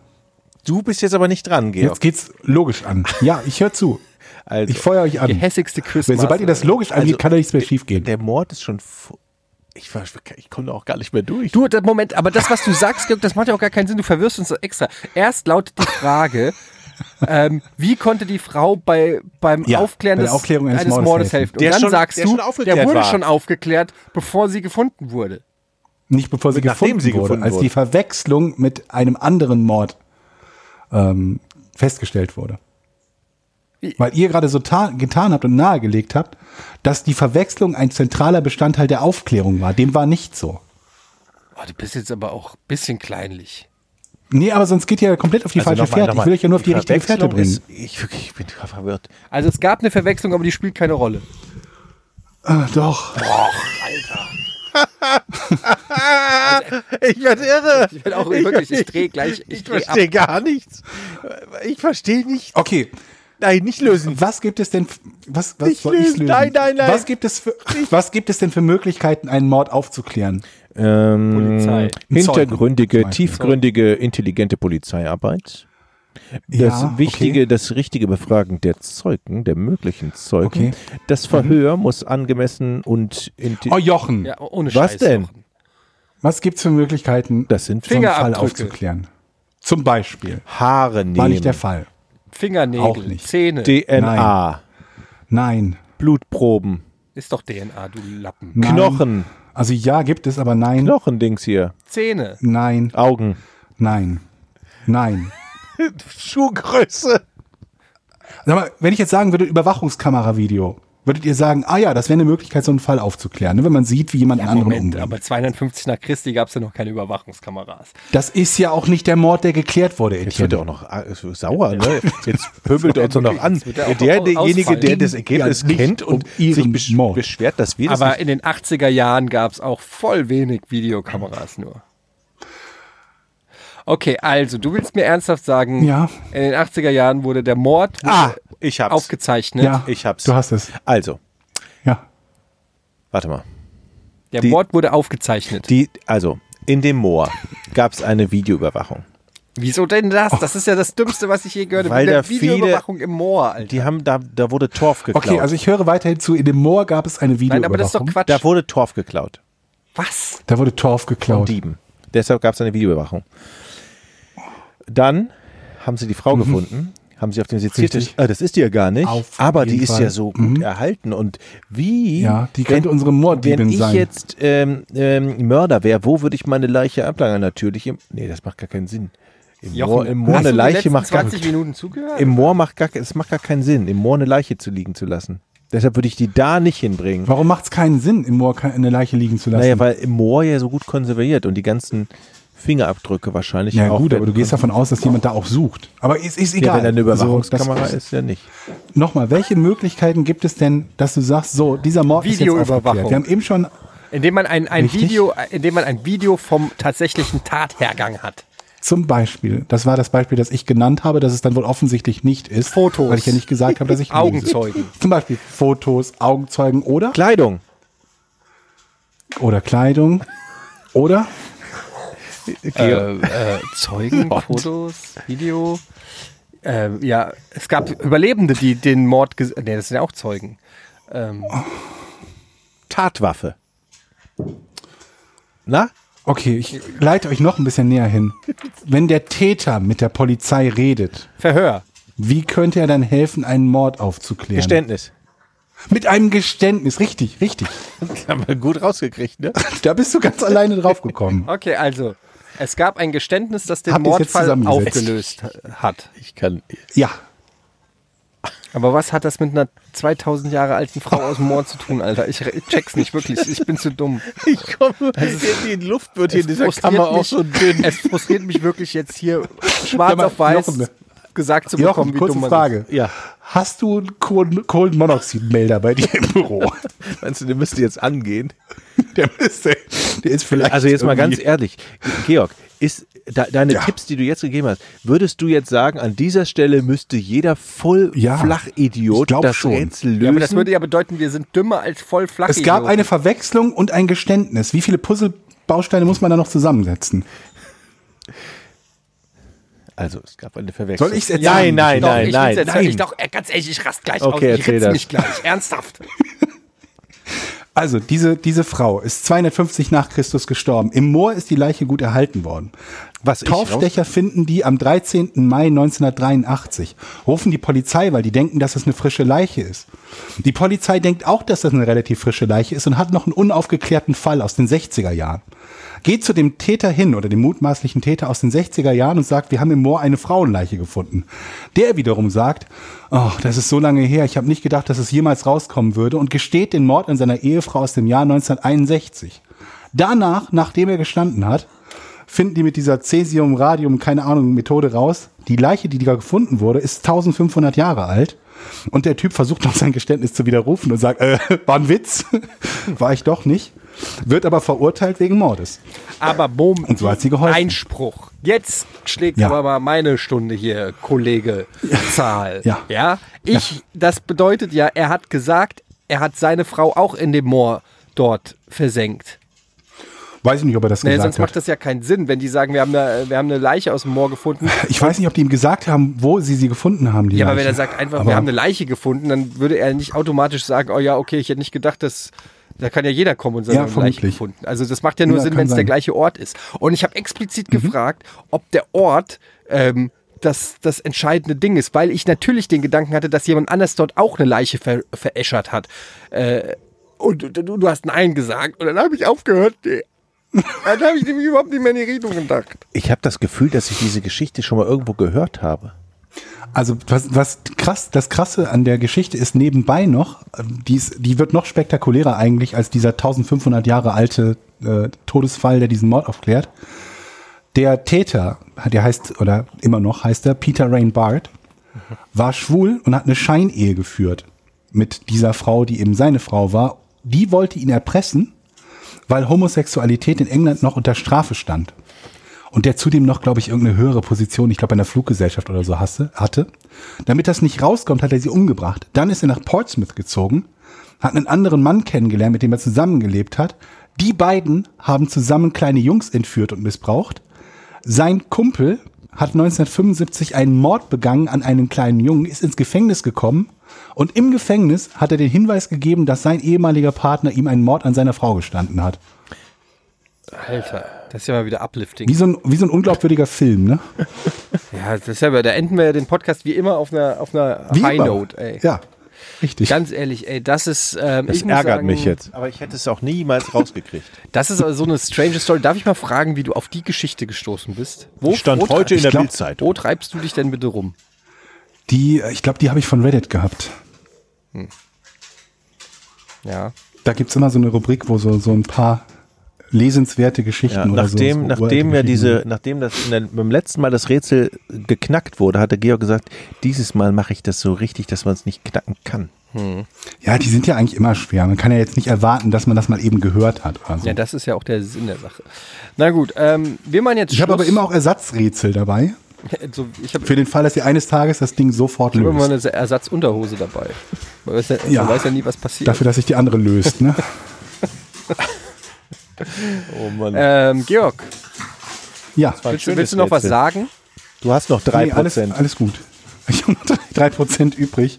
S2: Du bist jetzt aber nicht dran, Georg.
S1: Jetzt geht's logisch an. Ja, ich höre zu.
S2: Also,
S1: Ich feuer euch an.
S3: Die hässigste Küste.
S1: Wenn- Sobald ihr das logisch angeht,
S2: Also,
S1: kann da nichts mehr schief gehen.
S2: der Mord ist schon. vor- Ich, ver- ich komme da auch gar nicht mehr durch.
S3: Du, da- Moment, aber das, was du sagst, Georg, das macht ja auch gar keinen Sinn. Du verwirrst uns extra. Erst lautet die Frage, ähm, wie konnte die Frau bei, beim
S1: Ja,
S3: Aufklären
S1: bei der
S3: des,
S1: Aufklärung eines Mordes helfen?
S3: Und
S2: Der
S3: dann
S2: schon-
S3: sagst
S2: der
S3: du,
S2: schon aufgeklärt
S3: der wurde
S2: war.
S3: schon aufgeklärt, bevor sie gefunden wurde.
S1: Nicht bevor sie
S2: Nachdem
S1: gefunden,
S2: sie gefunden
S1: wurde, als
S2: wurde.
S1: die Verwechslung mit einem anderen Mord ähm, festgestellt wurde.
S3: Wie-
S1: Weil ihr gerade so ta- getan habt und nahegelegt habt, dass die Verwechslung ein zentraler Bestandteil der Aufklärung war. Dem war nicht so.
S3: Oh, du bist jetzt aber auch ein bisschen kleinlich.
S1: Nee, aber sonst geht ihr komplett auf die falsche
S2: Also nochmal,
S1: Fährte.
S2: nochmal.
S1: Ich will euch ja nur auf die, richtige Fährte
S2: Verwechslung
S1: bringen.
S2: ist- Ich, wirklich, ich bin verwirrt.
S3: Also es gab eine Verwechslung, aber die spielt keine Rolle.
S1: Ah, doch.
S2: Ich werde irre.
S3: Ich werde auch wirklich, ich drehe gleich, ich,
S2: Ich
S3: dreh ab.
S2: verstehe gar nichts. Ich verstehe nicht.
S1: Okay.
S2: Nein, nicht lösen.
S1: Äh, Was gibt es denn? Was, was
S2: Nicht
S1: soll ich
S2: lösen.
S1: lösen?
S2: Nein, nein, nein.
S1: Was gibt es für, was gibt es denn für Möglichkeiten, einen Mord aufzuklären? Hm.
S3: Polizei.
S1: hintergründige,
S2: Ähm, Hintergründige, tiefgründige, intelligente Polizeiarbeit. Das
S1: Ja,
S2: Wichtige,
S1: okay.
S2: das richtige Befragen der Zeugen, der möglichen Zeugen.
S1: Okay.
S2: Das Verhör muss angemessen und inti-
S1: Oh, Jochen.
S3: Ja, ohne
S2: Was
S3: Scheiß.
S2: denn?
S3: Jochen.
S1: Was gibt's für Möglichkeiten,
S2: das sind
S1: so einen Fall
S3: Fingerabdrücke.
S1: aufzuklären? Zum Beispiel.
S2: Haare
S1: War
S2: nehmen,
S1: nicht der Fall.
S3: Fingernägel,
S1: Auch nicht.
S3: Zähne.
S2: DNA,
S1: Nein.
S2: Blutproben,
S3: ist doch DNA, du Lappen.
S1: nein.
S2: Knochen,
S1: Also ja, gibt es, aber nein.
S2: Knochendings hier,
S3: Zähne.
S1: Nein.
S2: Augen,
S1: Nein. Nein.
S2: Schuhgröße.
S1: Sag mal, wenn ich jetzt sagen würde, Überwachungskamera-Video, würdet ihr sagen, ah ja, das wäre eine Möglichkeit, so einen Fall aufzuklären, ne, wenn man sieht, wie jemand einen anderen
S3: Moment,
S1: umbringt.
S3: aber 250 nach Christi gab es ja noch keine Überwachungskameras.
S1: Das ist ja auch nicht der Mord, der geklärt wurde,
S2: Jetzt wird
S1: Etienne.
S2: er auch noch äh, so sauer, ne? Jetzt pöbelt er uns doch noch an.
S3: Jetzt wird er auch
S2: Der,
S3: au-
S2: derjenige, der
S3: ausfallen.
S2: das Ergebnis
S1: Ja, nicht
S2: kennt und
S1: um ihren
S2: sich besch
S1: Mord.
S2: beschwert, dass wir das
S3: Aber in den 80er Jahren gab es auch voll wenig Videokameras nur. Okay, also du willst mir ernsthaft sagen,
S1: Ja.
S3: in den 80er Jahren wurde der Mord
S2: Ah, ich hab's.
S3: aufgezeichnet.
S1: Ja.
S2: Ne? Ich hab's.
S1: Du hast es.
S2: Also,
S1: Ja.
S2: warte mal.
S3: Der
S2: Die-
S3: Mord wurde aufgezeichnet.
S2: Die, also, in dem Moor gab es eine Videoüberwachung.
S3: Wieso denn
S2: Oh.
S3: das? Das ist ja das Dümmste, was ich je gehört habe.
S2: Weil
S3: Wieder
S2: da viele-
S3: Videoüberwachung im Moor, Alter.
S2: Die haben, da, da wurde Torf geklaut.
S1: Okay, also ich höre weiterhin zu, in dem Moor gab es eine Video.
S3: Nein, aber das ist doch Quatsch.
S2: da wurde Torf geklaut.
S3: Was?
S1: Da wurde Torf
S2: Von
S1: geklaut.
S2: Dieben. Deshalb gab es eine Videoüberwachung. Dann haben sie die Frau gefunden, haben sie auf dem Seziertisch.
S1: Mhm. Richtig.
S2: Ah, das ist die ja gar nicht.
S1: Auf
S2: aber die
S1: jeden
S2: ist
S1: Fall. Mhm.
S2: ja so gut erhalten. Und wie.
S1: Ja, die könnte unsere Morddiebin
S2: Wenn ich
S1: sein.
S2: jetzt ähm, ähm, Mörder wäre, wo würde ich meine Leiche ablagern? Natürlich im. Nee, das macht gar keinen Sinn. Im Moor, im Moor
S3: hast
S2: eine
S3: du die
S2: Leiche
S3: letzten
S2: macht gar
S3: 20 Minuten zugehört?
S2: Im Moor macht gar, es macht gar keinen Sinn, im Moor eine Leiche zu liegen zu lassen. Deshalb würde ich die da nicht hinbringen.
S1: Warum macht es keinen Sinn, im Moor ke- eine Leiche liegen zu lassen?
S2: Naja, weil im Moor ja so gut konserviert und die ganzen Fingerabdrücke wahrscheinlich
S1: ja
S2: auch.
S1: gut, aber du
S2: werden-
S1: gehst davon aus, dass jemand da auch sucht. Aber es ist
S2: ja,
S1: egal.
S2: wenn da eine Überwachungskamera
S1: Also, das-
S2: ist, ja nicht.
S1: Nochmal, welche Möglichkeiten gibt es denn, dass du sagst, so, dieser Mord ist jetzt
S3: Videoüberwachung.
S1: aufgeklärt. Wir haben eben schon,
S3: Indem man ein, ein
S1: Richtig.
S3: Video, indem man ein Video vom tatsächlichen Tathergang hat.
S1: Zum Beispiel, das war das Beispiel, das ich genannt habe, dass es dann wohl offensichtlich nicht ist.
S3: Fotos.
S1: Weil ich ja nicht gesagt habe, dass ich lüge.
S3: Augenzeugen.
S1: Zum Beispiel Fotos, Augenzeugen oder,
S2: Kleidung.
S1: oder Kleidung oder
S3: äh, äh, Zeugen, Fotos, Video. Ähm, ja, es gab Überlebende, die den Mord. ges- Nee, das sind ja auch Zeugen.
S2: Tatwaffe. Na?
S1: Okay, ich leite euch noch ein bisschen näher hin. Wenn der Täter mit der Polizei redet,
S3: Verhör.
S1: wie könnte er dann helfen, einen Mord aufzuklären?
S2: Geständnis.
S1: Mit einem Geständnis, richtig, richtig.
S2: Haben wir gut rausgekriegt, ne?
S1: Da bist du ganz alleine drauf gekommen.
S3: Okay, also. Es gab ein Geständnis, das den
S1: Habt ihr's jetzt
S3: Mordfall
S1: zusammengesetzt?
S3: aufgelöst hat.
S2: Ich kann.
S1: Ja,
S3: Aber was hat das mit einer 2000 Jahre alten Frau aus dem Moor zu tun, Alter? Ich re- check's nicht wirklich. Ich bin zu dumm.
S2: Ich komme. Die Luft wird hier in dieser
S3: frustriert
S2: Kammer auch
S3: mich-
S2: so dünn.
S3: Es frustriert mich wirklich jetzt hier schwarz
S1: Sag mal,
S3: auf weiß
S1: Jochen,
S3: gesagt zu bekommen,
S1: Jochen,
S3: wie
S1: kurze
S3: dumm man
S1: Frage.
S2: Ja.
S1: Hast du einen Kohlen- Kohlenmonoxidmelder bei dir im Büro?
S2: Meinst du, der müsste jetzt angehen?
S1: Der, müsste, der ist vielleicht.
S2: Also jetzt mal ganz
S1: irgendwie-
S2: ehrlich, Georg, ist da, deine Tipps, die du jetzt gegeben hast, würdest du jetzt sagen, an dieser Stelle müsste jeder voll
S1: Ja, ich
S2: Flachidiot
S1: glaub
S2: das
S1: schon.
S2: Rätsel
S3: ist. Ja, aber das
S2: lösen?
S3: würde ja bedeuten, wir sind dümmer als voll flach.
S1: Es gab eine Verwechslung und ein Geständnis. Wie viele Puzzlebausteine muss man da noch zusammensetzen?
S2: also es gab eine Verwechslung.
S1: Soll ich's jetzt sagen?
S2: Nein, nein,
S3: doch,
S2: nein,
S3: ich
S2: nein.
S3: Jetzt,
S1: nein.
S3: Ich doch, äh, ganz ehrlich, ich rast gleich
S2: Okay,
S3: aus. Ich
S2: erzähl
S3: ritze
S2: das.
S3: mich gleich. Ernsthaft.
S1: Also, diese, diese Frau ist 250 nach Christus gestorben. Im Moor ist die Leiche gut erhalten worden.
S2: Was ich
S1: Torfstecher finden die am 13. Mai 1983. Rufen die Polizei, weil die denken, dass es eine frische Leiche ist. Die Polizei denkt auch, dass das eine relativ frische Leiche ist und hat noch einen unaufgeklärten Fall aus den 60er Jahren. Geht zu dem Täter hin oder dem mutmaßlichen Täter aus den 60er Jahren und sagt, wir haben im Moor eine Frauenleiche gefunden. Der wiederum sagt, oh, das ist so lange her, ich habe nicht gedacht, dass es jemals rauskommen würde und gesteht den Mord an seiner Ehefrau aus dem Jahr 1961. Danach, nachdem er gestanden hat, finden die mit dieser Cesium, Radium, keine Ahnung, Methode raus. Die Leiche, die da gefunden wurde, ist 1500 Jahre alt. Und der Typ versucht noch sein Geständnis zu widerrufen und sagt, äh, war ein Witz, war ich doch nicht. Wird aber verurteilt wegen Mordes.
S3: Aber Moment.
S1: Und so hat sie geholfen.
S3: Einspruch. Jetzt schlägt
S1: Ja.
S3: aber mal meine Stunde hier, Kollege Zahl.
S1: Ja.
S3: ja? Ich, das bedeutet ja, er hat gesagt, er hat seine Frau auch in dem Moor dort versenkt.
S1: Weiß ich nicht, ob er das
S3: Nee,
S1: gesagt
S3: sonst macht
S1: hat.
S3: das ja keinen Sinn, wenn die sagen, wir haben eine, wir haben eine Leiche aus dem Moor gefunden.
S1: Ich weiß nicht, ob die ihm gesagt haben, wo sie sie gefunden haben. Die
S3: Ja, aber wenn
S1: Leiche.
S3: er sagt einfach,
S1: Aber
S3: wir haben eine Leiche gefunden, dann würde er nicht automatisch sagen, oh ja, okay, ich hätte nicht gedacht, dass da kann ja jeder kommen und sagen,
S1: Ja,
S3: wir haben eine Leiche
S1: vermutlich.
S3: gefunden. Also das macht ja nur
S1: Ja,
S3: Sinn,
S1: kann
S3: wenn es der
S1: sein. Mhm.
S3: gleiche Ort ist. Und ich habe explizit gefragt, ob der Ort ähm, das, das entscheidende Ding ist, weil ich natürlich den Gedanken hatte, dass jemand anders dort auch eine Leiche ver veräschert hat. Äh, und du, du du hast Nein gesagt und dann habe ich aufgehört. Dann habe ich nämlich überhaupt nicht mehr in die Richtung gedacht.
S2: Ich habe das Gefühl, dass ich diese Geschichte schon mal irgendwo gehört habe.
S1: Also was, was krass, das Krasse an der Geschichte ist nebenbei noch, äh, die, ist, die wird noch spektakulärer eigentlich als dieser 1500 Jahre alte äh, Todesfall, der diesen Mord aufklärt. Der Täter, der heißt, oder immer noch heißt er, Peter Rain Bart, war schwul und hat eine Scheinehe geführt mit dieser Frau, die eben seine Frau war. Die wollte ihn erpressen, weil Homosexualität in England noch unter Strafe stand. Und der zudem noch, glaube ich, irgendeine höhere Position, ich glaube, in der Fluggesellschaft oder so hasse, hatte. Damit das nicht rauskommt, hat er sie umgebracht. Dann ist er nach Portsmouth gezogen, hat einen anderen Mann kennengelernt, mit dem er zusammengelebt hat. Die beiden haben zusammen kleine Jungs entführt und missbraucht. Sein Kumpel hat 1975 einen Mord begangen an einem kleinen Jungen, ist ins Gefängnis gekommen und im Gefängnis hat er den Hinweis gegeben, dass sein ehemaliger Partner ihm einen Mord an seiner Frau gestanden hat.
S3: Alter, das ist ja mal wieder Uplifting.
S1: Wie so ein, wie so ein unglaubwürdiger Film, ne?
S3: Ja, das ist ja, da enden wir ja den Podcast wie immer auf einer, auf einer
S1: Wie
S3: High
S1: immer.
S3: Note, ey.
S1: Ja, richtig.
S3: Ganz ehrlich, ey, das ist. Ähm,
S2: Das
S3: ich muss
S2: ärgert
S3: sagen,
S2: mich jetzt. Aber ich hätte es auch niemals rausgekriegt.
S3: Das ist also so eine strange Story. Darf ich mal fragen, wie du auf die Geschichte gestoßen bist? Wo,
S2: Stand
S3: wo,
S2: heute in der
S1: glaub-
S2: Bildzeitung.
S3: wo treibst du dich denn bitte rum?
S1: Die, äh, ich glaube, die habe ich von Reddit gehabt.
S3: Ja.
S1: Da gibt's immer so eine Rubrik, wo so, so ein paar lesenswerte Geschichten
S2: Ja,
S1: oder
S2: nachdem,
S1: so. so uralte
S2: nachdem ja
S1: Geschichten.
S2: diese, nachdem das in der, beim letzten Mal das Rätsel geknackt wurde, hatte Georg gesagt, dieses Mal mache ich das so richtig, dass man es nicht knacken kann.
S1: Ja, die sind ja eigentlich immer schwer. Man kann ja jetzt nicht erwarten, dass man das mal eben gehört hat. Oder so.
S3: ja, das ist ja auch der Sinn der Sache. Na gut, ähm, wir machen jetzt
S1: ich habe aber
S3: Schluss.
S1: immer auch Ersatzrätsel dabei.
S3: So, ich habe
S1: Für den Fall, dass ihr eines Tages das Ding sofort löst.
S3: immer eine Ersatzunterhose dabei. Man weiß ja,
S1: Ja.
S3: man weiß ja nie, was passiert.
S1: Dafür, dass sich die andere löst, ne?
S2: Oh Mann.
S3: Ähm, Georg,
S1: Ja.
S3: willst, du- willst du noch was sagen?
S2: Du hast noch 3%.
S1: Nee, alles, alles gut. Ich habe noch drei Prozent übrig.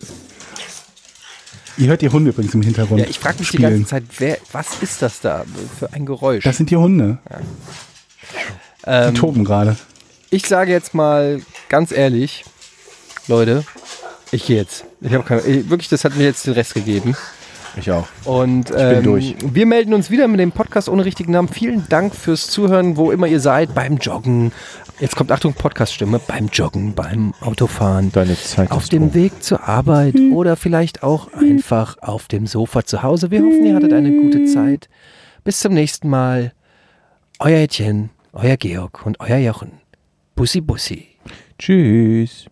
S1: Ihr hört die Hunde übrigens im Hintergrund.
S3: Ja, ich frage mich die
S1: spielen.
S3: ganze Zeit, wer, was ist das da für ein Geräusch?
S1: Das sind die Hunde.
S3: Ähm,
S1: Die toben gerade.
S3: ich sage jetzt mal ganz ehrlich, Leute, ich gehe jetzt. Ich habe keine, ich- wirklich, das hat mir jetzt den Rest gegeben.
S2: ich auch.
S3: Und ähm,
S2: durch.
S3: wir melden uns wieder mit dem Podcast ohne richtigen Namen. Vielen Dank fürs Zuhören, wo immer ihr seid, beim Joggen. Jetzt kommt Achtung Podcast-Stimme beim Joggen, beim Autofahren,
S2: Deine Zeit
S3: auf
S2: ist
S3: dem
S2: um.
S3: Weg zur Arbeit oder vielleicht auch einfach auf dem Sofa zu Hause. Wir hoffen, ihr hattet eine gute Zeit. Bis zum nächsten Mal. Euer Etienne, euer Georg und euer Jochen. Bussi Bussi.
S2: Tschüss.